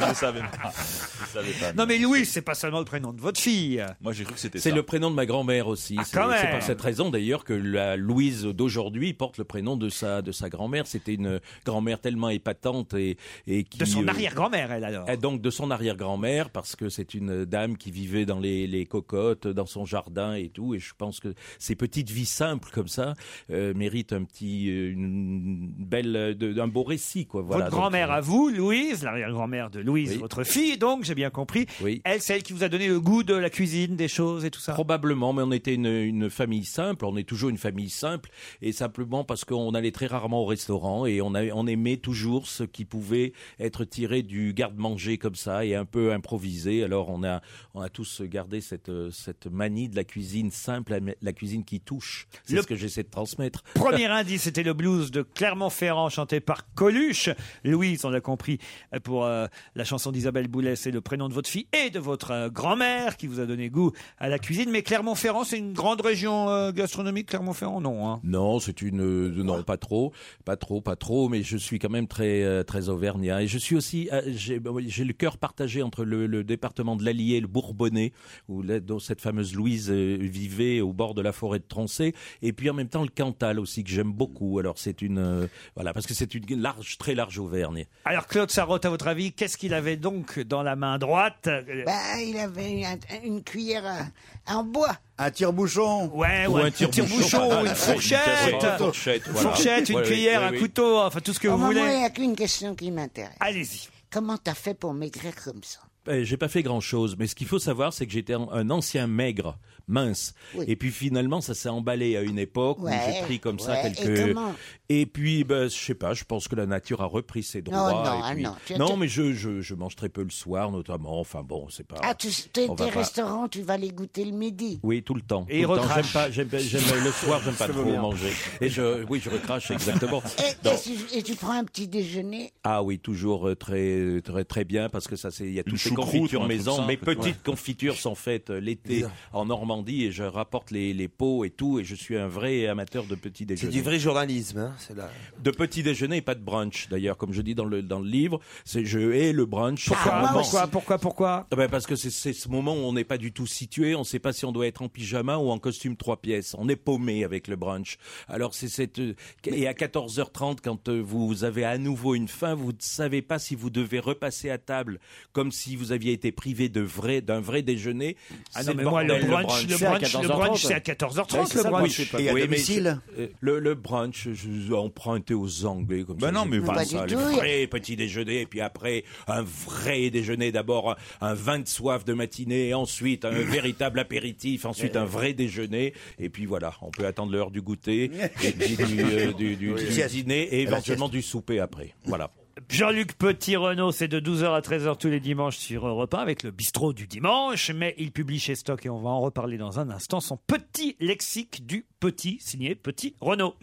S11: je le savais pas. Je le savais pas.
S5: Non, mais Louis, c'est pas seulement le prénom de votre fille.
S11: Moi, j'ai cru que c'était
S22: euh, C'est le prénom de ma grand-mère aussi. c'est
S5: Ah, quand même.
S22: c'est pour cette raison d'ailleurs que la Louise d'aujourd'hui porte le prénom de sa, de sa grand-mère. C'était une grand-mère tellement épatante et, et qui.
S5: De son
S22: euh,
S5: arrière-grand-mère, elle, alors.
S22: et donc de son arrière-grand-mère, parce que c'est une dame qui vivait dans les, les cocottes, dans son jardin et tout. Et je pense que ces petites vies simples comme ça euh, méritent un petit, euh, une belle, euh, de- un beau récit, quoi. Voilà.
S5: votre
S22: Donc, euh,
S5: grand-mère à vous, Louise, l'arrière-grand-mère de Louise, votre fille, donc, j'ai bien compris. Elle, c'est elle qui vous a donné le goût de la cuisine, des choses et tout ça.
S22: Probablement, mais on était une, une famille simple, on est toujours une famille simple, et simplement parce qu'on allait très rarement au restaurant et on, a- on aimait toujours ce qui pouvait être tiré du garde-manger comme ça et un peu improvisé. Alors on a, on a tous gardé cette, euh, cette manie de la cuisine simple, la- la cuisine qui touche. C'est ce que j'essaie de transmettre.
S5: Premier indice, c'était le blues de Clermont-Ferrand chanté par Coluche. Louise, on l'a compris, euh, pour euh, la chanson d'Isabelle Boulet, c'est le prénom de votre fille et de votre euh, grand-mère qui vous a donné goût à la cuisine. Mais Clermont-Ferrand, c'est une grande région euh, gastronomique, Clermont-Ferrand, non hein.
S22: Non, c'est une euh, non pas trop, pas trop, pas trop, mais je suis quand même très euh, très auvergnat et je suis aussi euh, j'ai bah oui, j'ai le cœur partagé entre le, le département de l'Allier et le Bourbonnais où la- dont cette fameuse Louise euh, vivait au bord de la forêt de Troncé et puis en même temps le Cantal aussi que j'aime beaucoup. Alors c'est une euh, voilà parce que c'est une large très large Auvergne.
S5: Alors Claude Sarraute, à votre avis, qu'est-ce qu'il avait donc dans la main droite Euh,
S7: Bah, il avait un- une cuillère à- en bois.
S10: Un tire-bouchon
S5: Ouais, ouais, un tire-bouchon, une fourchette,
S22: Une fourchette, voilà.
S5: Fourchette, une
S22: Ouais, oui,
S5: cuillère,
S22: oui,
S5: un
S22: oui.
S5: couteau, enfin tout ce que
S7: Oh,
S5: vous
S7: maman, il
S5: voulez.
S7: n'y a qu'une question qui m'intéresse.
S5: Allez-y.
S7: Comment t'as fait pour maigrir comme ça
S22: Eh, J'ai pas fait grand chose, mais ce qu'il faut savoir, c'est que j'étais un- un ancien maigre, mince. Et puis finalement, ça s'est emballé à une époque
S7: Ouais,
S22: où j'ai pris comme ça
S7: ouais, et
S22: quelques.
S7: comment
S22: Et puis, ben, je sais pas, je pense que la nature a repris ses droits.
S7: non,
S22: et
S7: ah
S22: puis-
S7: non, tu- tu-
S22: mais je, je, je mange très peu le soir, notamment. Enfin bon, c'est pas.
S7: Ah, tu, tes,
S22: on va
S7: tes
S22: pas-
S7: restaurants, tu vas les goûter le midi.
S22: Oui, tout le temps.
S5: Et il
S22: tout le temps.
S5: recrache.
S22: J'aime pas, j'aime, j'aime- le soir, j'aime pas
S5: Ça va
S22: trop
S5: bien.
S22: manger. Et je, oui, je recrache exactement.
S7: Et,
S22: Non.
S7: et si- et tu prends un petit déjeuner
S22: Ah oui, toujours euh, très très très bien parce que ça c'est il y a toutes ces
S11: choucroute, un
S22: confitures
S11: truc
S22: maison,
S11: simple,
S22: mes
S11: quoi.
S22: petites confitures sont faites euh, l'été en Normandie et je rapporte les, les pots et tout et je suis un vrai amateur de petit
S6: C'est
S22: déjeuner.
S6: du vrai journalisme. Hein, c'est là.
S22: De petit déjeuner et pas de brunch d'ailleurs comme je dis dans le dans le livre, c'est je hais le brunch.
S5: Pourquoi,
S22: Vraiment.
S5: pourquoi, pourquoi, pourquoi
S22: Ah ben parce que c'est- c'est ce moment où on n'est pas du tout situé, on ne sait pas si on doit être en pyjama ou en costume trois pièces. On est paumé avec le brunch. Alors c'est cette euh, et à 14h30 quand euh, vous avez à nouveau une faim, vous ne savez pas si vous devez repasser à table comme si vous aviez été privé de vrai d'un vrai déjeuner.
S5: Ah
S22: C'est
S5: non, mais moi, le
S22: bordel,
S5: brunch, le brunch, le brunch, c'est à 14h30, le brunch.
S22: Oui, oui, mais c'est- euh, le, le brunch, je- emprunté aux Anglais comme ça.
S11: non,
S22: j'ai
S11: mais
S22: pas
S11: pas
S22: ça,
S11: du
S22: le
S11: tout.
S22: vrai petit déjeuner, et puis après un vrai déjeuner. D'abord un- un vin de soif de matinée, et ensuite un véritable apéritif, ensuite un vrai déjeuner, et puis voilà, on peut attendre l'heure du goûter, et puis du, euh, du- du-
S5: Oui.
S22: du
S5: Sieste.
S22: dîner, et
S5: Et la
S22: éventuellement du souper après. Voilà.
S5: Jean-Luc Petit-Renaud, c'est de 12h à 13h tous les dimanches sur Europe 1 avec le bistrot du dimanche, mais il publie chez Stock et on va en reparler dans un instant son petit lexique du petit, signé Petit Renaud.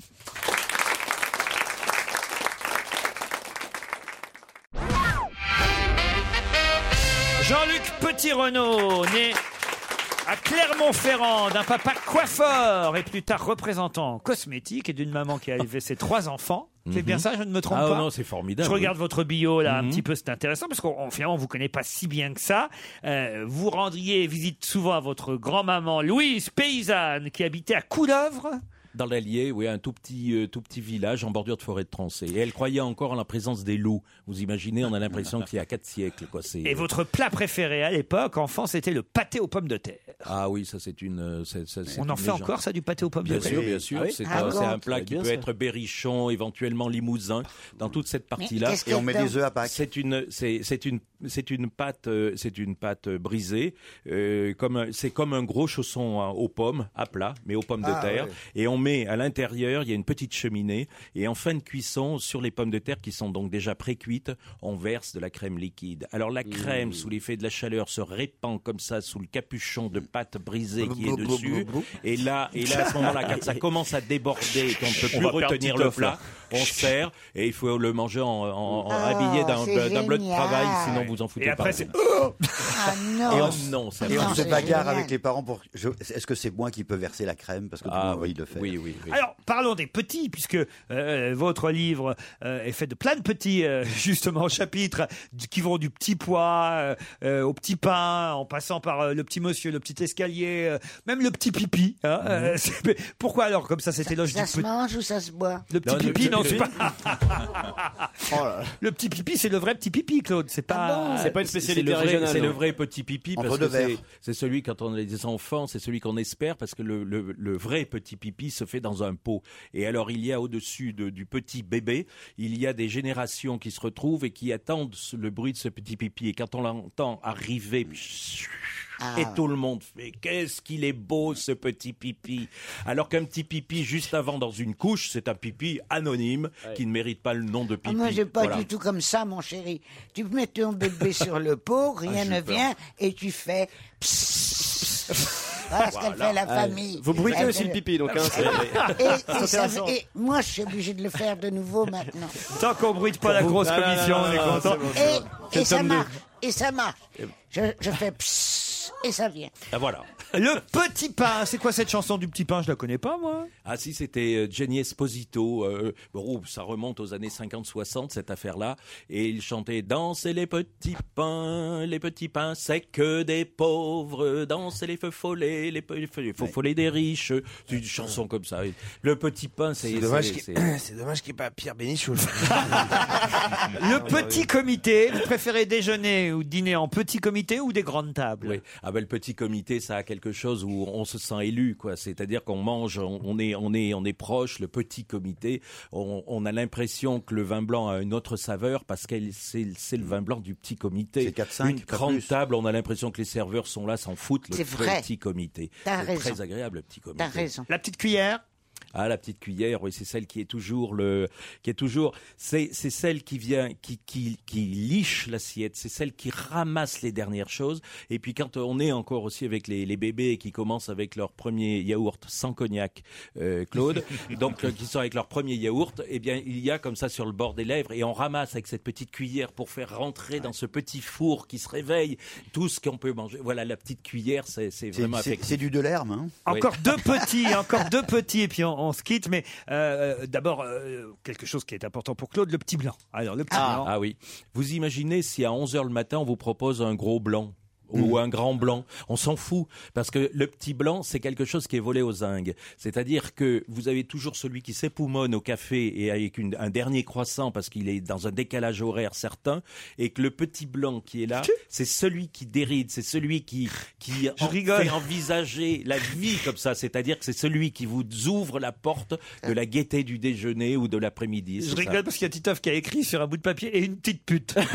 S5: Jean-Luc Petit-Renaud, né à Clermont-Ferrand, d'un papa coiffeur et plus tard représentant en cosmétique et d'une maman qui a élevé ses trois enfants. C'est bien
S22: Mhm.
S5: ça, je ne me trompe
S22: Ah,
S5: pas.
S22: non, c'est formidable,
S5: Je
S22: oui. Mhm.
S5: regarde votre bio là un petit peu, c'est intéressant parce qu'on finalement vous connaît pas si bien que ça. Euh, vous rendiez visite souvent à votre grand-maman Louise Paysanne qui habitait à Couleuvre.
S22: Dans l'Allier, oui, un tout petit, euh, tout petit village en bordure de forêt de Trancé. Et elle croyait encore en la présence des loups. Vous imaginez, on a l'impression qu'il y a quatre siècles. Quoi. C'est-
S5: Et votre plat préféré à l'époque, enfant, c'était le pâté aux pommes de terre.
S22: Ah oui, ça c'est une. euh, c'est- c'est- c'est
S5: On en
S22: une
S5: fait
S22: légende.
S5: encore ça du pâté aux pommes
S22: Bien
S5: de terre
S22: sûr, bien sûr.
S5: Ah oui
S22: c'est
S5: Ah
S22: un,
S5: bon
S22: c'est un plat qui
S5: Bien
S22: peut
S5: sûr.
S22: être berrichon, éventuellement limousin, dans toute cette partie-là.
S5: qu'est-ce Et on qu'on met fait des œufs
S22: à Pâques. C'est une, c'est c'est une, c'est une pâte, euh, c'est une pâte euh, brisée. euh, comme un- c'est comme un gros chausson hein, aux pommes à plat, mais aux pommes
S23: Ah,
S22: de terre.
S23: ouais.
S22: Et on met à l'intérieur, il y a une petite cheminée. Et en fin de cuisson, sur les pommes de terre qui sont donc déjà pré-cuites, on verse de la crème liquide. Alors la crème, sous l'effet de la chaleur, se répand comme ça sous le capuchon de pâte brisée qui est
S24: Blou, blou, blou,
S22: dessus.
S24: blou.
S22: Et là, et là, à ce moment-là, quand ça commence à déborder et qu'on ne peut
S24: On
S22: plus
S24: va perdre
S22: retenir
S24: Titoff,
S22: le plat, on sert et il faut le manger en, en- en habillé d'un
S24: Oh, c'est
S22: d'un- d'un bleu de
S24: génial.
S22: travail, sinon vous en foutez
S24: Et après,
S22: pas.
S24: c'est-
S7: Ah,
S22: Et on,
S10: se-
S22: Oh non, ça
S10: et
S22: va.
S10: on se bagarre avec les parents pour. je- Est-ce que c'est moi qui peux verser la crème parce que tout le monde a envie de le faire Oui,
S22: Ah oui.
S5: Alors, parlons des petits, puisque euh, votre livre euh, est fait de plein de petits, euh, justement, chapitres du- qui vont du petit pois euh, euh, au petit pain, en passant par euh, le petit monsieur, le petit escalier, euh, même le petit pipi. hein,
S8: Mhm.
S5: euh, c'est- mais pourquoi alors, comme ça, cette éloge du
S7: Ça se
S5: petit...
S7: mange ou ça se boit
S5: Le petit pipi, non, c'est pas.
S8: Oh
S5: Le petit pipi, c'est le vrai petit pipi, Claude.
S7: Ah
S5: C'est pas.
S22: Ah, C'est c'est le vrai- C'est le vrai petit pipi
S5: Entre
S22: parce
S5: deux
S22: que c'est-
S5: verres.
S22: c'est celui quand on a des enfants, c'est celui qu'on espère parce que le, le- le vrai petit pipi se fait dans un pot. Et alors il y a au-dessus de- du petit bébé, il y a des générations qui se retrouvent et qui attendent ce- le bruit de ce petit pipi. Et quand on l'entend arriver.
S7: Ah.
S22: Et tout le monde fait qu'est-ce qu'il est beau ce petit pipi alors qu'un petit pipi juste avant dans une couche c'est un pipi anonyme qui ne mérite pas le nom de
S7: Ah,
S22: pipi
S7: moi, j'ai pas
S22: Voilà.
S7: du tout comme ça, mon chéri. Tu mets ton bébé sur le pot, rien
S22: j'ai
S7: ne
S22: eu peur.
S7: vient, et tu fais. psst, psst. Voilà ce qu'elle
S8: Voilà.
S7: fait la
S8: Ah,
S7: famille.
S8: vous bruitez
S7: Elle
S8: aussi
S7: fait
S8: le pipi, donc, hein, c'est-
S7: et, et
S8: C'est
S7: ça-
S8: intéressant.
S7: et moi, je suis obligé de le faire de nouveau maintenant.
S5: Tant qu'on bruite pas la grosse
S8: Ah, là, là,
S5: commission,
S8: là,
S5: on est
S8: là,
S5: content.
S8: c'est bon,
S7: Et,
S5: C'est
S7: et ça
S5: tome deux.
S7: marche. Et ça marche. Je, je fais. psst, Et ça vient.
S22: Ah, voilà
S5: Le petit pain, Ah, c'est quoi cette chanson du petit pain Je la connais pas moi.
S22: Ah si, c'était euh, Jenny Esposito. euh, bon, ça remonte aux années 50-60, cette affaire-là. Et il chantait « Dansez les petits pains, les petits pains, c'est que des pauvres. Dansez les feux follets, les pe- feux feux follets des riches. » C'est une chanson comme ça. Et Le petit pain, c'est...
S16: C'est dommage
S22: c'est-
S16: qu'il
S22: c'est-
S16: c'est dommage qu'il n'y ait pas Pierre Bénichou.
S5: Le petit comité, vous préférez déjeuner ou dîner en petit comité ou des grandes tables
S22: Oui. Ah ben, le petit comité, ça a quelque chose où on se sent élu, quoi. C'est-à-dire qu'on mange, on, on est, on est, on est proche. Le petit comité, on, on a l'impression que le vin blanc a une autre saveur parce qu'elle, c'est, c'est le vin blanc du petit comité. Une
S24: pas
S22: grande
S24: plus.
S22: table, on a l'impression que les serveurs sont là, s'en foutent. Le
S24: C'est vrai.
S22: petit comité,
S24: T'as
S22: c'est
S24: raison.
S22: très agréable, le petit comité.
S24: T'as raison.
S5: La petite cuillère.
S22: Ah, la petite cuillère, oui, c'est celle qui est toujours le, qui est toujours, c'est, c'est celle qui vient, qui, qui, qui liche l'assiette, c'est celle qui ramasse les dernières choses. Et puis quand on est encore aussi avec les, les bébés qui commencent avec leur premier yaourt sans cognac, euh, Claude, donc euh, qui sont avec leur premier yaourt, eh bien il y a comme ça sur le bord des lèvres et on ramasse avec cette petite cuillère pour faire rentrer dans ce petit four qui se réveille tout ce qu'on peut manger. Voilà, la petite cuillère, c'est, c'est vraiment
S10: C'est-
S22: affectif.
S10: C'est du Delerme. Hein
S5: Encore deux petits, encore deux petits, et puis on, on se quitte. Mais euh, d'abord, euh, quelque chose qui est important pour Claude, le petit blanc. Alors, le petit
S22: Ah.
S5: blanc.
S22: Ah oui. Vous imaginez si à 11h le matin, on vous propose un gros blanc
S5: Mm.
S22: ou un grand blanc, on s'en fout parce que le petit blanc c'est quelque chose qui est volé aux zingues. C'est-à-dire que vous avez toujours celui qui s'époumonne au café et avec une- un dernier croissant parce qu'il est dans un décalage horaire certain et que le petit blanc qui est là, c'est celui qui déride, c'est celui qui qui en-
S5: rigole.
S22: fait envisager la vie comme ça, c'est-à-dire que c'est celui qui vous ouvre la porte de la gaieté du déjeuner ou de l'après-midi.
S5: Je
S22: c'est ça.
S5: rigole parce qu'il y a Titoff qui a écrit sur un bout de papier et une petite pute.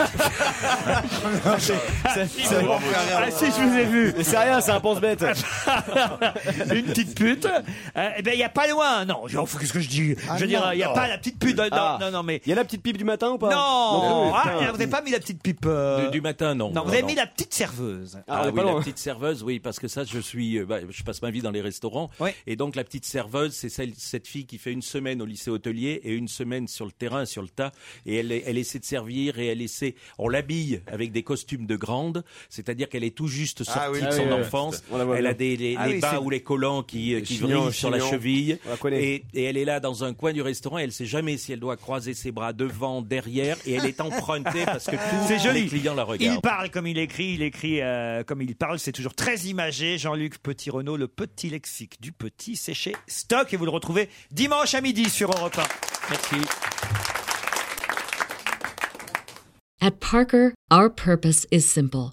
S5: Ah si, je vous ai vu.
S8: Mais c'est rien, c'est un pense-bête.
S5: une petite pute. Euh, eh ben, il n'y a pas loin. Non, genre, faut- qu'est-ce que je dis
S8: Ah
S5: Je veux dire,
S8: non,
S5: il n'y a
S8: non.
S5: pas la petite pute. Non, non, non, mais.
S8: Il y a la petite pipe du matin ou pas
S5: Non,
S8: oui,
S5: Ah,
S8: putain.
S5: Vous n'avez pas mis la petite pipe. euh,
S22: Du, du matin, non.
S5: Non, vous
S22: Non,
S5: avez
S22: non.
S5: mis la petite serveuse.
S22: Ah, oui, la petite serveuse, oui, parce que ça, je suis, euh, bah, je passe ma vie dans les restaurants, et donc la petite serveuse, c'est celle, cette fille qui fait une semaine au lycée hôtelier et une semaine sur le terrain, sur le tas, et elle, elle essaie de servir et elle essaie, on l'habille avec des costumes de grande, c'est-à-dire qu'elle est tout juste sortie
S16: Ah oui,
S22: de
S16: ah
S22: son
S16: oui, oui.
S22: enfance.
S16: On la voit
S22: elle
S16: bien.
S22: a des les,
S16: Ah
S22: les
S16: oui,
S22: bas
S16: c'est-
S22: ou les collants qui, euh, qui
S16: Chignon,
S22: vrillent sur la
S16: chignon.
S22: cheville.
S16: On la connaît.
S22: Et, et elle est là dans un coin du restaurant. Et elle sait jamais si elle doit croiser ses bras devant, derrière. Et elle est empruntée parce que
S5: C'est
S22: tous
S5: joli.
S22: les clients la
S5: Il
S22: regardent.
S5: parle comme il écrit, il écrit euh, comme il parle, c'est toujours très imagé. Jean-Luc Petit-Renaud, le petit lexique du petit, c'est chez Stock et vous le retrouvez dimanche à midi sur Europe 1. Merci.
S23: At Parker, our purpose is simple.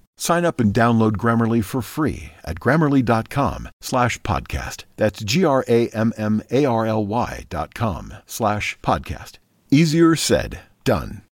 S24: Sign up and download Grammarly for free at grammarly.com slash podcast. That's G R A M M A R L Y dot com slash podcast. Easier said, done.